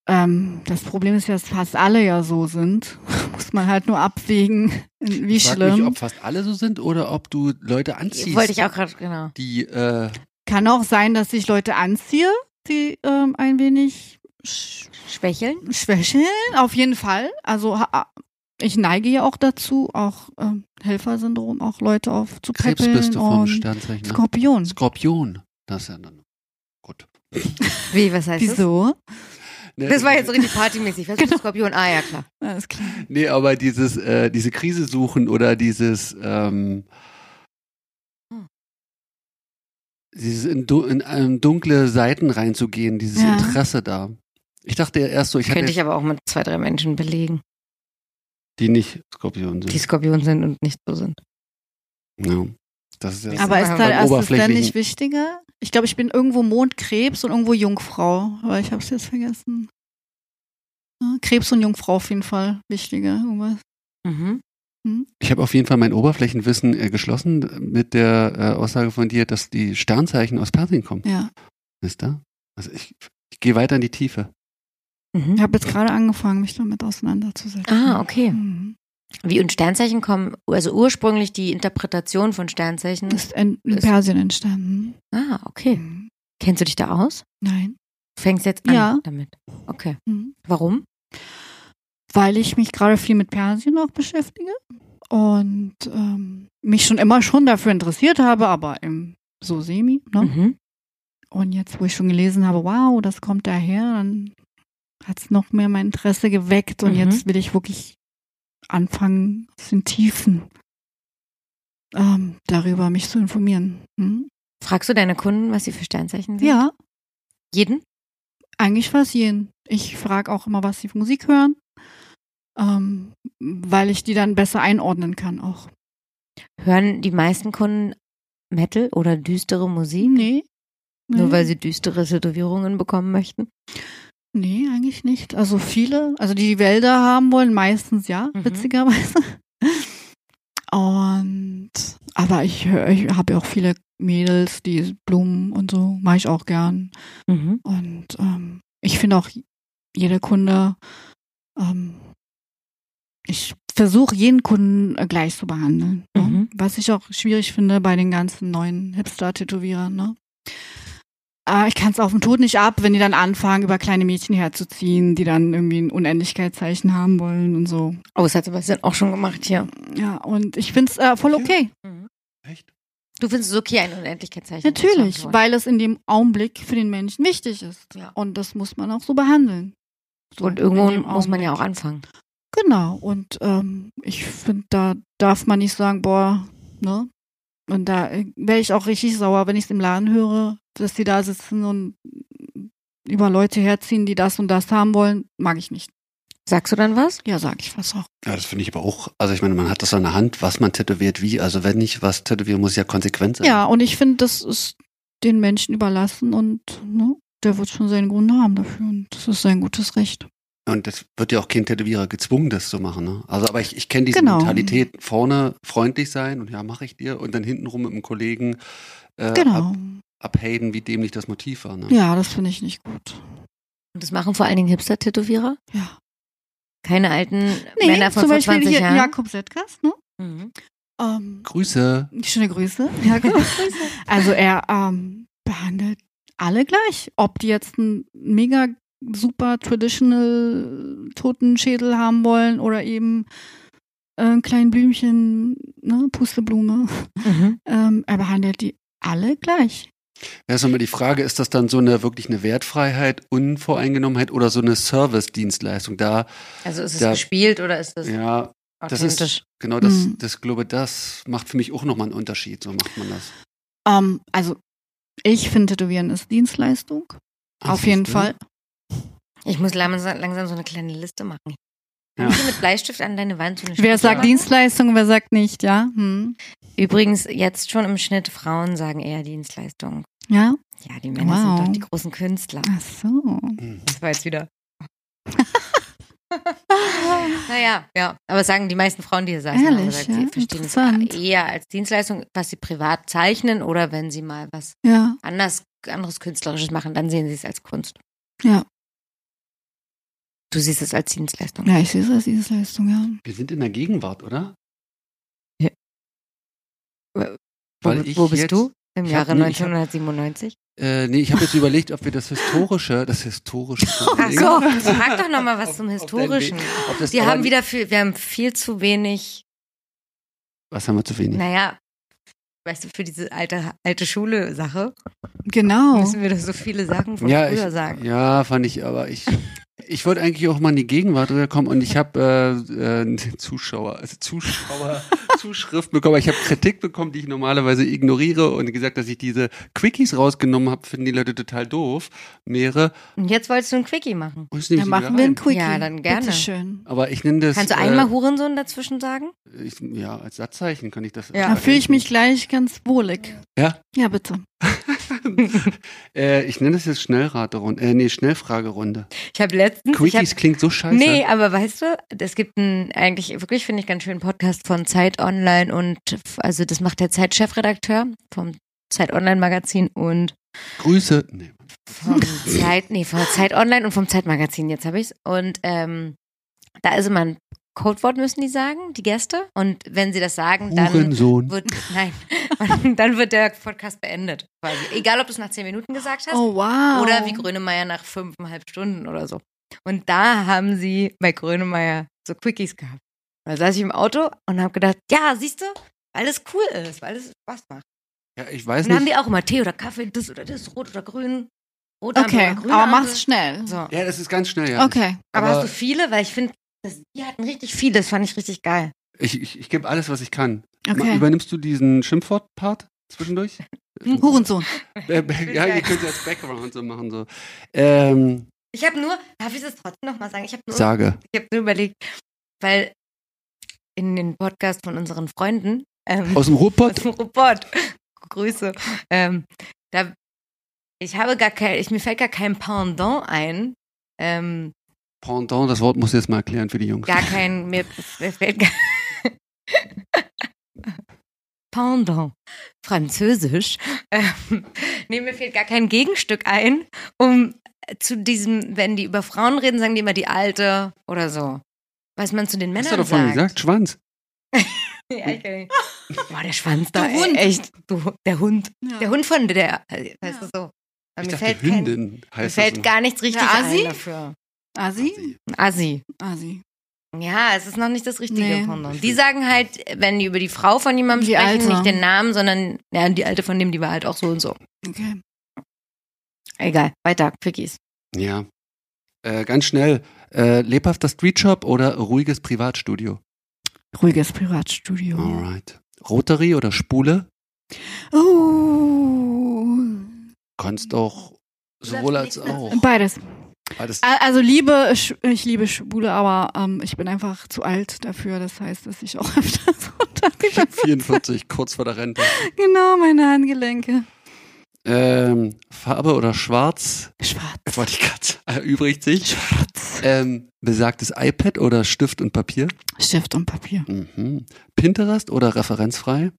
C: ähm, das Problem ist ja, dass fast alle ja so sind. Muss man halt nur abwägen, in- wie
B: ich frag mich,
C: schlimm.
B: ob fast alle so sind oder ob du Leute anziehst,
A: Wollte ich auch gerade, genau.
B: die äh,
C: Kann auch sein, dass ich Leute anziehe, die ähm, ein wenig sch
A: Schwächeln?
C: schwächeln, auf jeden Fall. Also ha- ich neige ja auch dazu, auch ähm, Helfersyndrom, auch Leute
B: Krebs
C: aufzupäppeln.
B: bist du vom
C: und
B: Sternzeichen. ne?
C: Skorpion.
B: Skorpion. Das ist ja dann gut. Ne,
A: Wie, was heißt das?
C: Wieso?
A: Das war jetzt richtig partymäßig. Was ist Skorpion? Ah, ja, klar.
C: Alles klar.
B: Nee, aber dieses, äh, diese Krise suchen oder dieses, ähm,
A: Hm.
B: dieses in, du- in ähm, dunkle Seiten reinzugehen, dieses
C: Ja.
B: Interesse da. Ich dachte ja erst so, ich
A: Könnte
B: hatte
A: ich aber auch mit zwei, drei Menschen belegen,
B: die nicht Skorpion
A: die
B: sind.
A: Skorpion sind und nicht so sind.
B: Ja. Das ist ja
C: Aber ist halt
A: Beim
C: da Assistent
B: oberflächlichen-
C: nicht wichtiger? Ich glaube, ich bin irgendwo Mondkrebs und irgendwo Jungfrau, aber ich habe es jetzt vergessen. Ja, Krebs und Jungfrau auf jeden Fall wichtiger. Irgendwas.
A: Mhm.
B: ich habe auf jeden Fall mein Oberflächenwissen äh, geschlossen mit der äh, Aussage von dir, dass die Sternzeichen aus Persien kommen.
C: Ja.
B: Ist da? Also ich, ich gehe weiter in die Tiefe.
A: Mhm.
C: Ich habe jetzt gerade angefangen, mich damit auseinanderzusetzen.
A: Ah, okay.
C: Mhm.
A: Wie und Sternzeichen kommen, also ursprünglich die Interpretation von Sternzeichen.
C: Ist in, in
A: Ist-
C: Persien entstanden.
A: Ah, okay.
C: Mhm.
A: Kennst du dich da aus?
C: Nein.
A: Fängst jetzt an
C: Ja.
A: damit. Okay.
C: Mhm.
A: Warum?
C: weil ich mich gerade viel mit Persien auch beschäftige und ähm, mich schon immer schon dafür interessiert habe, aber im so semi. Ne?
A: Mhm.
C: Und jetzt, wo ich schon gelesen habe, wow, das kommt daher, dann hat es noch mehr mein Interesse geweckt und
A: Mhm.
C: jetzt will ich wirklich anfangen, aus den Tiefen ähm, darüber mich zu informieren.
A: Mhm.
C: Hm?
A: Fragst du deine Kunden, was sie für Sternzeichen sind?
C: Ja,
A: Jeden?
C: Eigentlich fast jeden. Ich frage auch immer, was sie für Musik hören, ähm, weil ich die dann besser einordnen kann auch.
A: Hören die meisten Kunden Metal oder düstere Musik?
C: Nee. nee.
A: Nur weil sie düstere Tätowierungen bekommen möchten?
C: Nee, eigentlich nicht. Also viele, also die, die Wälder haben wollen, meistens ja,
A: Mhm.
C: witzigerweise. Und, aber ich, hör- ich habe ja auch viele Mädels, die Blumen und so, mache ich auch gern.
A: Mhm.
C: Und ähm, ich finde auch jeder Kunde, ähm, ich versuche jeden Kunden äh, gleich zu behandeln. Ne?
A: Mhm.
C: Was ich auch schwierig finde bei den ganzen neuen Hipster-Tätowierern. Ne? Äh, ich kann es auf dem Tod nicht ab, wenn die dann anfangen, über kleine Mädchen herzuziehen, die dann irgendwie ein Unendlichkeitszeichen haben wollen und so.
A: Oh, das hat Sebastian auch schon gemacht hier.
C: Ja, und ich finde es äh, voll okay.
B: Echt?
A: Du findest es okay, ein Unendlichkeitszeichen
C: Natürlich,
A: zu haben?
C: weil es in dem Augenblick für den Menschen wichtig ist.
A: Ja.
C: Und das muss man auch so behandeln. So,
A: Und irgendwo
C: in dem
A: muss man
C: Augenblick.
A: ja auch anfangen.
C: Genau, und ähm, ich finde, da darf man nicht sagen, boah, ne? Und da wäre ich auch richtig sauer, wenn ich es im Laden höre, dass die da sitzen und über Leute herziehen, die das und das haben wollen, mag ich nicht.
A: Sagst du dann was?
C: Ja, sag ich was auch.
B: Ja, das finde ich aber auch. Also ich meine, man hat das an der Hand, was man tätowiert, wie. Also wenn ich was tätowiere, muss ich ja konsequent sein.
C: Ja, und ich finde, das ist den Menschen überlassen und ne, der wird schon seinen Grund haben dafür und das ist sein gutes Recht.
B: Und das wird ja auch kein Tätowierer gezwungen, das zu machen. Ne? Also, aber ich, ich kenne diese
C: Genau.
B: Mentalität, vorne freundlich sein und ja, mache ich dir. Und dann hintenrum mit einem Kollegen äh, ab,
C: genau.
B: abhaden, wie dämlich das Motiv war. Ne?
C: Ja, das finde ich nicht gut.
A: Und das machen vor allen Dingen Hipster-Tätowierer?
C: Ja.
A: Keine alten
C: Nee,
A: Männer von
C: zum
A: vor
C: Beispiel
A: 20
C: hier
A: Jahren?
C: Jakob Setkas, ne?
A: Mhm.
C: Ähm,
B: Grüße.
C: Schöne Grüße, Jakob. also er ähm, behandelt alle gleich, ob die jetzt einen mega super traditional Totenschädel haben wollen oder eben äh, ein kleines Blümchen, ne, Pusteblume.
A: Mhm.
C: Ähm, er behandelt die alle gleich.
B: Ja, ist nochmal die Frage, ist das dann so eine wirklich eine Wertfreiheit, Unvoreingenommenheit oder so eine Service-Dienstleistung? Da,
A: Also ist es
B: Da-
A: gespielt oder ist es
B: ja, das
A: authentisch?
B: ist genau das,
C: Hm.
B: das glaube, das macht für mich auch nochmal einen Unterschied. So macht man das.
C: Ähm, also ich finde Tätowieren ist Dienstleistung. Auf jeden
B: Siehste?
C: Fall.
A: ich muss langsam, langsam so eine kleine Liste machen.
B: Ja.
A: Kannst du mit Bleistift an deine Wand so eine
C: Wer
A: Spitze
C: sagt
A: machen?
C: Dienstleistung, wer sagt nicht, ja? Hm.
A: Übrigens, jetzt schon im Schnitt, Frauen sagen eher Dienstleistung.
C: Ja?
A: Ja, die Männer sind
C: Wow. Ah.
A: doch die großen Künstler.
C: Ach so.
B: Hm.
A: Das war jetzt wieder. Naja, ja. Aber sagen die meisten Frauen, die hier saßen, haben
C: Ehrlich,
A: gesagt,
C: ja?
A: sie verstehen
C: Interessant.
A: es eher als Dienstleistung, was sie privat zeichnen oder wenn sie mal was
C: Ja.
A: anders, anderes Künstlerisches machen, dann sehen sie es als Kunst.
C: Ja.
A: Du siehst es als Dienstleistung.
C: Ja, ich sehe es als Dienstleistung, ja.
B: Wir sind in der Gegenwart, oder?
A: Ja.
B: Weil
A: wo,
B: ich
A: wo bist
B: jetzt,
A: du? Im
B: ich hab
A: Jahre
B: nie- ich hab-
A: 1997?
B: Äh, nee, ich habe jetzt überlegt, ob wir das Historische, das Historische. Oh
A: Ach so, frag doch nochmal was zum Historischen.
B: Ob das
A: Wir
B: aber-
A: haben wieder viel, wir haben viel zu wenig,
B: Was haben wir zu wenig?
A: naja, weißt du, für diese alte, alte Schule-Sache
C: Genau.
A: müssen wir doch so viele Sachen von
B: Oh. ja,
A: früher
B: ich,
A: sagen.
B: ja, fand ich, aber ich Ich wollte eigentlich auch mal in die Gegenwart rüberkommen und ich habe äh, äh, Zuschauer, also Zuschauer, Zuschrift bekommen. Ich habe Kritik bekommen, die ich normalerweise ignoriere und gesagt, dass ich diese Quickies rausgenommen habe, finden die Leute total doof. Mehrere.
A: Und jetzt wolltest du ein Quickie machen.
B: Und jetzt nehme ich
C: Dann
B: die
C: machen
B: wieder
C: wir einen
B: rein.
C: Quickie.
A: Ja, dann gerne.
C: Bitteschön.
B: Aber ich nenne das.
A: Kannst du einmal Hurensohn dazwischen sagen?
B: äh, ich, Ja, als Satzzeichen kann ich das.
A: Ja.
C: Da fühle ich mich gleich ganz wohlig.
B: Ja.
C: Ja, bitte.
B: Äh, ich nenne das jetzt Schnellraterunde. Äh, nee, Schnellfragerunde.
A: Ich habe letztens. ich hab,
B: Quickies klingt so scheiße.
A: Nee, aber weißt du, es gibt einen eigentlich wirklich, finde ich, ganz schönen Podcast von Zeit Online und f- also das macht der Zeit-Chefredakteur vom Zeit Online Magazin und
B: Grüße. Nee.
A: vom Zeit, nee, von Zeit Online und vom Zeit Magazin, jetzt habe ich's. Und ähm, da ist immer ein Codewort, müssen die sagen, die Gäste. Und wenn sie das sagen, dann
B: Hurensohn.
A: wird, nein, dann wird der Podcast beendet. Quasi. Egal, ob du es nach zehn Minuten gesagt hast
C: Oh, wow.
A: oder wie Grönemeyer nach fünfeinhalb Stunden oder so. Und da haben sie bei Grönemeyer so Quickies gehabt. Da saß ich im Auto und habe gedacht, ja, siehst du, weil es cool ist, weil es Spaß macht.
B: Ja, ich weiß
A: Und dann haben
B: nicht.
A: wir auch immer Tee oder Kaffee, das oder das, rot oder grün. Rot
C: Okay,
A: grün
C: aber mach's schnell.
A: so.
B: Ja, das ist ganz schnell, ja.
C: Okay.
A: Aber
B: Aber-
A: hast du viele? Weil ich finde, das- die hatten richtig viele, das fand ich richtig geil.
B: Ich, ich, ich gebe alles, was ich kann. Ma-
C: Okay.
B: Übernimmst du diesen Schimpfwort-Part zwischendurch?
A: Hm,
C: Hurensohn.
B: Äh, ja, ihr könnt das Background so machen. So. Ähm,
A: Ich habe nur, darf ich das trotzdem nochmal sagen? Ich habe nur
B: sage.
A: Ich habe nur überlegt, weil in den Podcast von unseren Freunden, ähm,
B: Aus dem
A: aus
B: Ruhrpott?
A: dem Robot, Grüße, ähm, da, ich habe gar kein, ich, mir fällt gar kein Pendant ein, ähm,
B: Pendant, das Wort muss ich jetzt mal erklären für die Jungs.
A: gar kein, mir, mir fällt gar Pendant, Französisch, ähm, nee, mir fällt gar kein Gegenstück ein, um zu diesem, wenn die über Frauen reden, sagen die immer die Alte oder so. Was man zu den Männern
B: Hast du doch vorhin
A: sagt.
B: gesagt, Schwanz.
A: Ja, ich kenn ihn. Boah, der Schwanz da.
C: Der
A: ey,
C: Hund.
A: Echt. Du, der Hund.
C: Ja.
A: Der Hund von der. äh, Weißt du
C: Ja.
A: so. Aber
B: Ich
A: mir
B: dachte,
A: fällt kein-
B: Hündin
A: Mir
B: heißt
A: fällt
B: das.
A: gar nichts richtig
C: Ja, Assi?
A: ein dafür.
C: Asi?
A: Ein Assi.
C: Asi.
A: Ja, es ist noch nicht das richtige
C: Nee.
A: Pendant. Die sagen halt, wenn die über die Frau von jemandem
C: Die
A: sprechen,
C: Alte.
A: nicht den Namen, sondern ja, die alte von dem, die war halt auch so und so.
C: Okay.
A: Egal, weiter, Quickies.
B: Ja. Äh, ganz schnell. Äh, lebhafter Streetshop oder ruhiges Privatstudio?
C: Ruhiges Privatstudio.
B: Alright. Rotary oder Spule?
C: Oh.
B: Kannst auch sowohl als auch.
C: Beides.
B: Alles
C: A- Also liebe, Sch- ich liebe Schwule, aber ähm, ich bin einfach zu alt dafür. Das heißt, dass ich auch öfters runtergegangen
B: 44, kurz vor der Rente.
C: bin. Genau, meine Handgelenke.
B: Ähm, Farbe oder Schwarz?
C: Schwarz.
B: Wollte ich gerade. Äh, übrigt sich. Ähm, besagtes iPad oder Stift und Papier?
C: Stift und Papier.
B: Mhm. Pinterest oder referenzfrei?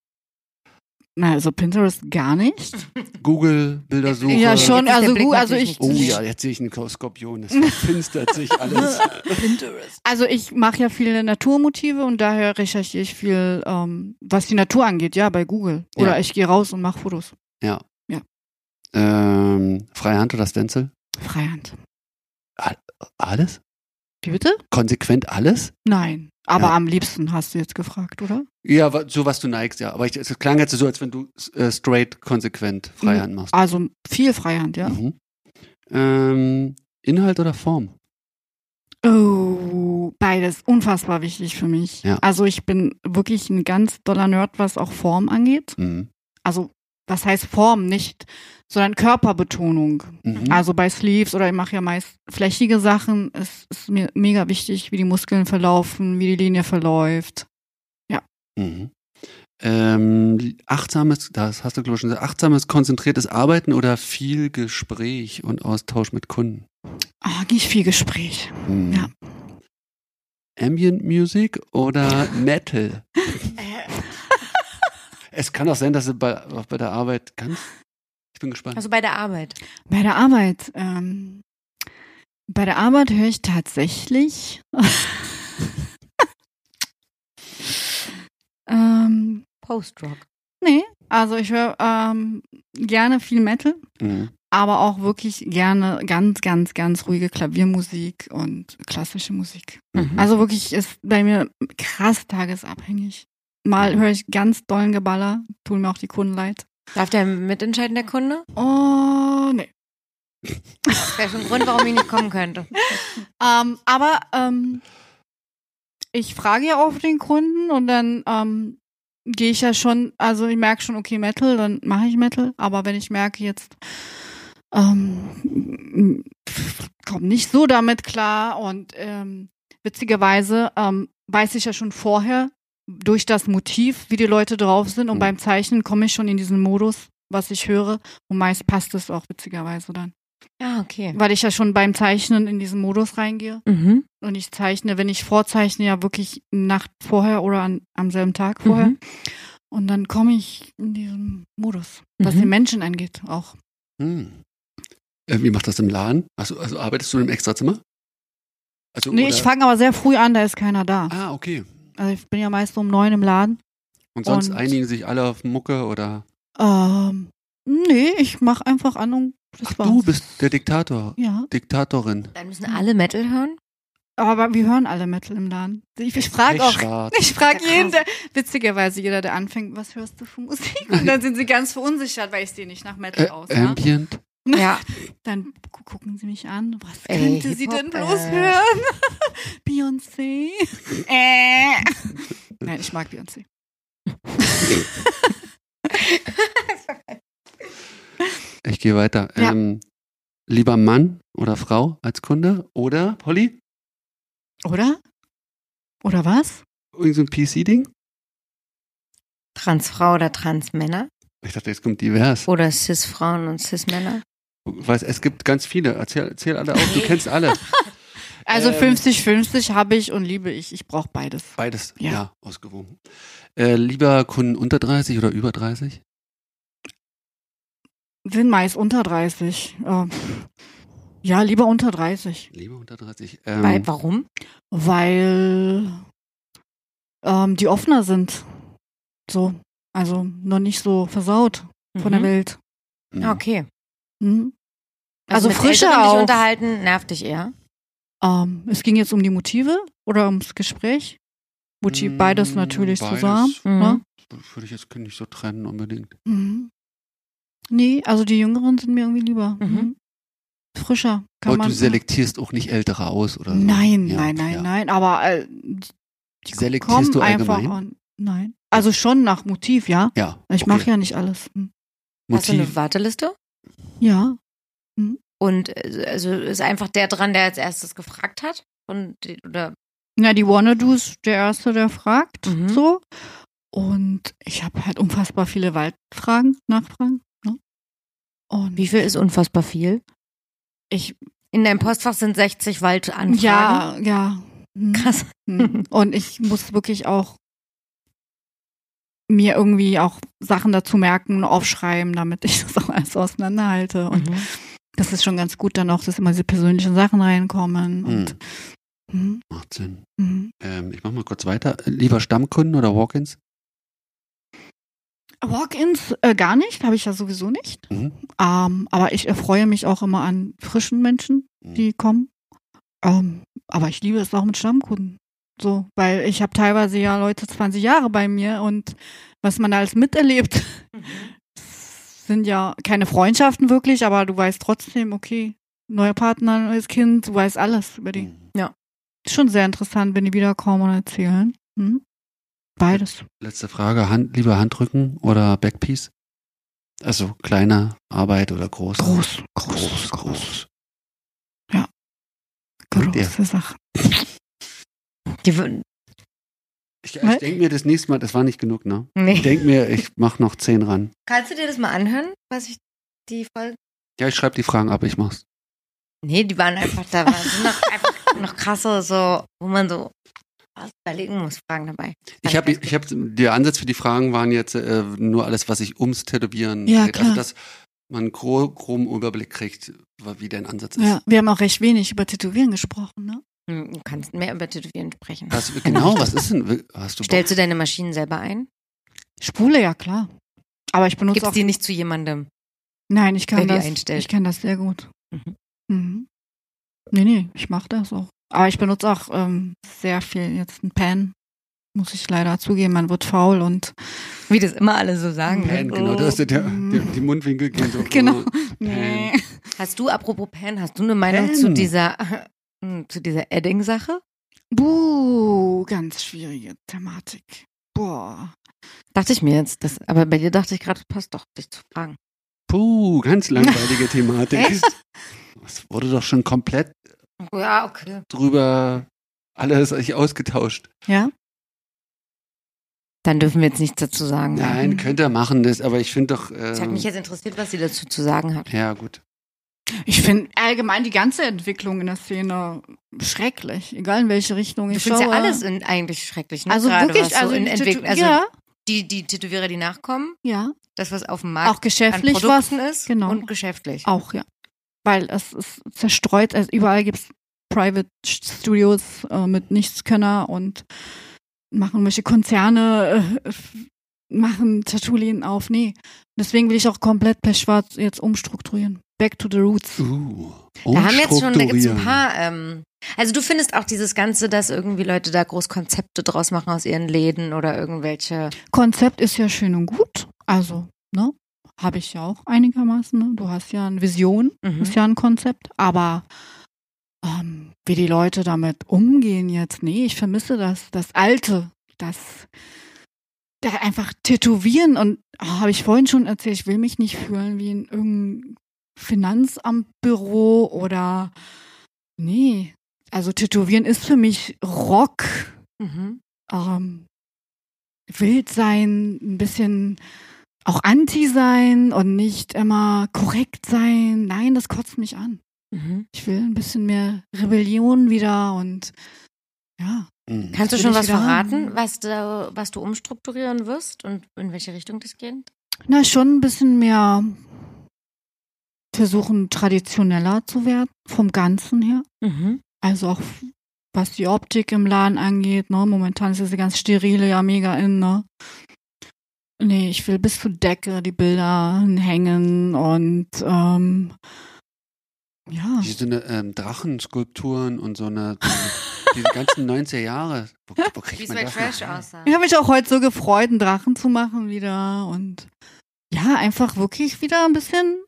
C: Na, also Pinterest gar nicht.
B: Google, Bildersuche.
C: Ja,
A: Jetzt
C: schon.
A: ist der
C: Also
A: Blick
C: gut, also
A: natürlich
C: ich.
B: Oh ja, jetzt sehe ich einen Skorpion. Es verfinstert sich alles.
C: Pinterest. Also ich mache ja viele Naturmotive und daher recherchiere ich viel, ähm, was die Natur angeht, ja, bei Google. Oder
B: Ja.
C: ich gehe raus und mache Fotos.
B: Ähm, freie Hand oder Stencil?
C: Freihand.
B: Alles?
C: Wie bitte?
B: Konsequent alles?
C: Nein. Aber
B: Ja.
C: am liebsten hast du jetzt gefragt, oder?
B: Ja, wa- so was du neigst, ja. Aber ich, es klang jetzt so, als wenn du äh, straight, konsequent Freihand machst.
C: Also viel Freihand, ja.
B: Mhm. Ähm, Inhalt oder Form?
C: Oh, beides unfassbar wichtig für mich.
B: Ja.
C: Also ich bin wirklich ein ganz doller Nerd, was auch Form angeht.
B: Mhm.
C: Also was heißt Form nicht, sondern Körperbetonung.
B: Mhm.
C: Also bei Sleeves oder ich mache ja meist flächige Sachen. Es ist mir mega wichtig, wie die Muskeln verlaufen, wie die Linie verläuft.
B: Mhm. Ähm, achtsames, das hast du glaube ich schon gesagt, achtsames, konzentriertes Arbeiten oder viel Gespräch und Austausch mit Kunden?
C: Ah, nicht viel Gespräch.
B: Mhm.
C: Ja.
B: Ambient Music oder Metal? es kann auch sein, dass du bei, auch bei der Arbeit kannst. Ich bin gespannt.
A: Also bei der Arbeit.
C: Bei der Arbeit, ähm, bei der Arbeit höre ich tatsächlich. ähm,
A: Post-Rock.
C: nee, also ich höre ähm, gerne viel Metal,
B: mhm.
C: aber auch wirklich gerne ganz, ganz, ganz ruhige Klaviermusik und klassische Musik.
B: Mhm.
C: Also wirklich ist bei mir krass tagesabhängig. Mal höre ich ganz dollen Geballer, tun mir auch die Kunden leid.
A: Darf der mitentscheiden, der Kunde?
C: Oh, nee.
A: Das wäre schon ein Grund, warum ich nicht kommen könnte.
C: Ähm, aber ähm, ich frage ja auch den Kunden und dann ähm, gehe ich ja schon, also ich merke schon, okay, Metal, dann mache ich Metal. Aber wenn ich merke jetzt, ähm, komme nicht so damit klar und ähm, witzigerweise ähm, weiß ich ja schon vorher durch das Motiv, wie die Leute drauf sind und
B: Mhm.
C: beim Zeichnen komme ich schon in diesen Modus, was ich höre und meist passt es auch witzigerweise dann, Ah,
A: Ja, okay.
C: weil ich ja schon beim Zeichnen in diesen Modus reingehe
A: Mhm.
C: und ich zeichne, wenn ich vorzeichne, ja wirklich eine Nacht vorher oder an, am selben Tag vorher.
A: Mhm.
C: Und dann komme ich in diesen Modus, was
A: Mhm.
C: den Menschen angeht auch.
B: Hm. Äh, wie macht das im Laden? Also, also arbeitest du im Extrazimmer? Also,
C: Nee,
B: oder-
C: ich fange aber sehr früh an, da ist keiner da.
B: Ah, okay.
C: Also ich bin ja meist um neun im Laden.
B: Und sonst
C: Und-
B: einigen sich alle auf Mucke oder?
C: Ähm, nee, ich mach einfach an und das
B: Ach,
C: war's.
B: du bist der Diktator,
C: Ja,
B: Diktatorin.
A: Dann müssen alle Metal hören.
C: aber wir hören alle Metal im Laden. Ich, ich frage auch.
B: Pechschwarz.
C: Ich frage
A: Ja, krass.
C: jeden, der, witzigerweise jeder, der anfängt, was hörst du für Musik? Und dann sind sie ganz verunsichert, weil ich sehe nicht nach Metal
B: Äh,
C: aus. Ne?
B: Ambient.
A: Ja.
C: Dann gu- gucken sie mich an. Was
A: Ey,
C: könnte sie
A: Hip-Hop,
C: denn bloß
A: äh.
C: hören? Beyoncé. äh. Nein, ich mag Beyoncé.
B: Ich gehe weiter.
C: Ja.
B: Ähm, lieber Mann oder Frau als Kunde oder Polly?
C: Oder? Oder was?
B: Irgend so ein PC-Ding?
A: Transfrau oder Transmänner
B: Ich dachte, jetzt kommt divers.
A: oder Cis-Frauen und Cis-Männer.
B: Weiß, es gibt ganz viele. Erzähl, erzähl alle auf. Du kennst alle.
C: Also
B: Ähm.
C: 50-50 habe ich und liebe ich. Ich brauche beides.
B: Beides. Ja,
C: Ja.
B: ausgewogen. Äh, lieber Kunden unter 30 oder über 30?
C: Sind meist unter 30. Ähm, ja, lieber unter 30.
B: Lieber unter 30. Ähm,
A: Weil, warum?
C: Weil ähm, die offener sind. So. Also noch nicht so versaut von der
A: Mhm.
C: Welt.
B: mh.
A: Ah, Okay.
C: Mhm. Also,
A: mit
C: frischer
A: Älteren dich
C: auch.
A: unterhalten nervt dich eher.
C: Ähm, es ging jetzt um die Motive oder ums Gespräch. Motiv,
B: Mm,
C: beides natürlich
B: beides.
C: zusammen.
A: Mhm.
C: Ne?
B: Würde ich jetzt nicht so trennen unbedingt.
C: Mhm. Nee, also die Jüngeren sind mir irgendwie lieber.
A: Mhm.
C: Mhm. Frischer. Kann
B: Aber
C: man,
B: du selektierst auch nicht Ältere aus oder so.
C: Nein,
B: Ja,
C: nein, nein,
B: ja.
C: nein. Aber äh, die
B: Selektierst
C: kommen
B: du
C: einfach
B: allgemein?
C: an. Nein. Also schon nach Motiv, ja.
B: Ja.
C: Ich mache ja nicht alles. Hm.
A: Hast du eine
B: Motiv.
A: Warteliste?
C: Ja.
A: Und äh, also ist einfach der dran, der als erstes gefragt hat? Und, die- oder,
C: Na, die Wannadoos, der Erste, der fragt,
A: Mhm.
C: so. Und ich habe halt unfassbar viele Waldfragen, Nachfragen. Ne? Und
A: wie viel ist unfassbar viel?
C: ich,
A: In deinem Postfach sind 60 Waldanfragen.
C: ja, ja. Hm.
A: Krass.
C: Hm. Und ich muss wirklich auch mir irgendwie auch Sachen dazu merken, aufschreiben, damit ich das auch alles auseinanderhalte. Und
A: Mhm.
C: das ist schon ganz gut dann auch, dass immer diese persönlichen Sachen reinkommen. Und, hm.
B: Macht Sinn.
C: Mhm.
B: Ähm, ich mach mal kurz weiter. Lieber Stammkunden oder Walk-ins?
C: Walk-ins äh, gar nicht, habe ich ja sowieso nicht.
B: Mhm.
C: Ähm, aber ich erfreue mich auch immer an frischen Menschen, die kommen. Ähm, aber ich liebe es auch mit Stammkunden. So, weil ich habe teilweise ja Leute 20 Jahre bei mir und was man da alles miterlebt, sind ja keine Freundschaften wirklich, aber du weißt trotzdem, okay, neuer Partner, neues Kind, du weißt alles über die.
B: Mhm.
C: Ist schon sehr interessant, wenn die wiederkommen und erzählen. Hm? Beides.
B: Letzte Frage. Hand, lieber Handrücken oder Backpiece? Also kleine Arbeit oder groß?
C: Groß,
B: Groß,
C: groß, groß,
B: groß. Dank dir.
C: große Sache.
A: Die, würden-
B: Ich,
C: Hä?
B: ich denke mir das nächste Mal, das war nicht genug, ne? Ich
A: nee.
B: denke mir, ich mach noch zehn ran.
A: Kannst du dir das mal anhören, was ich die Folge?
B: Ja, ich schreibe die Fragen ab, ich mach's.
A: Nee, die waren einfach, da waren sind noch, einfach noch krasse, so, wo man so was überlegen muss, Fragen dabei.
B: Ich habe, ich hab, der Ansatz für die Fragen waren jetzt äh, nur alles, was sich ums Tätowieren
C: Ja,
B: dreht. Also,
C: klar.
B: dass man einen gro groben Überblick kriegt, wa- wie dein Ansatz ist.
C: Ja, wir haben auch recht wenig über Tätowieren gesprochen, ne?
A: Hm, Du kannst mehr über Tätowieren sprechen.
B: Was, genau, was ist denn? Hast du
A: Stellst du deine Maschinen selber ein?
C: Spule, ja klar. Aber ich benutze
A: Gibst
C: auch.
A: die nicht zu jemandem?
C: nein, ich
A: wer
C: kann
A: die
C: das.
A: einstellt?
C: Ich kann das sehr gut.
A: Mhm.
C: Mhm. Nee, nee, ich mache das auch. Aber ich benutze auch ähm, sehr viel jetzt ein Pen. Muss ich leider zugeben, man wird faul und
A: Wie das immer alle so sagen.
B: Pan,
A: ne?
B: genau, da ist der, der,
C: Mm.
B: die Mundwinkel gehen so. oh.
C: Genau.
B: Pan.
C: nee.
A: Hast du, apropos Pan, hast du eine Meinung
B: Pan.
A: zu dieser, äh, zu dieser Edding-Sache?
C: Buh, ganz schwierige Thematik. Boah.
A: Dachte ich mir jetzt, das, aber bei dir dachte ich gerade, passt doch, dich zu fragen.
B: Puh, ganz langweilige Thematik. Es wurde doch schon komplett
A: Ja, okay.
B: drüber alles euch ausgetauscht.
C: Ja?
A: Dann dürfen wir jetzt nichts dazu sagen.
B: Nein, könnt ihr machen, das, aber ich finde doch.
A: Es Mhm. hat
B: Äh,
A: mich jetzt interessiert, was sie dazu zu sagen hat.
B: ja, gut.
C: Ich finde allgemein die ganze Entwicklung in der Szene schrecklich, egal in welche Richtung
A: Du
C: ich
A: findest ja
C: schaue.
A: alles in, eigentlich schrecklich. Ne?
C: also
A: Gerade was
C: wirklich,
A: so
C: also,
A: in
C: die
A: Entwicklung.
C: Tätow-
A: Also
C: ja,
A: die, die Tätowierer, die nachkommen,
C: ja,
A: das, was auf dem
C: auch
A: Markt an
C: geschäftlich was,
A: Produkten ist
C: genau.
A: und geschäftlich.
C: auch ja, weil es ist zerstreut, also überall gibt's Private Studios äh, mit Nichtskönner und machen welche Konzerne äh, f- machen Tattoo-Läden auf, nee. Deswegen will ich auch komplett per Schwarz jetzt umstrukturieren. Back to the roots.
B: Uh,
A: Da haben jetzt schon, da gibt's ein
B: umstrukturieren.
A: paar. Ähm, also du findest auch dieses Ganze, dass irgendwie Leute da groß Konzepte draus machen aus ihren Läden oder irgendwelche.
C: Konzept ist ja schön und gut. Also, ne? Habe ich ja auch einigermaßen. Ne? Du hast ja eine Vision,
A: Mhm.
C: ist ja ein Konzept. Aber ähm, wie die Leute damit umgehen jetzt, nee, ich vermisse das, das Alte, das da einfach tätowieren und oh, habe ich vorhin schon erzählt, ich will mich nicht fühlen wie in irgendeinem Finanzamtbüro oder nee. Also tätowieren ist für mich Rock,
A: Mhm.
C: ähm, wild sein, ein bisschen auch anti sein und nicht immer korrekt sein. Nein, das kotzt mich an.
A: Mhm.
C: Ich will ein bisschen mehr Rebellion wieder und ja.
B: Mhm.
A: Kannst du
C: Will
A: schon
C: ich
A: was
C: wieder haben.
A: verraten, was du, was du umstrukturieren wirst und in welche Richtung das geht?
C: Na, schon ein bisschen mehr versuchen, traditioneller zu werden, vom Ganzen her.
A: Mhm.
C: Also auch was die Optik im Laden angeht, ne? Momentan ist diese ganz sterile ja mega in, ne? Nee, ich will bis zur Decke die Bilder hängen und ähm, ja.
B: Hier so eine ähm, Drachenskulpturen und so eine. die- Diese ganzen 90er Jahre. Wo, wo kriegt
A: Wie es
B: man
A: bei
B: das
A: Trash
B: noch her?
A: aussah.
C: Ich habe mich auch heute so gefreut, einen Drachen zu machen wieder und ja, einfach wirklich wieder ein bisschen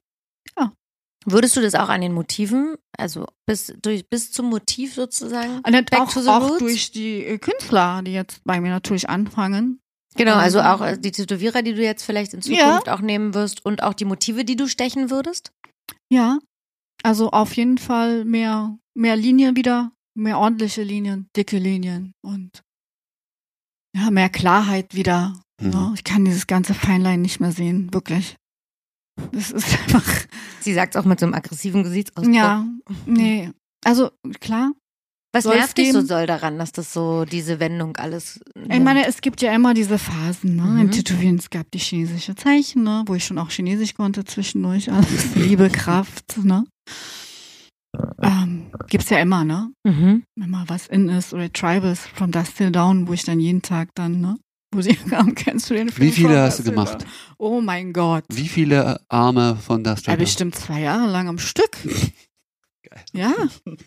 A: Würdest du das auch an den Motiven, also bis, durch, bis zum Motiv sozusagen?
C: und dann
A: Back
C: auch,
A: to the
C: auch
A: roots?
C: durch die äh, Künstler, die jetzt bei mir natürlich anfangen.
A: Genau, also
C: Ähm,
A: auch äh, die Tätowierer, die du jetzt vielleicht in
C: Ja.
A: Zukunft auch nehmen wirst und auch die Motive, die du stechen würdest?
C: Ja. Also auf jeden Fall mehr, mehr Linien wieder, mehr ordentliche Linien, dicke Linien und ja, mehr Klarheit wieder.
B: Mhm.
C: Ne? Ich kann dieses ganze Feinlein nicht mehr sehen, wirklich. Das ist einfach.
A: Sie sagt es auch mit so einem aggressiven Gesichtsausdruck.
C: Ja, nee. Also klar,
A: Was
C: Soll's
A: nervt dich so
C: geben?
A: soll daran, dass das so diese Wendung alles.
C: ich meine, es gibt ja immer diese Phasen, ne?
A: Mhm.
C: Im Tätowieren, es gab die chinesische Zeichen, ne? Wo ich schon auch Chinesisch konnte zwischendurch. Alles Liebe, Kraft, ne? Ähm, gibt's ja immer, ne?
A: Mhm.
C: wenn mal was in ist oder Tribals from Dust Till Down, wo ich dann jeden Tag dann, ne? Wo sie kam, kennst du den Film?
B: Wie viele
C: From
B: hast du
C: Dusk Till
B: gemacht?
C: Dawn? Oh mein Gott.
B: Wie viele Arme von das
C: Ja, bestimmt zwei Jahre lang am Stück. Ja,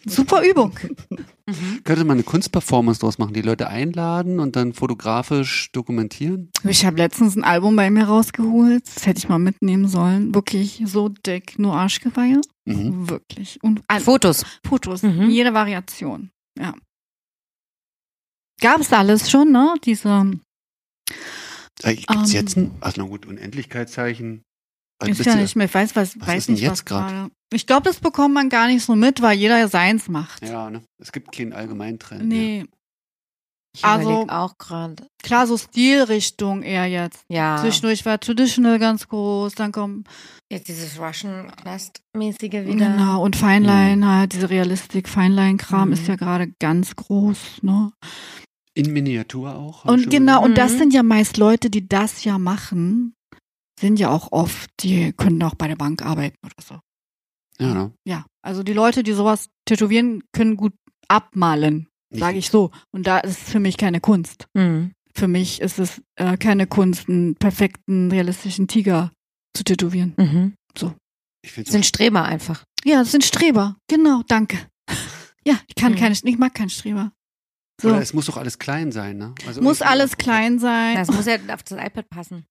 C: super Übung.
A: Mhm.
B: Könnte man eine Kunstperformance draus machen, die Leute einladen und dann fotografisch dokumentieren?
C: Ich habe letztens ein Album bei mir rausgeholt. Das hätte ich mal mitnehmen sollen. Wirklich so dick, nur Arschgeweihe.
B: Mhm.
C: Wirklich. Und alle
A: Fotos.
C: Fotos,
A: Mhm.
C: jede Variation. Ja. Gab es alles schon, ne? Diese
B: Äh, gibt's
C: Ähm.
B: jetzt ein, also na gut, Unendlichkeitszeichen. Also
C: Ist
B: bist
C: ja
B: du-
C: nicht mehr. Ich weiß, was,
B: was
C: weiß
B: ist denn
C: nicht,
B: jetzt
C: was
B: grad?
C: gerade. Ich glaube, das bekommt man gar nicht so mit, weil jeder seins macht.
B: Ja, ne? Es gibt keinen Allgemeintrend. mehr.
C: Nee,
A: Ich
C: Also-
A: überleg auch gerade.
C: klar, so Stilrichtung eher jetzt.
A: Ja.
C: Zwischendurch war Traditional ganz groß, dann kommt
A: Jetzt dieses Russian Knast-mäßige wieder.
C: genau, und Feinlein
B: Mhm.
C: halt, diese Realistik, Feinlein-Kram
A: Mhm.
C: ist ja gerade ganz groß, ne?
B: In Miniatur auch. hab ich
C: Und
B: schon
C: genau,
A: gesehen.
C: und das
A: Mhm.
C: sind ja meist Leute, die das ja machen, sind ja auch oft, die können auch bei der Bank arbeiten oder so.
B: gesehen. Ja, ne?
C: Ja, also die Leute, die sowas tätowieren, können gut abmalen. sage ich so. Und da ist für mich keine Kunst.
A: Mhm.
C: Für mich ist es äh, keine Kunst, einen perfekten, realistischen Tiger zu tätowieren.
A: Mhm.
B: Ich find's
A: Sind Streber einfach.
C: Ja, das sind Streber. Genau, danke. Ja, ich kann
A: Mhm.
C: keine, ich mag keinen Streber.
B: Oder
C: So.
B: es muss doch alles klein sein, ne? Also
C: Muss
B: irgendwie-
C: alles klein sein.
A: Das muss ja auf das iPad passen.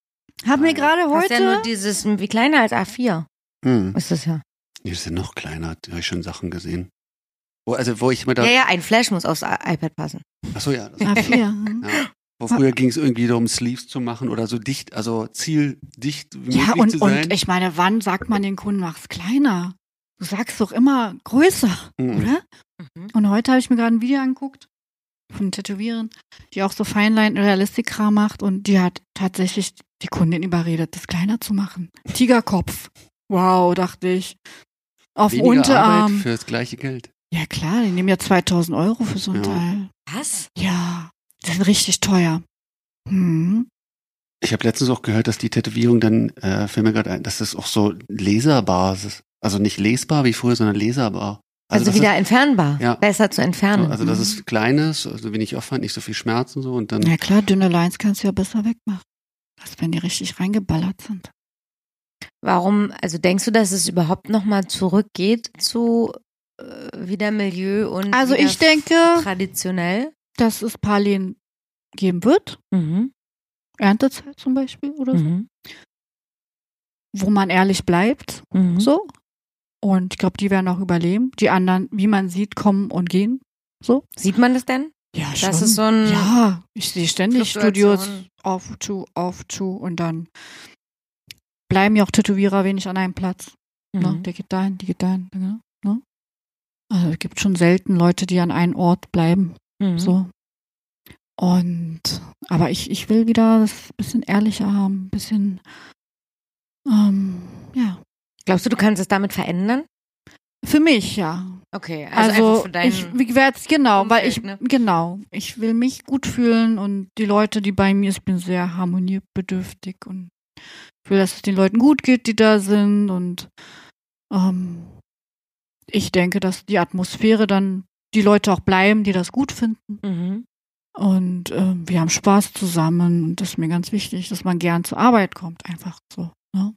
C: Hab mir gerade
A: Du hast ja nur
C: heute,
A: dieses, wie kleiner als A4
B: Hm.
A: ist das ja.
B: Die sind noch kleiner, da habe ich schon Sachen gesehen. Wo, also wo ich mir da,
A: Ja, ja, ein Flash muss aufs I- iPad passen.
B: achso ja,
C: Ah,
B: das
C: A4.
B: Ja. Wo früher ging es irgendwie darum, Sleeves zu machen oder so dicht, also zieldicht wie
C: Ja,
B: möglich zu
C: und,
B: sein.
C: und ich meine, wann sagt man den Kunden, mach's kleiner? Du sagst doch immer größer,
B: Mhm.
C: oder?
A: Mhm.
C: Und heute habe ich mir gerade ein Video angeguckt von Tätowieren, die auch so Feinlein Realistik-Kram macht und die hat tatsächlich die Kundin überredet, das kleiner zu machen. Tigerkopf. Wow, dachte ich. Auf dem
B: Weniger Arbeit
C: Unterarm.
B: für das gleiche Geld.
C: Ja klar, die nehmen ja 2000 Euro für so
B: Ja.
C: ein Teil.
A: Was?
C: Ja, die sind richtig teuer. Hm.
B: Ich habe letztens auch gehört, dass die Tätowierung dann, äh, fällt mir gerade ein, dass das auch so leserbar ist. Also nicht lesbar wie früher, sondern leserbar.
A: Also,
B: das
A: wieder entfernbar.
B: Ja.
A: Besser zu
B: Ist,
A: entfernen.
B: also dass es klein ist, also wenig Aufwand, nicht so viel Schmerzen so und dann
C: Mhm. Ja klar, dünne Lines kannst du ja besser wegmachen, als wenn die richtig reingeballert sind.
A: Warum, also denkst du, dass es überhaupt nochmal zurückgeht zu äh, wieder Milieu und
C: Also
A: wieder
C: ich denke,
A: traditionell?
C: dass es Palin geben wird,
A: Mhm.
C: Erntezeit zum Beispiel oder so,
A: Mhm.
C: wo man ehrlich bleibt,
A: Mhm.
C: so. Und ich glaube, die werden auch überleben. Die anderen, wie man sieht, kommen und gehen.
A: Sieht man das denn?
C: Ja, schon.
A: Das ist so ein.
C: ja, ich sehe ständig
A: Fluktuation.
C: Studios auf, zu, auf, zu und dann bleiben ja auch Tätowierer wenig an einem Platz. Ne?
A: Mhm.
C: Der geht dahin, die geht dahin. Ne? Ne? Also es gibt schon selten Leute, die an einem Ort bleiben.
A: Mhm.
C: So. Und, aber ich, ich will wieder das bisschen ehrlicher haben, ein bisschen, ähm, ja.
A: Glaubst du, du kannst es damit verändern?
C: Für mich, ja.
A: Okay, also,
C: Also,
A: einfach für deinen.
C: ich, wie werde genau, weil ich,
A: Umfeld, ne?
C: genau, ich will mich gut fühlen und die Leute, die bei mir, ich bin sehr harmoniebedürftig und ich will, dass es den Leuten gut geht, die da sind und, ähm, ich denke, dass die Atmosphäre dann die Leute auch bleiben, die das gut finden.
A: mhm.
C: Und ähm, wir haben Spaß zusammen. Und das ist mir ganz wichtig, dass man gern zur Arbeit kommt, einfach so. Ne?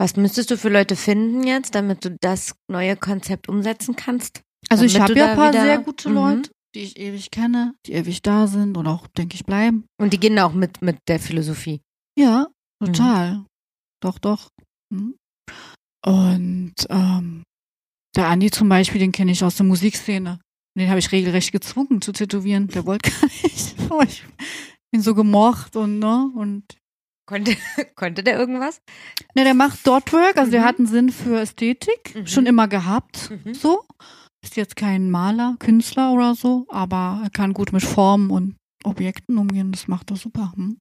A: Was müsstest du für Leute finden jetzt, damit du das neue Konzept umsetzen kannst?
C: Also ich
A: Damit
C: habe
A: du
C: ja
A: da
C: ein paar
A: wieder-
C: sehr gute
A: Mhm.
C: Leute, die ich ewig kenne, die ewig da sind und auch, denke ich, bleiben.
A: Und die gehen auch mit, mit der Philosophie.
C: Ja,
A: Mhm.
C: total. Doch, doch. Mhm. Und ähm, der Andi zum Beispiel, den kenne ich aus der Musikszene. Und Den habe ich regelrecht gezwungen zu tätowieren. Der wollte gar nicht. Aber ich hab ihn so gemocht und ne und
A: Konnte, konnte der irgendwas?
C: Ne, der macht Dotwork, also der
A: Mhm.
C: hat einen Sinn für Ästhetik,
A: Mhm.
C: schon immer gehabt,
A: Mhm.
C: so. Ist jetzt kein Maler, Künstler oder so, aber er kann gut mit Formen und Objekten umgehen, das macht er super. Hm?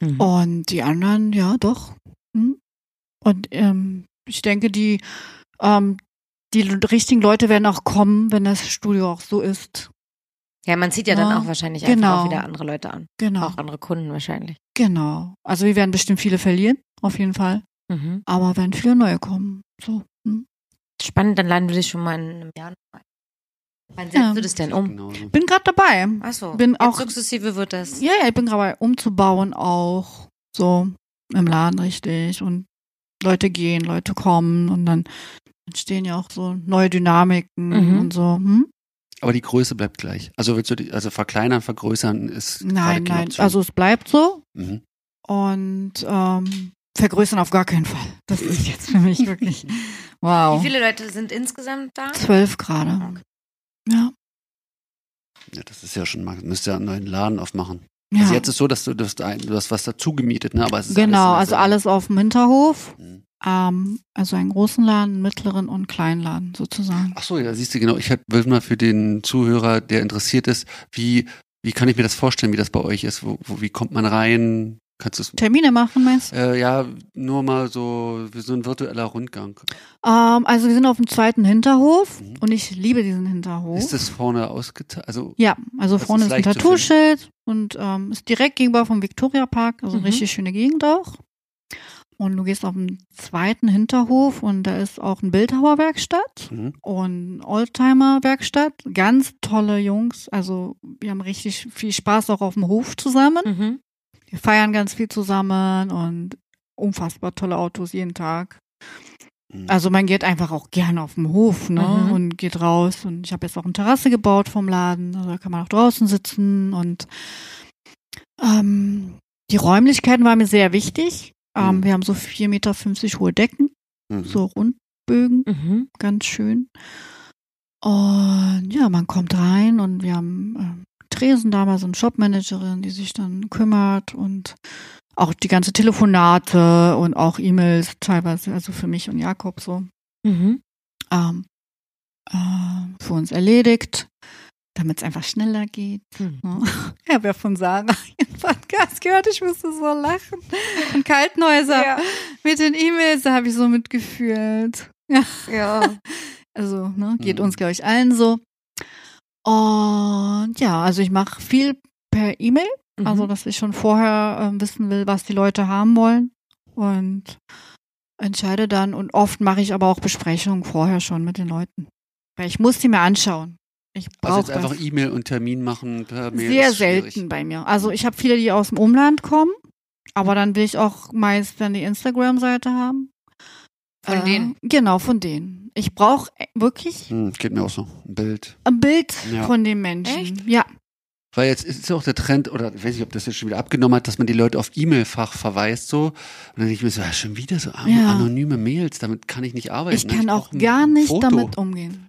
A: Mhm.
C: Mhm.
A: Oh.
C: Und die anderen, ja, doch. Hm? Und ähm, ich denke, die, ähm, die l- richtigen Leute werden auch kommen, wenn das Studio auch so ist.
A: Ja, man zieht ja dann
C: Ja,
A: auch wahrscheinlich
C: genau.
A: einfach auch wieder andere Leute an.
C: Genau,
A: Auch andere Kunden wahrscheinlich.
C: genau. Also wir werden bestimmt viele verlieren, auf jeden Fall,
A: Mhm.
C: aber werden viele neue kommen, so. Hm?
A: Spannend, dann laden wir dich schon mal in einem Jahr noch ein. Wann setzt
C: Ja.
A: du das denn um?
B: Genau so.
C: Bin gerade dabei.
A: Achso,
C: Bin
A: jetzt
C: auch-
A: sukzessive wird das.
C: Ja, ja, ich bin gerade dabei, umzubauen auch. So im Laden richtig. Und Leute gehen, Leute kommen und dann entstehen ja auch so neue Dynamiken
A: Mhm.
C: und so. Hm?
B: Aber die Größe bleibt gleich. Also willst du die, also verkleinern, vergrößern ist gerade
C: Nein,
B: keine
C: nein.
B: Option.
C: Also es bleibt so
B: mhm.
C: und ähm, vergrößern auf gar keinen Fall. Das ist jetzt für mich wirklich wow.
A: Wie viele Leute sind insgesamt da?
C: Zwölf gerade.
A: Okay.
C: Ja.
B: ja, das ist ja schon mal, müsst ja einen neuen Laden aufmachen.
C: ja.
B: Also jetzt ist so, dass du das ein, du hast was dazu gemietet, ne? Aber es ist
C: genau,
B: alles
C: also
B: in
C: alles auf dem Hinterhof.
B: derselben- Mhm.
C: Ähm, also einen großen Laden, einen mittleren und einen kleinen Laden sozusagen.
B: Ach so, ja, siehst du genau. Ich hab- will mal für den Zuhörer, der interessiert ist, wie wie kann ich mir das vorstellen, wie das bei euch ist? Wo, wo wie kommt man rein? Kannst du es?
C: Termine machen, meinst du?
B: Äh, ja, nur mal so wie so ein virtueller Rundgang.
C: Ähm, also wir sind auf dem zweiten Hinterhof
B: Mhm.
C: und ich liebe diesen Hinterhof.
B: Ist das vorne ausgeteilt? Also
C: ja, also
B: Das
C: vorne
B: ist
C: ist ein
B: leicht zu
C: Tattoo-Schild und ähm, ist direkt gegenüber vom Victoria Park, also
A: Mhm.
C: eine richtig schöne Gegend auch. Und du gehst auf den zweiten Hinterhof und da ist auch eine Bildhauerwerkstatt
B: mhm.
C: und Oldtimer-Werkstatt. Ganz tolle Jungs, also wir haben richtig viel Spaß auch auf dem Hof zusammen.
A: Mhm.
C: Wir feiern ganz viel zusammen und unfassbar tolle Autos jeden Tag.
B: Mhm.
C: Also man geht einfach auch gerne auf den Hof, ne?
A: Mhm.
C: Und geht raus. Und ich habe jetzt auch eine Terrasse gebaut vom Laden. Also da kann man auch draußen sitzen. Und ähm, die Räumlichkeiten waren mir sehr wichtig. Ähm,
B: Mhm.
C: Wir haben so 4,50 Meter hohe Decken,
B: Mhm.
C: so rund Regenbogenbögen,
A: Mhm.
C: ganz schön. Und ja, man kommt rein und wir haben ähm, Tresen damals und Shopmanagerin, die sich dann kümmert und auch die ganze Telefonate und auch E-Mails teilweise, also für mich und Jakob so
A: Mhm.
C: ähm, äh, für uns erledigt, damit es einfach schneller geht.
A: Mhm.
C: Ne? Ich habe ja von Sarah ihren Podcast gehört, ich musste so lachen. Und Kaltenhäuser
A: Ja.
C: mit den E-Mails, da habe ich so mitgefühlt. Ja,
A: Ja.
C: also ne, geht
B: Mhm.
C: uns, glaube ich, allen so. Und ja, also ich mache viel per E-Mail, also
B: Mhm.
C: dass ich schon vorher ähm, wissen will, was die Leute haben wollen und entscheide dann. Und oft mache ich aber auch Besprechungen vorher schon mit den Leuten. Weil ich muss die mir anschauen. Ich
B: Also
C: brauche
B: jetzt einfach E-Mail und Termin machen per Mail.
C: sehr
B: ist schwierig. Mhm.
C: selten bei mir. Also ich habe viele, die aus dem Umland kommen, aber dann will ich auch meist dann die Instagram-Seite haben.
A: Von denen?
C: Genau, von denen. Ich brauche e-, wirklich
B: Hm, geht mir auch so. Ein Bild.
C: ein Bild
B: Ja.
C: von den Menschen.
A: Echt?
C: Ja.
B: Weil jetzt ist ja auch der Trend, oder ich weiß nicht, ob das jetzt schon wieder abgenommen hat, dass man die Leute auf E-Mail-Fach verweist so. Und dann denke ich mir so, ja, schon wieder so an-
C: Ja.
B: anonyme Mails, damit kann ich nicht arbeiten.
C: Ich kann
B: brauch
C: auch
B: ein
C: gar nicht
B: Foto
C: damit umgehen.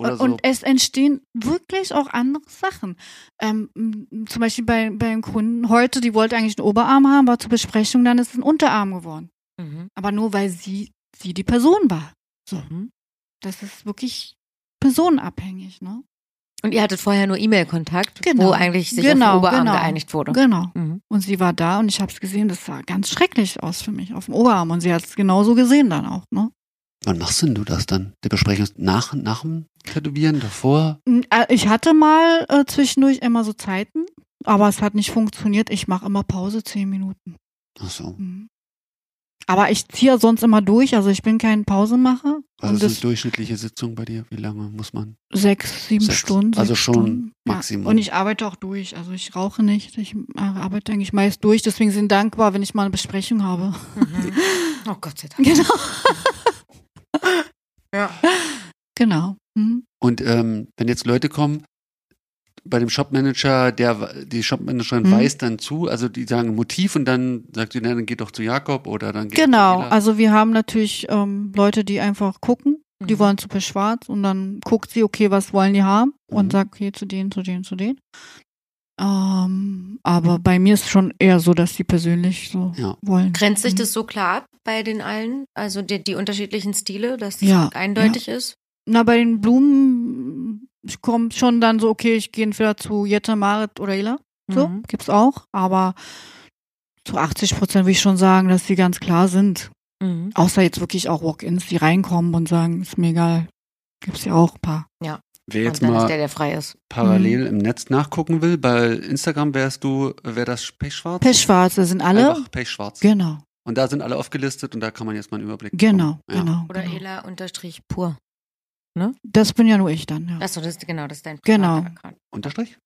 B: Oder so.
C: Und es entstehen wirklich auch andere Sachen. Ähm, m, zum Beispiel bei, beim Kunden heute, die wollte eigentlich einen Oberarm haben, war zur Besprechung, dann ist es ein Unterarm geworden.
A: Mhm.
C: Aber nur weil sie, sie die Person war.
A: Mhm.
C: Das ist wirklich personenabhängig, ne?
A: Und ihr hattet vorher nur E-Mail-Kontakt,
C: Genau.
A: wo eigentlich sich
C: Genau,
A: auf den Oberarm
C: genau.
A: geeinigt wurde.
C: Genau.
A: Mhm.
C: Und sie war da und ich habe es gesehen, das sah ganz schrecklich aus für mich auf dem Oberarm. Und sie hat es genauso gesehen dann auch, ne?
B: Wann machst denn du das dann? Die Besprechung ist nach, nach dem Tätowieren, davor?
C: Mm, äh, Ich hatte mal äh, zwischendurch immer so Zeiten, aber es hat nicht funktioniert. Ich mache immer Pause zehn Minuten.
B: Ach so. Also
C: Mhm. Aber ich ziehe sonst immer durch, also ich bin kein Pausemacher.
B: Was
C: und
B: ist eine
C: das
B: durchschnittliche Sitzung bei dir? Wie lange muss man?
C: sechs, sieben
B: Sechs.
C: Stunden.
B: Also
C: sechs
B: schon
C: Stunden.
B: Maximum.
C: Ja. Und ich arbeite auch durch, also ich rauche nicht. Ich arbeite eigentlich meist durch, deswegen sind dankbar, wenn ich mal eine Besprechung habe.
A: Mhm. Oh Gott sei Dank.
C: Genau.
A: Ja.
C: Genau. Mhm.
B: Und ähm, wenn jetzt Leute kommen, bei dem Shopmanager, der die Shopmanagerin
C: Mhm.
B: weist dann zu, also die sagen Motiv und dann sagt sie, na, dann geht doch zu Jakob oder dann geht
C: Genau.
B: doch zu Ela.
C: Also wir haben natürlich ähm, Leute, die einfach gucken. Die wollen Super Schwarz und dann guckt sie, okay, was wollen die haben?
B: Mhm.
C: Und sagt, okay, zu denen, zu denen, zu denen. Ähm, aber bei mir ist schon eher so, dass die persönlich so
B: Ja.
C: wollen.
D: Grenzt sich
C: Mhm.
D: das so klar ab bei den allen? Also die, die unterschiedlichen Stile, dass es
C: Ja,
D: eindeutig ist?
C: Na, bei den Blumen ich komm schon dann so, okay, ich gehe entweder zu Jette, Marit oder Ela. So,
A: Mhm.
C: gibt's auch. Aber zu 80 Prozent will ich schon sagen, dass die ganz klar sind.
A: Mhm.
C: Außer jetzt wirklich auch Walk-ins, die reinkommen und sagen, ist mir egal. Gibt's ja auch ein paar.
B: Wer jetzt
D: Und dann ist der,
B: mal
D: der frei ist.
B: parallel
C: Mhm.
B: im Netz nachgucken will, bei Instagram wärst du, wäre das Pechschwarz?
C: Pechschwarz, das sind alle.
B: Einfach Pechschwarz.
C: Genau,
B: Und da sind alle aufgelistet und da kann man jetzt mal einen Überblick
C: genau,
B: bekommen. Ja.
C: genau.
D: Oder
C: genau.
D: Ela unterstrich pur.
C: Das bin ja nur ich dann, ja.
D: Achso, das ist genau, das ist dein
C: Genau.
D: privater Account.
B: Unterstrich?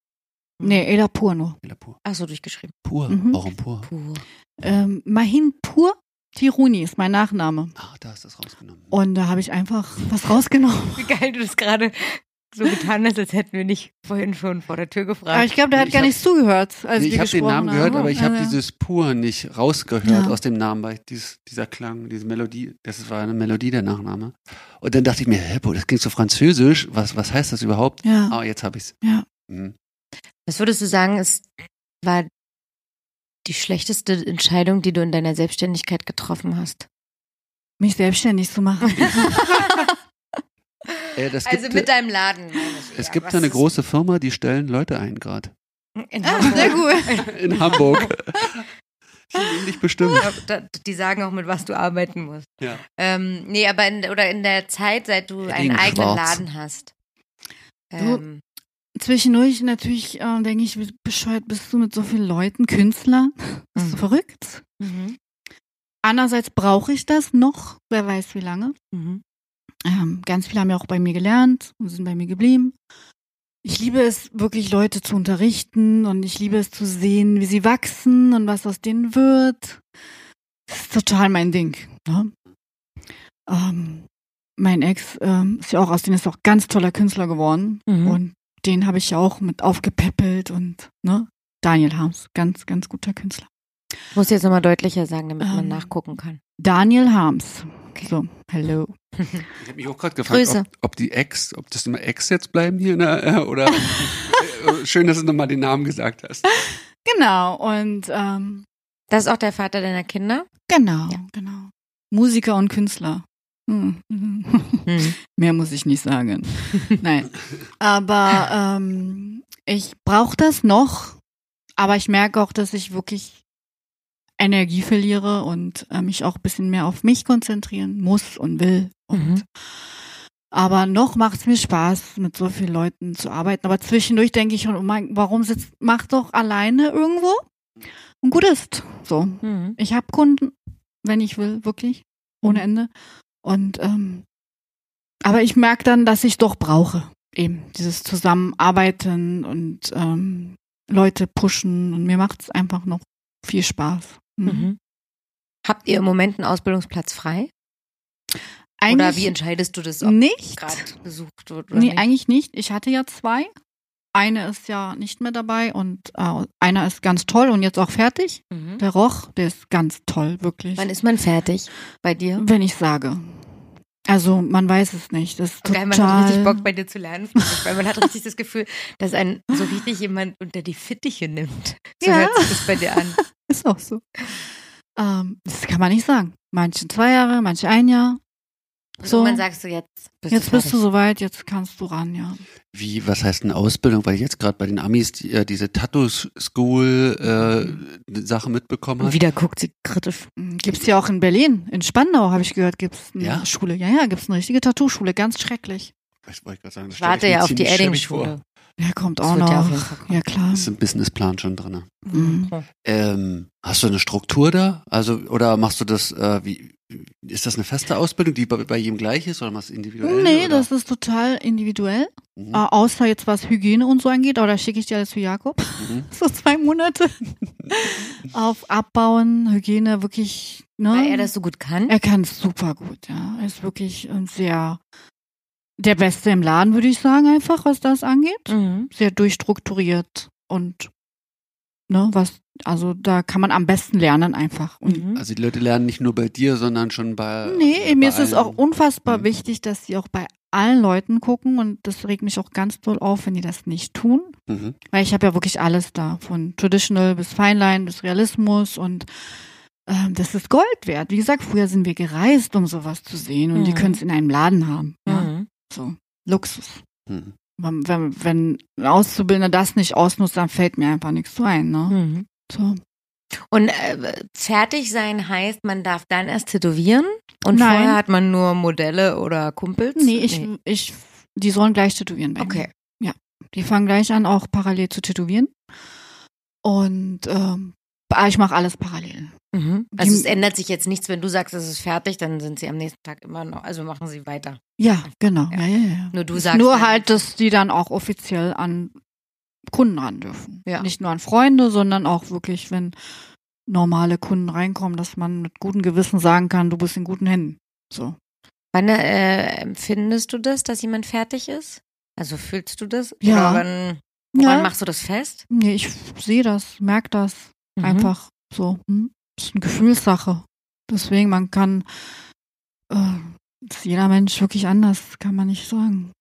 C: Nee, Ela Pur nur.
B: Ela Pur.
D: Achso, durchgeschrieben.
B: Pur.
C: Mhm.
B: Warum pur?
D: Pur.
C: Ähm, Mahin Pur Tiruni ist mein Nachname.
B: Ah, da ist das rausgenommen.
C: Und da habe ich einfach was rausgenommen.
A: Wie geil du das gerade so getan hast, als hätten wir nicht vorhin schon vor der Tür
C: Aber
A: gefragt.
C: ich glaube, der hat
B: Ah, Ich
C: gar
B: hab-
C: nicht zugehört, als
B: Nee,
C: wir
B: ich habe den
C: gesprochen
B: Namen gehört,
C: haben.
B: aber ich habe
C: Also,
B: dieses Pur nicht rausgehört
C: Ja.
B: aus dem Namen, weil ich dieses, dieser Klang, diese Melodie, das war eine Melodie, der Nachname. Und dann dachte ich mir, Heppo, das klingt so französisch, was, was heißt das überhaupt?
C: Ja.
B: Ah, jetzt habe ich's.
C: Ja.
B: Mhm.
D: Was würdest du sagen, ist, war die schlechteste Entscheidung, die du in deiner Selbstständigkeit getroffen hast?
C: mich selbstständig zu machen.
B: Äh, das
D: also
B: gibt,
D: mit
B: äh,
D: deinem Laden. meine ich
B: es
D: eher.
B: gibt
D: Was
B: da eine
D: ist-
B: große Firma, die stellen Leute ein gerade.
D: In
C: Ah, sehr
D: Hamburg.
C: gut.
B: In Hamburg. die nehmen dich bestimmt.
D: Ja, da- Die sagen auch, mit was du arbeiten musst.
B: Ja.
D: Ähm, nee, aber in, oder in der Zeit, seit du
B: Ja,
D: einen
B: gegen
D: eigenen
B: Schwarz.
D: Laden hast.
C: Du-
D: Ähm,
C: Zwischendurch natürlich äh, denke ich, wie bescheuert bist du mit so vielen Leuten, Künstler? Bist du
A: Mhm.
C: verrückt?
A: Mhm.
C: Andererseits brauche ich das noch, wer weiß wie lange.
A: Mhm.
C: Ähm, ganz viele haben ja auch bei mir gelernt und sind bei mir geblieben. Ich liebe es wirklich, Leute zu unterrichten und ich liebe es zu sehen, wie sie wachsen und was aus denen wird. Das ist total mein Ding. Ne? Ähm, mein Ex ähm, ist ja auch aus denen ist auch ganz toller Künstler geworden
A: Mhm.
C: und den habe ich ja auch mit aufgepäppelt und ne? Daniel Harms, ganz, ganz guter Künstler.
A: Muss jetzt nochmal deutlicher sagen, damit man
C: Ähm,
A: nachgucken kann.
C: Daniel Harms.
A: Okay.
C: So, hello.
B: Ich habe mich auch gerade gefragt,
A: Grüße.
B: ob, ob die Ex, ob das immer Ex jetzt bleiben hier, ne? äh, oder äh, schön, dass du nochmal den Namen gesagt hast.
C: Genau, und ähm,
A: Das ist auch der Vater deiner Kinder.
C: genau,
A: Ja.
C: genau. Musiker und Künstler. Hm.
D: Mhm.
C: Mehr muss ich nicht sagen. Nein. Aber ähm, ich brauche das noch, aber ich merke auch, dass ich wirklich Energie verliere und äh, mich auch ein bisschen mehr auf mich konzentrieren muss und will. Und,
A: Mhm.
C: Aber noch macht es mir Spaß, mit so vielen Leuten zu arbeiten. Aber zwischendurch denke ich schon, oh mein, warum sitzt, mach doch alleine irgendwo und gut ist. So.
A: Mhm.
C: Ich habe Kunden, wenn ich will, wirklich, ohne Ende. Und ähm, aber ich merke dann, dass ich doch brauche eben dieses Zusammenarbeiten und ähm, Leute pushen und mir macht es einfach noch viel Spaß. Mhm.
A: Mhm. Habt ihr im Moment einen Ausbildungsplatz frei? oder wie entscheidest du das, ob
C: nicht?
A: gerade gesucht wird oder
C: Nee,
A: nicht?
C: eigentlich nicht. Ich hatte ja zwei. Eine ist ja nicht mehr dabei und äh, einer ist ganz toll und jetzt auch fertig.
A: Mhm.
C: Der Roch, der ist ganz toll, wirklich.
A: Wann ist man fertig bei dir?
C: Wenn ich sage. Also man weiß es nicht. Das ist
A: Geil,
C: total
A: man hat richtig Bock bei dir zu lernen, finde ich, weil man hat richtig das Gefühl, dass ein so richtig jemand unter die Fittiche nimmt. So
C: Ja.
A: hört sich das bei dir an.
C: ist auch so. Ähm, das kann man nicht sagen. Manche zwei Jahre, manche ein Jahr.
A: Und
C: So.
A: irgendwann sagst du, jetzt bist
C: jetzt
A: du
C: bist du
A: fertig.
C: soweit, jetzt kannst du ran, ja.
B: Wie, was heißt eine Ausbildung? Weil ich jetzt gerade bei den Amis die, äh, diese Tattoo-School-Sache mitbekommen
A: Und
B: habe.
A: wieder guckt sie kritisch.
C: Gibt's ja auch in Berlin, in Spandau habe ich gehört, gibt's eine
B: Ja?
C: Schule. Ja, ja, gibt's eine richtige Tattoo-Schule, ganz schrecklich.
B: Ich wollte gerade sagen, das
A: Ich
B: stell ich
A: warte
B: mir
A: ja auf die
B: ziemlich schäbig
A: Edding-Schule.
C: Ja, kommt
A: Das
C: auch
A: wird ja auf jeden Fall
C: noch.
A: kommen.
C: Ja, klar.
B: vor. Ist im Businessplan schon drin. ne?
C: Mhm.
B: Ähm, hast du eine Struktur da? Also, oder machst du das, äh, wie, ist das eine feste Ausbildung, die bei, bei jedem gleich ist oder machst du individuell?
C: Nee,
B: oder?
C: das ist total individuell.
B: Mhm,
C: Äh, außer jetzt was Hygiene und so angeht, aber da schicke ich dir alles für Jakob.
B: mhm.
C: so zwei Monate auf Abbauen, Hygiene, wirklich, ne?
A: Weil er das so gut kann.
C: Er kann super gut, ja. Er ist wirklich ein sehr der Beste im Laden, würde ich sagen, einfach, was das angeht.
A: Mhm.
C: Sehr durchstrukturiert und ne, was, also da kann man am besten lernen einfach. Und
A: Mhm.
B: Also die Leute lernen nicht nur bei dir, sondern schon bei.
C: Nee,
B: Äh, bei
C: mir ist es
B: allen.
C: auch unfassbar
B: Mhm.
C: wichtig, dass sie auch bei allen Leuten gucken und das regt mich auch ganz doll auf, wenn die das nicht tun.
B: Mhm.
C: Weil ich habe ja wirklich alles da, von Traditional bis Feinlein bis Realismus und ähm, das ist Gold wert. Wie gesagt, früher sind wir gereist, um sowas zu sehen und die
A: Mhm.
C: können es in einem Laden haben. Ja,
A: Mhm.
C: so Luxus.
B: Mhm.
C: Wenn, wenn, wenn ein Auszubildender das nicht ausnutzt, dann fällt mir einfach nichts zu ein. Ne?
A: Mhm.
C: So.
A: Und äh, fertig sein heißt, man darf dann erst tätowieren und
C: Nein.
A: vorher hat man nur Modelle oder Kumpels.
C: Nee, ich, ich, die sollen gleich tätowieren. bei mir.
A: Okay.
C: Die fangen gleich an, auch parallel zu tätowieren. Und ähm, ah, ich mache alles parallel.
A: Mhm. Also
C: Die-
A: es ändert sich jetzt nichts, wenn du sagst, es ist fertig, dann sind sie am nächsten Tag immer noch, also machen sie weiter.
C: Ja, genau.
A: Ja.
C: Ja, ja, ja. ja.
A: Nur du sagst.
C: nur
A: dann-
C: halt, dass die dann auch offiziell an Kunden ran dürfen.
A: Ja.
C: Nicht nur an Freunde, sondern auch wirklich, wenn normale Kunden reinkommen, dass man mit gutem Gewissen sagen kann, du bist in guten Händen. So.
A: Wann äh, empfindest du das, dass jemand fertig ist? Also fühlst du das?
C: Ja.
A: Oder wann, woran machst du das fest?
C: nee, ich sehe das, merke das
A: Mhm.
C: einfach so. Hm? Ist eine Gefühlssache. Deswegen, man kann, äh, ist jeder Mensch wirklich anders, kann man nicht sagen.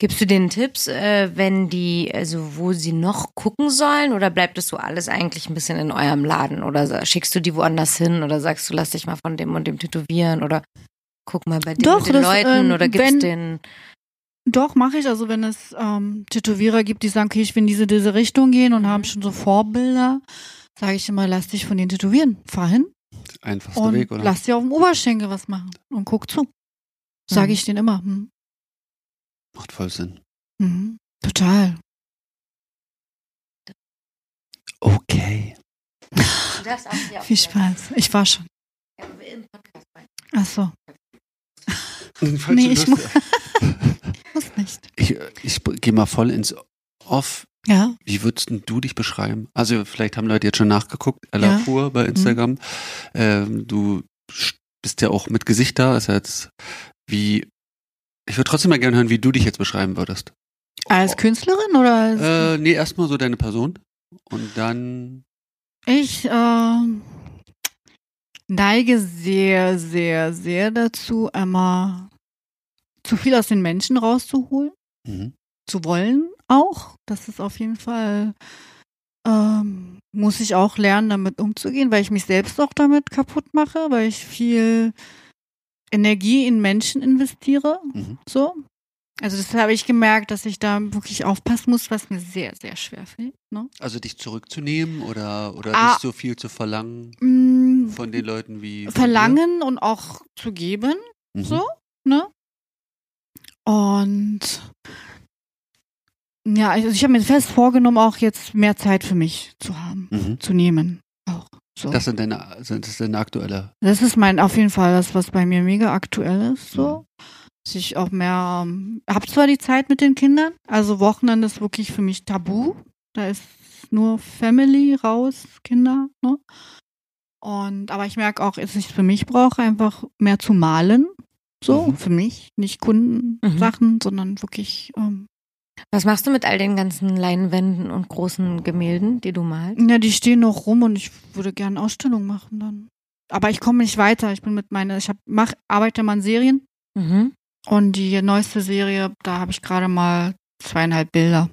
A: Gibst du denen Tipps, äh, wenn die, also wo sie noch gucken sollen oder bleibt das so alles eigentlich ein bisschen in eurem Laden oder sa- schickst du die woanders hin oder sagst du, lass dich mal von dem und dem tätowieren oder guck mal bei den,
C: Doch,
A: und den
C: das,
A: Leuten
C: ähm,
A: oder gibst
C: wenn-
A: denen
C: Doch, mache ich. Also wenn es ähm, Tätowierer gibt, die sagen, okay, ich will in diese, diese Richtung gehen und
A: Mhm.
C: haben schon so Vorbilder, sage ich immer, lass dich von denen tätowieren. Fahr hin
B: Einfachster
C: und
B: Weg, oder?
C: lass dir auf dem Oberschenkel was machen und guck zu. Sage
A: Mhm.
C: ich denen immer. Hm.
B: Macht voll Sinn.
C: Mhm. Total.
B: Okay.
C: Viel Spaß. Ich war schon. Ach so, Nee, ich muss- muss nicht.
B: ich, ich gehe mal voll ins Off.
C: Ja.
B: Wie würdest denn du dich beschreiben? Also vielleicht haben Leute jetzt schon nachgeguckt, Ella
C: Ja. Mhm.
B: Pur bei Instagram. Ähm, du sch- bist ja auch mit Gesicht da. Ist ja jetzt wie. Ich würde trotzdem mal gerne hören, wie du dich jetzt beschreiben würdest.
C: Als Künstlerin oder als
B: Äh, nee, erstmal so deine Person und dann
C: Ich äh, neige sehr, sehr, sehr dazu, immer zu viel aus den Menschen rauszuholen,
B: Mhm.
C: zu wollen auch. Das ist auf jeden Fall, ähm, muss ich auch lernen, damit umzugehen, weil ich mich selbst auch damit kaputt mache, weil ich viel Energie in Menschen investiere.
B: Mhm.
C: So. Also das habe ich gemerkt, dass ich da wirklich aufpassen muss, was mir sehr, sehr schwer fällt. Ne?
B: Also dich zurückzunehmen oder, oder
C: Ah.
B: nicht so viel zu verlangen
C: Mm,
B: von den Leuten wie. von dir?
C: verlangen und auch zu geben.
B: Mhm.
C: so. Und ja, also ich habe mir fest vorgenommen, auch jetzt mehr Zeit für mich zu haben,
B: Mhm.
C: zu nehmen. Auch so.
B: Das sind deine, sind, das ist deine aktuelle.
C: Das ist mein auf jeden Fall das, was bei mir mega aktuell ist. So, dass ich auch mehr ähm, habe zwar die Zeit mit den Kindern, also Wochenende ist wirklich für mich Tabu. Da ist nur Family raus, Kinder. Ne? Und aber ich merke auch, dass ich es für mich brauche, einfach mehr zu malen. So
B: Mhm.
C: für mich, nicht Kundensachen, sondern wirklich ähm,
D: Was machst du mit all den ganzen Leinwänden und großen Gemälden, die du malst?
C: Ja, die stehen noch rum und ich würde gerne Ausstellung machen dann. Aber ich komme nicht weiter. Ich bin mit meiner, ich hab, mach, arbeite mal an Serien
D: Mhm.
C: und die neueste Serie, da habe ich gerade mal zweieinhalb Bilder.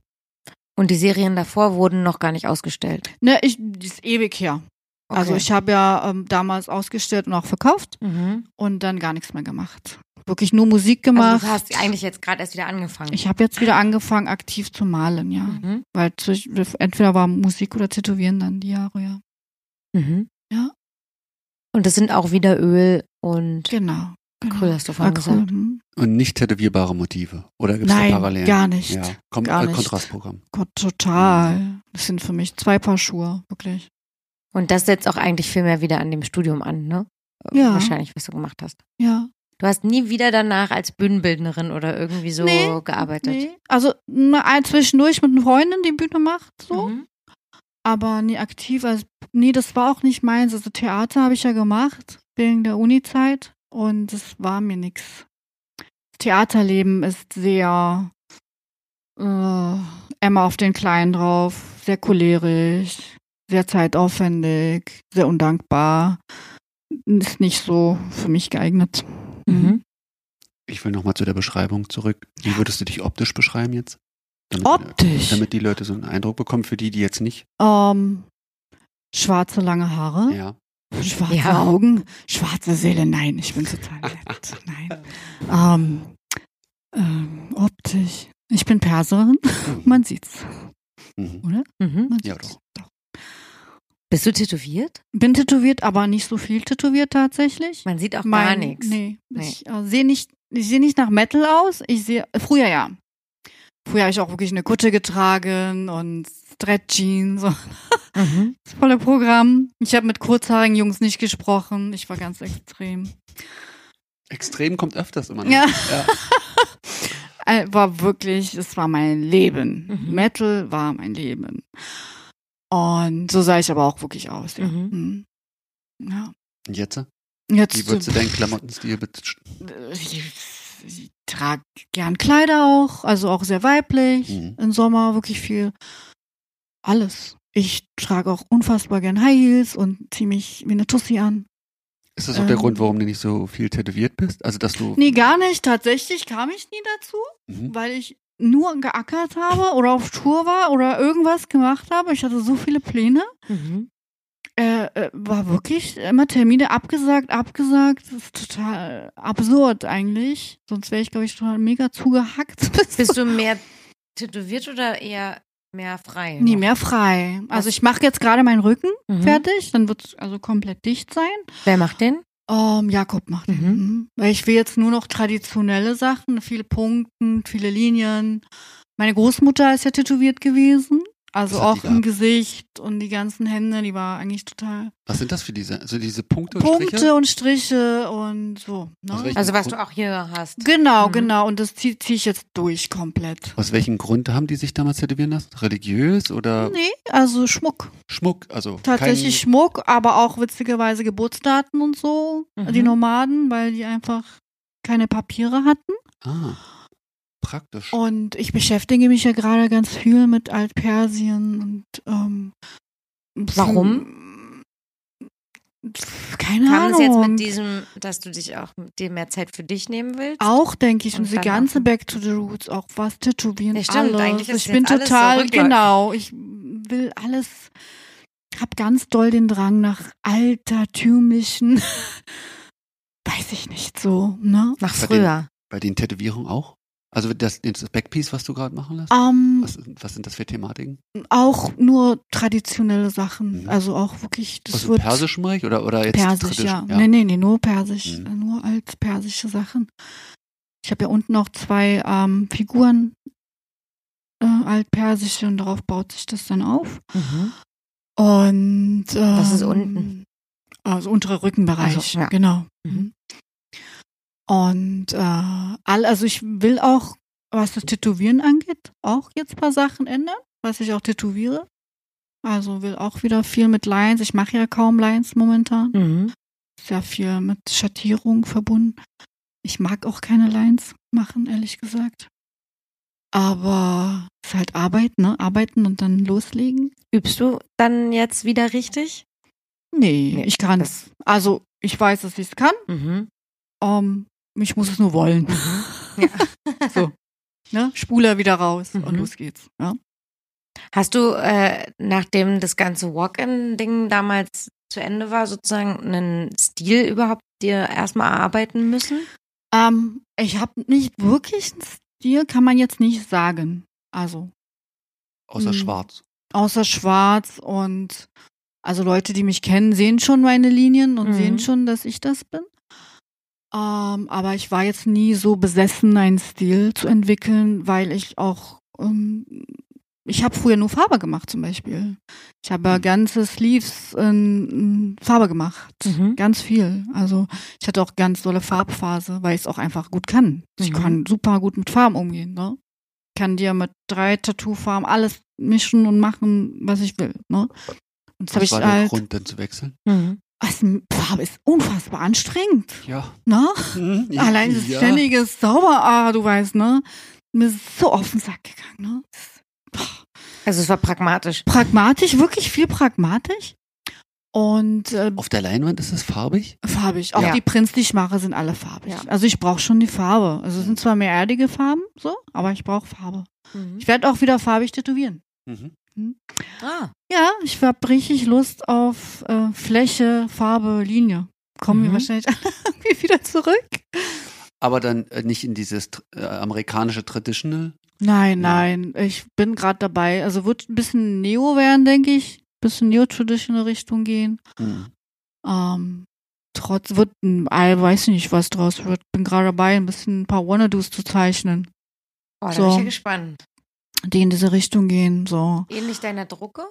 D: Und die Serien davor wurden noch gar nicht ausgestellt.
C: Ne, ich, die ist ewig her.
D: Okay.
C: Also ich habe ja ähm, damals ausgestellt und auch verkauft
D: Mhm.
C: und dann gar nichts mehr gemacht. Wirklich nur Musik
D: Also
C: gemacht.
D: du hast eigentlich jetzt gerade erst wieder angefangen.
C: ich habe jetzt wieder angefangen, aktiv zu malen, ja.
D: mhm.
C: Weil zwischen- entweder war Musik oder Tätowieren dann die Jahre, ja.
D: Mhm.
C: Ja.
D: Und das sind auch wieder Öl und
C: Genau. genau.
D: Acryl, hast du vorhin
C: Acryl,
D: gesagt.
C: mhm.
B: Und nicht tätowierbare Motive. Oder gibt es da
C: Nein,
B: Parallelen?
C: gar nicht.
B: Ja, Kom
C: Gar
B: äh,
C: nicht.
B: Kontrastprogramm.
C: Gott, total. Das sind für mich zwei Paar Schuhe, wirklich.
D: Und das setzt auch eigentlich viel mehr wieder an dem Studium an, ne?
C: Ja.
D: Wahrscheinlich, was du gemacht hast.
C: Ja.
D: Du hast nie wieder danach als Bühnenbildnerin oder irgendwie so
C: Nee,
D: gearbeitet.
C: Nee. Also ne, ein zwischendurch mit einer Freundin, die Bühne macht, so.
D: Mhm.
C: Aber nie aktiv. Also, nee, das war auch nicht meins. Also Theater habe ich ja gemacht, wegen der Uni-Zeit. Und das war mir nix. Theaterleben ist sehr äh, immer auf den Kleinen drauf, sehr cholerisch, sehr zeitaufwendig, sehr undankbar. Ist nicht so für mich geeignet.
D: Mhm.
B: Ich will nochmal zu der Beschreibung zurück. Wie würdest du dich optisch beschreiben jetzt? Damit, äh,
C: Optisch.
B: Damit die Leute so einen Eindruck bekommen, für die, die jetzt nicht.
C: Ähm, schwarze lange Haare,
B: Ja.
C: schwarze
D: Ja.
C: Augen, schwarze Seele. Nein, ich bin total nett. Nein. Ähm, ähm, optisch. Ich bin Perserin. Man sieht's,
B: Mhm.
C: oder?
D: Mhm.
C: Man
B: Ja,
C: sieht's. Doch.
D: Bist du tätowiert?
C: Bin tätowiert, aber nicht so viel tätowiert tatsächlich.
D: Man sieht auch gar
C: Mein-
D: nichts.
C: Nee,
D: Nee.
C: ich äh, sehe nicht, ich sehe nicht nach Metal aus. Ich sehe früher ja. Früher habe ich auch wirklich eine Kutte getragen und Stretch-Jeans und
D: Mhm.
C: Das volle Programm. Ich habe mit kurzhaarigen Jungs nicht gesprochen. Ich war ganz extrem.
B: Extrem kommt öfters immer.
C: Ja.
B: ja.
C: Äh, War wirklich, es war mein Leben.
D: Mhm.
C: Metal war mein Leben. Und so sah ich aber auch wirklich aus. Ja. Mhm. ja.
B: Und jetzt? Wie
C: Jetzt
B: würdest du
C: äh,
B: deinen Klamottenstil betiteln?
C: ich, ich trage gern Kleider auch, also auch sehr weiblich.
B: Mhm.
C: Im Sommer wirklich viel. Alles. Ich trage auch unfassbar gern High Heels und ziehe mich wie eine Tussi an.
B: Ist das auch der
C: Ähm.
B: Grund, warum du nicht so viel tätowiert bist? Also, dass du.
C: Nee, gar nicht. Tatsächlich kam ich nie dazu.
B: Mhm.
C: weil ich nur geackert habe oder auf Tour war oder irgendwas gemacht habe. Ich hatte so viele Pläne.
D: Mhm.
C: Äh, äh, war wirklich immer Termine abgesagt, abgesagt. Das ist total absurd eigentlich. Sonst wäre ich, glaube ich, schon mega zugehackt.
D: Bist du mehr tätowiert oder eher mehr frei?
C: Nie
D: noch?
C: mehr frei. Also ich mache jetzt gerade meinen Rücken
D: Mhm.
C: fertig, dann wird es also komplett dicht sein.
D: Wer macht den?
C: Ähm, Jakob macht den.
D: Mhm.
C: Mhm. Weil ich will jetzt nur noch traditionelle Sachen, viele Punkten, viele Linien. Meine Großmutter ist ja tätowiert gewesen. Also
B: Was hat die
C: auch im
B: gehabt?
C: Gesicht und die ganzen Hände, die war eigentlich total.
B: Was sind das für diese? Also, diese Punkte und
C: Punkte
B: Striche?
C: und Striche und so.
B: Aus
C: Ne?
B: welchem
D: Also was
B: Grund-
D: du auch hier hast.
C: Genau,
D: Mhm.
C: genau. Und das ziehe zieh ich jetzt durch komplett.
B: Aus welchem Grund haben die sich damals tätowieren lassen? Religiös oder
C: Nee, also Schmuck.
B: Schmuck? Also
C: Tatsächlich
B: Kein,
C: Schmuck, aber auch witzigerweise Geburtsdaten und so.
D: Mhm.
C: Die Nomaden, weil die einfach keine Papiere hatten.
B: ah, praktisch.
C: Und ich beschäftige mich ja gerade ganz viel mit Altpersien und ähm,
D: Warum?
C: Pff, Keine
D: Kam es
C: Ahnung.
D: jetzt mit diesem, dass du dich auch mit dir mehr Zeit für dich nehmen willst?
C: auch, denke ich, und
D: Und
C: diese
D: dann
C: ganze
D: auch-
C: Back to the Roots, auch was tätowieren,
D: Ja, stimmt,
C: alles.
D: eigentlich ist
C: ich
D: jetzt
C: bin
D: alles so
C: total,
D: rückläufig.
C: genau, ich will alles, hab ganz doll den Drang nach altertümlichen, weiß ich nicht, so, ne?
D: Nach
B: Bei
D: früher.
B: Bei den Tätowierungen auch? Also das, das Backpiece, was du gerade machen lässt?
C: Ähm,
B: Was, was sind das für Thematiken?
C: auch nur traditionelle Sachen,
B: Mhm.
C: also auch wirklich, das
B: Aus dem
C: wird
B: persischen Reich oder, oder jetzt
C: Persisch,
B: tradisch?
C: ja. Nee, nee, nee, nur Persisch.
B: Mhm.
C: äh, Nur als persische Sachen. Ich habe ja unten noch zwei ähm, Figuren, äh, altpersische, und darauf baut sich das dann auf.
D: Mhm.
C: Und. Ähm,
D: Das ist unten.
C: Also unterer Rückenbereich,
D: Also, ja.
C: genau.
D: Mhm.
C: Und äh, all, also ich will auch, was das Tätowieren angeht, auch jetzt ein paar Sachen ändern, was ich auch tätowiere. Also will auch wieder viel mit Lines. Ich mache ja kaum Lines momentan
D: Mhm.
C: sehr viel mit Schattierung verbunden. Ich mag auch keine Lines machen, ehrlich gesagt. Aber es ist halt Arbeit, ne? Arbeiten und dann loslegen.
D: Übst du dann jetzt wieder richtig?
C: Nee,
D: Nee,
C: ich kann es. Also ich weiß, dass ich es kann.
D: Mhm.
C: Ähm, ich muss es nur wollen. so. Ne? Spuler wieder raus und
D: Mhm.
C: los geht's. Ja?
D: Hast du, äh, nachdem das ganze Walk-In-Ding damals zu Ende war, sozusagen einen Stil überhaupt dir erstmal erarbeiten müssen?
C: Ähm, ich habe nicht wirklich einen Stil, kann man jetzt nicht sagen. Also
B: Außer
C: Mhm.
B: schwarz.
C: außer schwarz und also Leute, die mich kennen, sehen schon meine Linien und
D: Mhm.
C: sehen schon, dass ich das bin. Ähm, aber ich war jetzt nie so besessen, einen Stil zu entwickeln, weil ich auch ähm, ich habe früher nur Farbe gemacht zum Beispiel. Ich habe
B: Mhm.
C: ganze Sleeves in, in Farbe gemacht.
D: Mhm.
C: Ganz viel. Also ich hatte auch ganz tolle Farbphase, weil ich es auch einfach gut kann. Ich
D: Mhm.
C: kann super gut mit Farben umgehen. Ne? kann dir mit drei Tattoo-Farben alles mischen und machen, was ich will. Ne? Und das
B: Was
C: habe ich
B: war der
C: halt.
B: Grund, dann zu wechseln?
D: Mhm.
C: Was, Farbe ist unfassbar anstrengend.
B: Ja.
C: Ne?
B: ja.
C: Allein das
B: ja.
C: ständige Sauber, ah, du weißt, ne? Mir ist so auf den Sack gegangen, ne?
D: Also es war pragmatisch.
C: Pragmatisch, wirklich viel pragmatisch. Und äh,
B: Auf der Leinwand ist es farbig?
C: farbig. Auch
D: Ja.
C: die Prints, die ich mache, sind alle farbig.
D: Ja.
C: Also ich brauche schon die Farbe. Also es
B: Mhm.
C: sind zwar mehr erdige Farben, so, aber ich brauche Farbe.
D: Mhm.
C: Ich werde auch wieder farbig tätowieren.
B: Mhm.
D: Ah.
C: Ja, ich hab richtig Lust auf äh, Fläche, Farbe, Linie. Kommen wir
D: Mhm.
C: wahrscheinlich irgendwie wieder zurück?
B: Aber dann äh, nicht in dieses tr- äh, amerikanische Traditional?
C: Nein,
B: Ja.
C: nein, ich bin gerade dabei. Also wird ein bisschen Neo werden, denke ich. Bisschen Neo-Traditional Richtung gehen.
B: Mhm.
C: Ähm, trotz wird ein, Ei, weiß ich nicht, was draus wird. Bin gerade dabei, ein bisschen ein paar Wannadoos zu zeichnen,
D: Oh, da
C: So.
D: bin ich ja gespannt.
C: die in diese Richtung gehen. So.
D: Ähnlich deiner Drucke?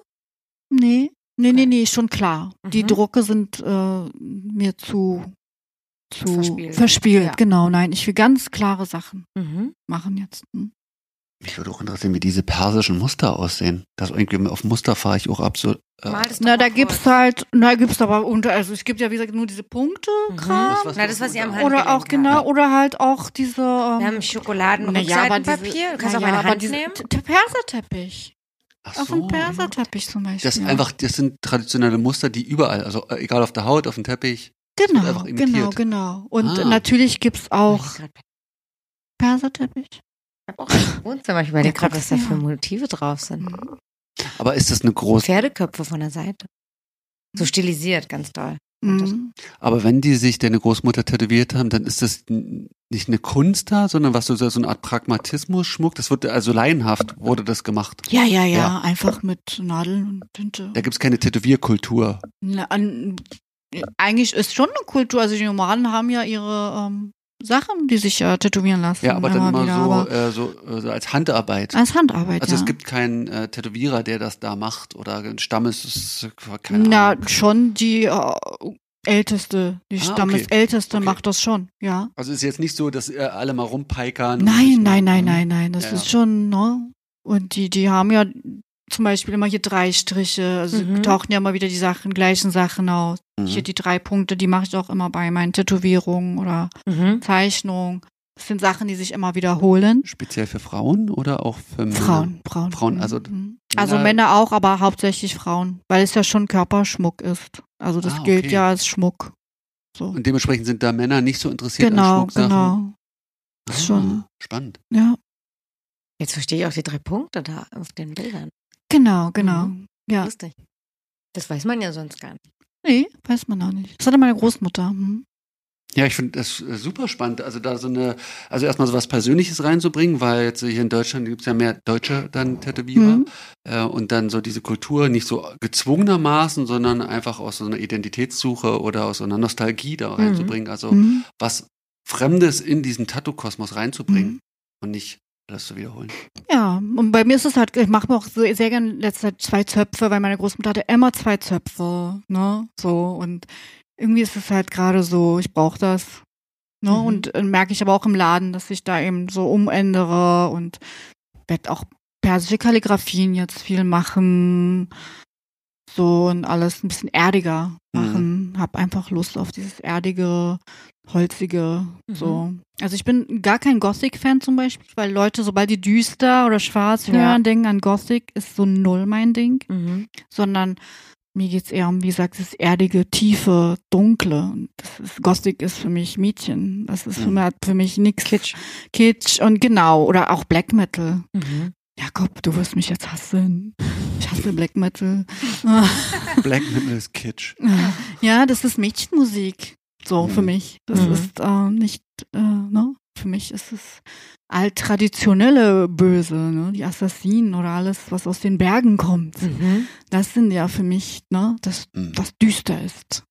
C: Nee, nee, nee,
D: Okay.
C: nee, schon klar. Die
D: Mhm.
C: Drucke sind äh, mir zu, zu
D: Verspielt.
C: verspielt.
D: Ja.
C: Genau, nein, ich will ganz klare Sachen
D: Mhm.
C: machen jetzt. Hm.
B: Mich würde auch interessieren, wie diese persischen Muster aussehen. Das irgendwie auf Muster fahre ich auch absolut. Äh,
D: Mal das doch
C: Na,
D: mal
C: da
D: vor.
C: gibt's halt, na, gibt's aber unter, also es gibt ja, wie gesagt, nur diese Punkte,
D: Mhm.
C: Kram.
B: was
D: Na,
B: du
D: das, was
B: auf
D: ihr am
B: unserer-
D: Hand
C: Oder auch,
D: gelegen
C: genau,
B: habt.
C: oder halt auch diese.
D: habt. Wir
C: Ähm,
D: haben Schokoladen
C: na ja, aber
D: Rückseitenpapier.
C: diese-
D: Du kannst
C: na
D: auch
C: ja,
D: meine
C: aber
D: Hand
C: diese-
D: nehmen.
C: T- Der Perserteppich.
B: Ach
C: Auf dem Perserteppich zum Beispiel.
B: Das einfach, das sind traditionelle Muster, die überall, also äh, egal auf der Haut, auf dem Teppich. wird
C: Genau,
B: einfach
C: genau,
B: imitiert.
C: genau. Und
B: Ah.
C: natürlich
D: Oh
C: gibt's auch
D: Ich
C: Perserteppich.
D: habe auch im Wohnzimmer. Ich überlege gerade, was da für
C: Ja.
D: Motive drauf sind.
B: Aber ist das eine große,
D: Pferdeköpfe von der Seite. So stilisiert, ganz toll.
C: Mhm.
B: aber wenn die sich deine Großmutter tätowiert haben, dann ist das n- nicht eine Kunst da, sondern was du so so eine Art Pragmatismus, Schmuck, das wird also laienhaft wurde das gemacht.
C: Ja, ja, ja,
B: Ja.
C: einfach mit Nadeln und Tinte.
B: Da gibt's keine Tätowierkultur.
C: Na, an, eigentlich ist schon eine Kultur. Also die Nomaden haben ja ihre ähm, Sachen, die sich ja tätowieren lassen.
B: Ja, aber dann immer
C: wieder,
B: so,
C: aber
B: äh, so, äh, so als Handarbeit.
C: als Handarbeit.
B: Also
C: ja.
B: es gibt keinen äh, Tätowierer, der das da macht oder ein Stammes, äh, keine
C: na
B: Ahnung.
C: schon die äh, älteste, die
B: Ah,
C: Stammesälteste
B: okay.
C: macht das schon. Ja.
B: Also ist jetzt nicht so, dass äh, alle mal rumpeikern. und sich
C: Nein,
B: mal- um-
C: nein, nein, nein, nein. Das
B: Ja,
C: ist
B: ja.
C: schon ne. Und die, die haben ja zum Beispiel immer hier drei Striche. Also
D: Mhm.
C: tauchen ja immer wieder die Sachen, gleichen Sachen aus.
B: Mhm.
C: Hier die drei Punkte, die mache ich auch immer bei meinen Tätowierungen oder
D: Mhm.
C: Zeichnungen. Das sind Sachen, die sich immer wiederholen.
B: Speziell für Frauen oder auch für Männer?
C: Frauen, Frauen.
B: Mhm. Frauen,
C: mhm,
B: also
C: mhm. also
B: Männer-
C: Männer auch, aber hauptsächlich Frauen, weil es ja schon Körperschmuck ist. Also das
B: Ah, okay.
C: gilt ja als Schmuck. So.
B: Und dementsprechend sind da Männer nicht so interessiert an
C: Genau,
B: Schmucksachen.
C: genau.
B: Ah,
C: Schon.
B: Spannend.
C: Ja,
D: Jetzt verstehe ich auch die drei Punkte da auf den Bildern.
C: genau, genau.
B: Mhm.
C: Ja.
D: Lustig. Das weiß man ja sonst gar nicht.
C: Nee, weiß man auch nicht. Das hatte meine Großmutter. Hm.
B: Ja, ich finde das äh, super spannend. Also da so eine, also erstmal so was Persönliches reinzubringen, weil jetzt hier in Deutschland gibt es ja mehr Deutsche dann Tätowierer.
C: Mhm.
B: Äh, und dann so diese Kultur nicht so gezwungenermaßen, sondern einfach aus so einer Identitätssuche oder aus so einer Nostalgie da reinzubringen. Also
C: Mhm.
B: was Fremdes in diesen Tattoo-Kosmos reinzubringen
D: Mhm.
B: und nicht alles zu wiederholen.
C: Ja, und bei mir ist es halt, ich mache mir auch so sehr gerne in letzter Zeit zwei Zöpfe, weil meine Großmutter hatte immer zwei Zöpfe, ne? So und irgendwie ist es halt gerade so, ich brauche das. Ne?
D: Mhm.
C: Und äh, merke ich aber auch im Laden, dass ich da eben so umändere und werde auch persische Kalligrafien jetzt viel machen. So und alles ein bisschen erdiger
D: Mhm.
C: machen. Hab einfach Lust auf dieses erdige, holzige,
D: Mhm.
C: so. Also ich bin gar kein Gothic-Fan zum Beispiel, weil Leute, sobald die düster oder schwarz
D: Ja.
C: hören, denken an Gothic, ist so null mein Ding.
D: Mhm.
C: Sondern mir geht's eher um, wie gesagt, das erdige, tiefe, dunkle. Und Das ist, Gothic ist für mich Mädchen. Das ist für
B: Mhm.
C: mich, hat für mich nix. Kitsch. Kitsch und genau. Oder auch Black Metal.
D: Mhm.
C: Jakob, du wirst mich jetzt hassen. Ich hasse Black Metal.
B: Black Metal ist Kitsch.
C: Ja, das ist Mädchenmusik. So
B: Mhm.
C: für mich. Das
D: Mhm.
C: ist äh, nicht, äh, ne? Für mich ist es alttraditionelle Böse, ne? Die Assassinen oder alles, was aus den Bergen kommt.
D: Mhm.
C: Das sind ja für mich, ne? Das,
B: Mhm.
C: was düster ist.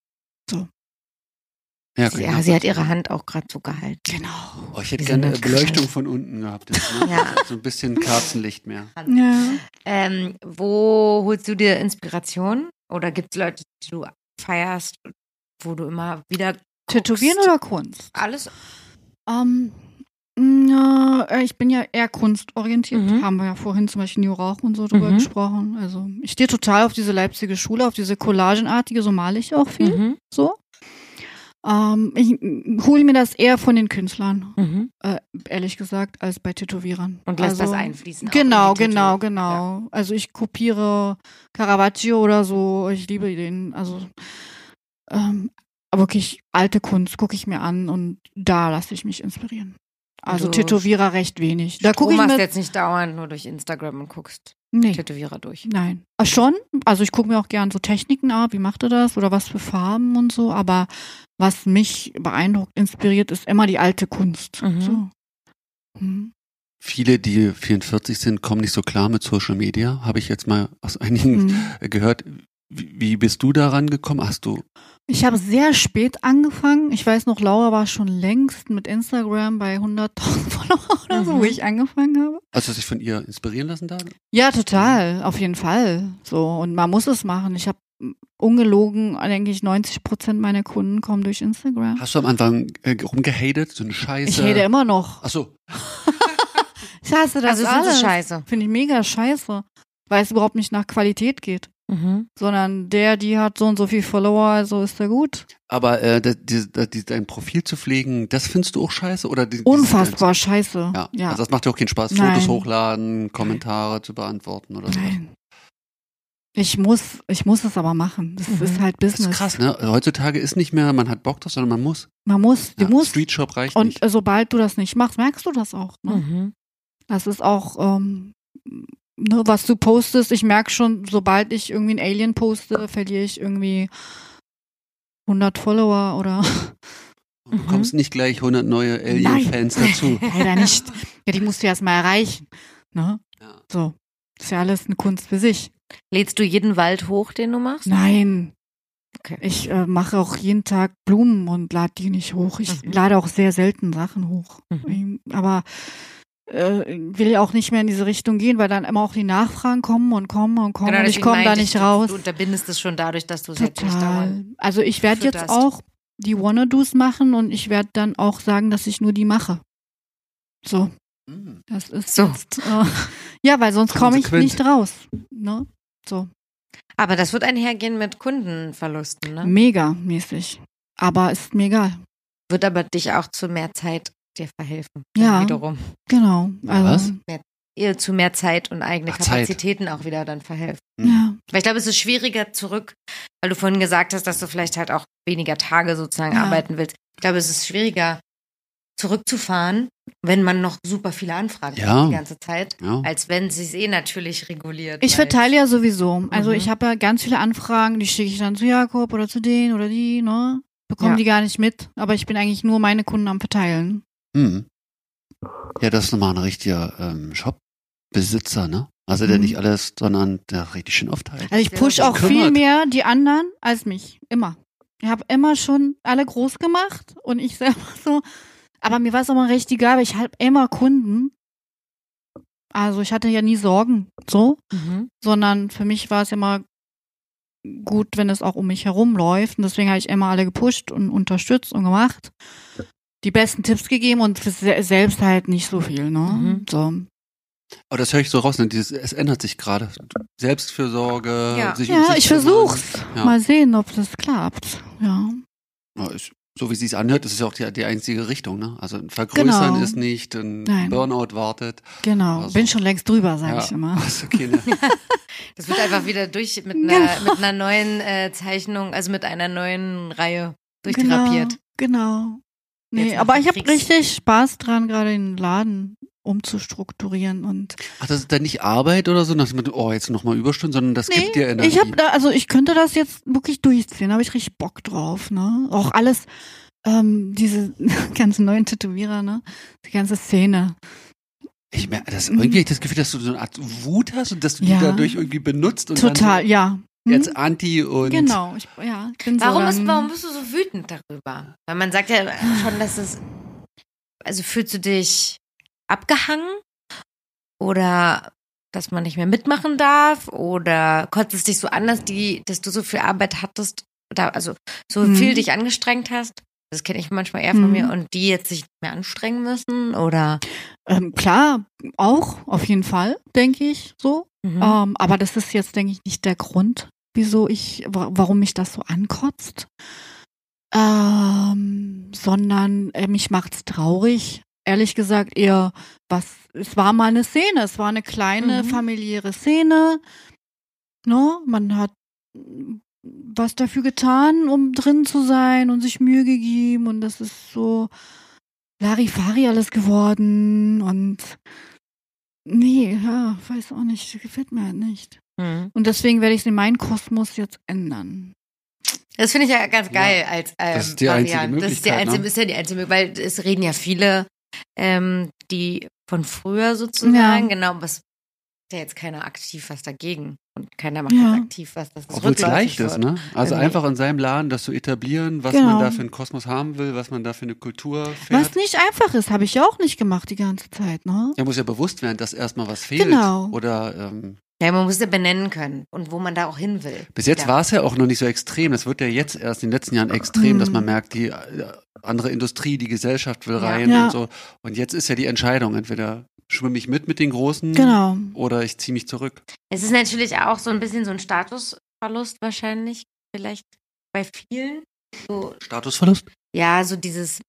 B: Ja, genau.
D: Sie,
B: kann ich
D: ja, sie hat
B: nachvollziehen.
D: ihre Hand auch gerade so gehalten.
C: Genau.
B: Oh, ich hätte
D: Wir sind
B: gerne
D: im
B: Beleuchtung
D: Kreis.
B: von unten gehabt. Jetzt, ne?
D: Ja.
B: So ein bisschen Kerzenlicht mehr.
C: Ja.
D: Ähm, wo holst du dir Inspiration? Oder gibt es Leute, die du feierst, wo du immer wieder
C: Tätowieren
D: guckst?
C: oder Kunst?
D: alles?
C: Ähm, mh, äh, ich bin ja eher kunstorientiert.
D: Mhm.
C: Haben wir ja vorhin zum Beispiel New Rauch und so drüber
D: Mhm.
C: gesprochen. Also ich stehe total auf diese Leipziger Schule, auf diese collagenartige, so male ich auch viel.
D: Mhm.
C: So. Ähm, ich hole mir das eher von den Künstlern,
D: Mhm.
C: äh, ehrlich gesagt, als bei Tätowierern.
D: Und lässt
C: Also-
D: das einfließen. auch in
C: Genau,
D: die Tattoo.
C: genau, genau. Also ich kopiere Caravaggio oder so. Ich liebe den. Also ähm, wirklich alte Kunst gucke ich mir an und da lasse ich mich inspirieren. Also
D: Du-
C: Tätowierer recht wenig. Da
D: Du
C: gucke ich
D: machst
C: mir
D: jetzt nicht dauernd nur durch Instagram und guckst
C: nee,
D: Tätowierer durch.
C: nein. Ah, schon. Also ich gucke mir auch gern so Techniken ab. Wie macht er das oder was für Farben und so. Aber was mich beeindruckt, inspiriert, ist immer die alte Kunst.
D: Mhm.
C: So. Mhm.
B: Viele, die 44 sind, kommen nicht so klar mit Social Media. Habe ich jetzt mal aus einigen
C: Mhm.
B: äh, gehört. Wie, wie bist du da rangekommen? Hast du
C: Ich habe sehr spät angefangen. Ich weiß noch, Laura war schon längst mit Instagram bei 100.000 Follower oder so,
D: Mhm.
C: wo ich angefangen habe.
B: also dich von ihr inspirieren lassen da?
C: Ja, total, auf jeden Fall. So und man muss es machen. Ich habe mm, ungelogen, denke ich, 90 Prozent meiner Kunden kommen durch Instagram.
B: Hast du am Anfang äh, rumgehatet? So eine Scheiße?
C: Ich rede immer noch.
B: Ach so.
C: Ich hasse das
D: also sind
C: alles.
D: sie scheiße.
C: Finde ich mega scheiße, weil es überhaupt nicht nach Qualität geht,
D: Mhm.
C: sondern der, die hat so und so viel Follower, also ist der gut.
B: Aber äh, das, die, das, die, dein Profil zu pflegen, das findest du auch scheiße? Oder die,
C: Unfassbar scheiße.
B: dieses- Ja.
C: ja.
B: also das macht ja auch keinen Spaß,
C: Nein.
B: Fotos hochladen, Kommentare zu beantworten oder so.
C: Nein. Ich muss, ich muss es aber machen. Das
D: Mhm.
C: ist halt
B: Das ist
C: Business.
B: krass, ne? Also heutzutage ist nicht mehr, man hat Bock drauf, sondern man muss.
C: Man muss, du
B: Ja,
C: musst.
B: Street Shop reicht
C: Und
B: nicht.
C: äh, sobald du das nicht machst, merkst du das auch. Ne?
D: Mhm.
C: Das ist auch, ähm, ne, was du postest. Ich merke schon, sobald ich irgendwie ein Alien poste, verliere ich irgendwie 100 Follower oder
B: Du bekommst
C: Mhm.
B: nicht gleich 100 neue Alien-Fans dazu.
C: leider nicht. Ja, die musst du erst mal erreichen. Ne?
B: Ja.
C: So. Ist ja alles eine Kunst für sich.
D: Lädst du jeden Wald hoch, den du machst?
C: Nein.
D: Okay.
C: Ich äh, mache auch jeden Tag Blumen und lade die nicht hoch. Ich
D: Mhm.
C: lade auch sehr selten Sachen hoch.
D: Mhm.
C: Ähm, Aber äh, will auch nicht mehr in diese Richtung gehen, weil dann immer auch die Nachfragen kommen und kommen und kommen und ich
D: Genau, deswegen
C: komme da
D: meinte
C: nicht
D: du-
C: raus.
D: Du unterbindest es schon dadurch, dass du es jetzt nicht dauernd.
C: Total. Also ich werde jetzt
D: fütterst.
C: auch die Wannadoos machen und ich werde dann auch sagen, dass ich nur die mache. So,
B: Hm.
C: das ist
D: So.
C: jetzt, äh, ja, weil sonst komme ich
B: Konsequent.
C: nicht raus. Ne? So.
D: Aber das wird einhergehen mit Kundenverlusten, ne?
C: Mega mäßig. Aber ist mir egal.
D: Wird aber dich auch zu mehr Zeit dir verhelfen.
C: Ja.
D: Wiederum.
C: Genau.
B: Na,
C: Also,
B: was?
A: ihr zu mehr Zeit und eigene
B: Ach, Zeit.
A: Kapazitäten auch wieder dann verhelfen.
C: Ja.
A: Weil ich glaube, es ist schwieriger zurück, weil du vorhin gesagt hast, dass du vielleicht halt auch weniger Tage sozusagen
C: Ja.
A: arbeiten willst. Ich glaube, es ist schwieriger zurückzufahren, wenn man noch super viele Anfragen
B: Ja.
A: hat die ganze Zeit,
B: Ja.
A: als wenn sie es eh natürlich reguliert.
C: Ich
A: weil-
C: verteile ja sowieso. Also
A: Mhm.
C: ich habe ja ganz viele Anfragen, die schicke ich dann zu Jakob oder zu denen oder die, ne? Bekommen
A: Ja.
C: die gar nicht mit, aber ich bin eigentlich nur meine Kunden am Verteilen.
B: Hm. Ja, das ist nochmal ein richtiger ähm, Shop-Besitzer, ne? Also der
C: Mhm.
B: nicht alles, sondern der richtig schön aufteilt.
C: Also ich
A: Sehr
C: push
A: gut
C: auch viel
B: gekümmert.
C: mehr die anderen als mich. Immer. Ich habe immer schon alle groß gemacht und ich selber so. Aber mir war es immer recht egal, weil ich habe immer Kunden. Also ich hatte ja nie Sorgen, so,
A: Mhm.
C: sondern für mich war es immer gut, wenn es auch um mich herum läuft. Und deswegen habe ich immer alle gepusht und unterstützt und gemacht. Die besten Tipps gegeben und für se- selbst halt nicht so viel, ne?
A: Mhm.
C: So.
B: Aber das höre ich so raus, ne? Dieses, es ändert sich gerade. Selbstfürsorge,
A: Ja.
B: sich um
C: Ja,
B: sich
C: ich
B: kümmern.
C: versuch's.
B: Ja.
C: Mal sehen, ob das klappt. Ja.
B: Ja, ist, so wie sie es anhört, ist es ja auch die, die einzige Richtung, ne? Also ein Vergrößern
C: Genau.
B: ist nicht, ein
C: Nein.
B: Burnout wartet.
C: Genau,
B: Also-
C: bin schon längst drüber, sage
B: Ja.
C: ich immer.
B: Hast du keine,
A: Das wird einfach wieder durch mit
C: Genau.
A: einer, mit einer neuen äh, Zeichnung, also mit einer neuen Reihe durchtherapiert.
C: Genau. genau. Nee,
A: Jetzt nach
C: aber
A: dem
C: ich habe
A: Kriegs-
C: richtig Spaß dran, gerade den Laden umzustrukturieren und
B: ach, das ist dann nicht Arbeit oder so, dass man, oh, jetzt nochmal Überstunden, sondern das
C: nee,
B: gibt dir Energie.
C: ich habe da, also ich könnte das jetzt wirklich durchziehen, habe ich richtig Bock drauf, ne? Auch alles, ähm, diese ganzen neuen Tätowierer, ne? Die ganze Szene.
B: Ich merke, das irgendwie habe ich das Gefühl, dass du so eine Art Wut hast und dass du
C: Mhm. Ja.
B: die dadurch irgendwie benutzt und
C: Total,
B: dann
C: ja.
B: so
C: Hm?
B: jetzt Anti und
C: genau, ich, ja. ich Bin
A: Warum,
C: so
A: ist,
C: dann-
A: warum bist du so wütend darüber? Weil man sagt ja schon, dass es. Also fühlst du dich abgehangen? Oder dass man nicht mehr mitmachen darf? Oder kotzt es dich so an, dass, die, dass du so viel Arbeit hattest? Da, also so
C: Mhm.
A: viel dich angestrengt hast? Das kenne ich manchmal eher von
C: Mhm.
A: mir. Und die jetzt sich nicht mehr anstrengen müssen? Oder.
C: Ähm, klar, auch, auf jeden Fall, denke ich, so.
A: Mhm.
C: Ähm, aber das ist jetzt, denke ich, nicht der Grund, wieso ich, wa- warum mich das so ankotzt. Ähm, sondern äh, mich macht's traurig. Ehrlich gesagt, eher, was, es war mal eine Szene, es war eine kleine
A: Mhm.
C: familiäre Szene. Ne? Man hat mm, was dafür getan, um drin zu sein und sich Mühe gegeben und das ist so Larifari alles geworden und nee, ja, weiß auch nicht, gefällt mir halt nicht.
A: Mhm.
C: Und deswegen werde ich es in meinem Kosmos jetzt ändern.
A: Das finde ich ja ganz geil als ähm,
B: Das ist die einzige
A: Variante. Das ist, die
B: Möglichkeit,
A: einzige,
B: ne?
A: ist ja die einzige Möglichkeit, weil es reden ja viele, ähm, die von früher sozusagen,
C: Ja.
A: genau, was ist ja jetzt keiner aktiv was dagegen und keiner macht
C: Ja.
A: jetzt aktiv was, dass es
B: Obwohl es
A: rückläufig
B: leicht
A: wird.
B: ist, ne? Also
A: Irgendwie.
B: einfach in seinem Laden das zu etablieren, was man
C: Äh, Genau.
B: da für einen Kosmos haben will, was man da für eine Kultur
C: Was
B: fährt.
C: nicht einfach ist, habe ich ja auch nicht gemacht die ganze Zeit, ne?
B: Ja, muss ja bewusst werden, dass erstmal was fehlt.
C: Genau.
B: Oder ähm,
A: Ja, man muss ja benennen können und wo man da auch hin will.
B: bis jetzt
A: ja.
B: war es ja auch noch nicht so extrem. Das wird ja jetzt erst in den letzten Jahren extrem,
C: Mhm.
B: dass man merkt, die äh, andere Industrie, die Gesellschaft will
A: Ja.
B: rein
C: Ja.
B: und so. Und jetzt ist ja die Entscheidung, entweder schwimme ich mit mit den Großen
C: Genau.
B: oder ich ziehe mich zurück.
A: Es ist natürlich auch so ein bisschen so ein Statusverlust wahrscheinlich, vielleicht bei vielen. So,
B: Statusverlust?
A: ja, so dieses,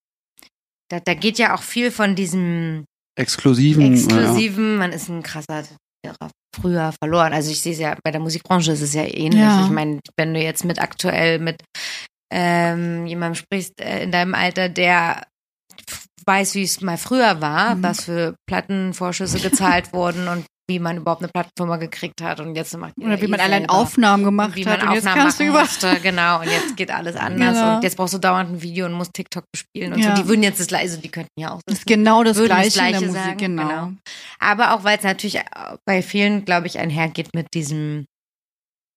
A: da, da geht ja auch viel von diesem
B: Exklusiven.
A: exklusiven, man ist ein krasser Lehrer früher verloren. Also ich sehe es ja, bei der Musikbranche ist es ja ähnlich.
C: Ja.
A: Ich meine, wenn du jetzt mit aktuell mit ähm, jemandem sprichst äh, in deinem Alter, der f- weiß, wie es mal früher war,
C: Mhm.
A: was für Plattenvorschüsse gezahlt wurden und wie man überhaupt eine Plattenfirma gekriegt hat und jetzt macht jeder
C: Oder wie man
A: eh
C: allein
A: selber.
C: Aufnahmen gemacht
A: wie
C: hat
A: man
C: und jetzt
A: Aufnahmen
C: kannst du
A: machen
C: über.
A: musste, genau. Und jetzt geht alles anders
C: Genau.
A: und jetzt brauchst du dauernd ein Video und musst TikTok bespielen und
C: Ja.
A: so. Die würden jetzt das gleiche, also die könnten ja auch
C: Das ist genau das
A: Würden das
C: gleiche, in der
A: Gleiche
C: Musik,
A: sagen,
C: genau.
A: genau. Aber auch weil es natürlich bei vielen, glaube ich, einhergeht mit diesem,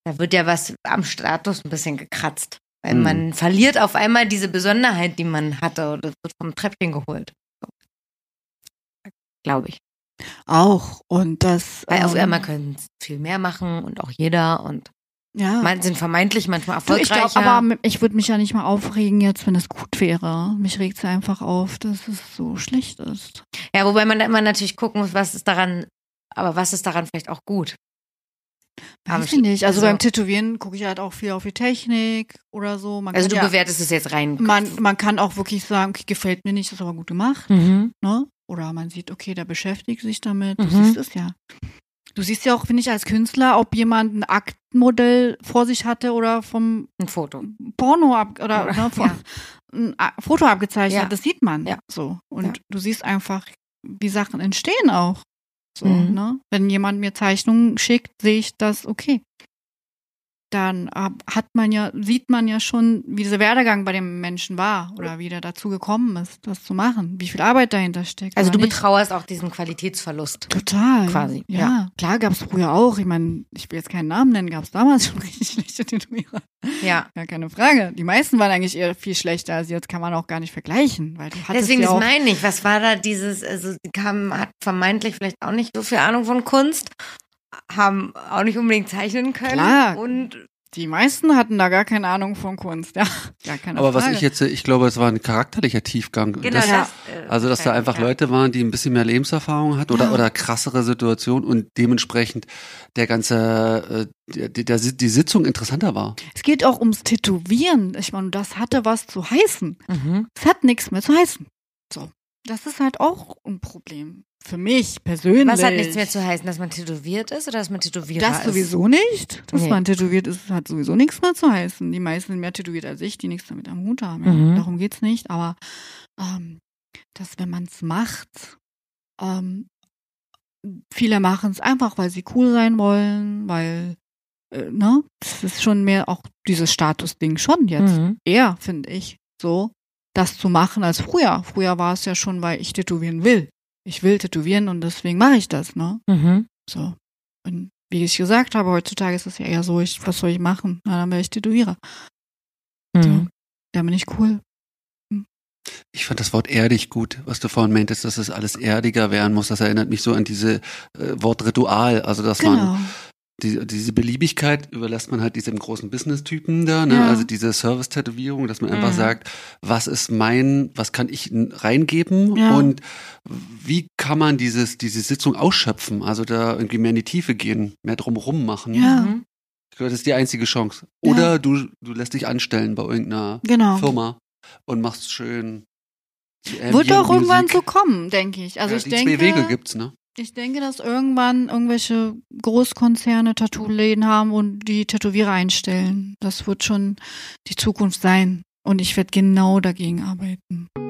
A: da wird ja was am Status ein bisschen gekratzt. Weil
B: Mhm.
A: man verliert auf einmal diese Besonderheit, die man hatte oder wird vom Treppchen geholt. Glaube ich.
C: Auch und das
A: Weil auf
C: ähm,
A: einmal können viel mehr machen und auch jeder und
C: ja.
A: man sind vermeintlich manchmal
C: Du, ich
A: erfolgreicher.
C: glaube, aber ich würde mich ja nicht mal aufregen jetzt, wenn es gut wäre. Mich regt es einfach auf, dass es so schlecht ist.
A: ja, wobei man da immer natürlich gucken muss, was ist daran, aber was ist daran vielleicht auch gut?
D: Aber
C: Weiß ich nicht. Also,
D: also-
C: beim Tätowieren gucke ich halt auch viel auf die Technik oder so. Man
D: Also
C: kann
D: du
C: ja,
D: bewertest es jetzt rein.
C: man, man kann auch wirklich sagen, okay, gefällt mir nicht, ist aber gut gemacht.
D: Mhm.
C: Ne? Oder man sieht, okay, der beschäftigt sich damit. Du
D: Mhm.
C: siehst es ja. Du siehst ja auch, finde ich, als Künstler, ob jemand ein Aktenmodell vor sich hatte oder vom
D: Ein Foto.
C: Porno ab oder
D: Oder-
C: ne, von,
D: ja.
C: ein A- Foto abgezeichnet
D: Ja.
C: hat. Das sieht man.
D: Ja.
C: So. Und
D: Ja.
C: du siehst einfach, wie Sachen entstehen auch. So,
D: Mhm.
C: ne? Wenn jemand mir Zeichnungen schickt, sehe ich das, okay. Dann ab- hat man ja, sieht man ja schon, wie dieser Werdegang bei dem Menschen war oder wie der dazu gekommen ist, das zu machen, wie viel Arbeit dahinter steckt.
D: Also
C: oder
D: du
C: nicht.
D: betrauerst auch diesen Qualitätsverlust.
C: Total.
D: Quasi,
C: Ja,
D: ja.
C: klar gab es früher auch. Ich meine, ich will jetzt keinen Namen nennen, gab es damals schon richtig schlechte Tätowierer.
D: Ja.
C: Gar keine Frage. Die meisten waren eigentlich eher viel schlechter. Also jetzt kann man auch gar nicht vergleichen, weil du hattest
D: Deswegen,
C: ja
D: das
C: auch
D: meine ich. Was war da dieses, also die kamen, hat vermeintlich vielleicht auch nicht so viel Ahnung von Kunst, haben auch nicht unbedingt zeichnen können.
C: Klar.
D: Und
C: die meisten hatten da gar keine Ahnung von Kunst. Ja, gar keine
B: Aber was
C: Frage.
B: ich jetzt, äh, ich glaube, es war ein charakterlicher Tiefgang.
D: genau
B: Das-
D: das. äh,
B: Also, dass da einfach
D: ja.
B: Leute waren, die ein bisschen mehr Lebenserfahrung hat oder, oder krassere Situationen und dementsprechend der ganze, äh, der, der, der- die Sitzung interessanter war.
C: es geht auch ums Tätowieren. Ich meine, das hatte was zu heißen.
D: Mhm.
C: Es hat nichts mehr zu heißen. So, das ist halt auch ein Problem für mich persönlich.
D: Was hat nichts mehr zu heißen, dass man tätowiert ist oder dass man tätowiert
C: Das
D: ist?
C: sowieso nicht. Dass
D: Nee.
C: man tätowiert ist, hat sowieso nichts mehr zu heißen. Die meisten sind mehr tätowiert als ich, die nichts damit am Hut haben. Ja.
D: Mhm.
C: Darum geht's nicht. Aber ähm, dass, wenn man es macht, ähm, viele machen es einfach, weil sie cool sein wollen, weil, äh, ne? Das ist schon mehr auch dieses Statusding schon jetzt.
D: Mhm.
C: Eher, finde ich, so, das zu machen als früher. Früher war es ja schon, weil ich tätowieren will. Ich will tätowieren und deswegen mache ich das, ne?
D: Mhm.
C: So. Und wie ich gesagt habe, heutzutage ist es ja eher so, ich, was soll ich machen? Na, dann werde ich Tätowierer.
D: Mhm.
C: Dann bin ich cool.
B: Ich fand das Wort erdig gut, was du vorhin meintest, dass es alles erdiger werden muss. Das erinnert mich so an diese äh, Wort Ritual. Also, dass man
C: genau.
B: die, diese Beliebigkeit überlässt man halt diesem großen Business-Typen da, ne?
C: Ja.
B: also diese Service-Tätowierung, dass man einfach
D: Mhm.
B: sagt, was ist mein, was kann ich n- reingeben
C: Ja.
B: und wie kann man dieses, diese Sitzung ausschöpfen, also da irgendwie mehr in die Tiefe gehen, mehr drumherum machen.
C: Ja.
D: Mhm.
B: Ich glaube, Das ist die einzige Chance.
C: Ja.
B: Oder du, du lässt dich anstellen bei irgendeiner
C: Genau.
B: Firma und machst schön. die
C: Wird
B: Ambient
C: auch irgendwann
B: Music.
C: so kommen, denke ich. Also
B: ja,
C: ich
B: die
C: denke,
B: zwei Wege gibt's, ne?
C: ich denke, dass irgendwann irgendwelche Großkonzerne Tattoo-Läden haben und die Tätowierer einstellen. Das wird schon die Zukunft sein. Und ich werde genau dagegen arbeiten.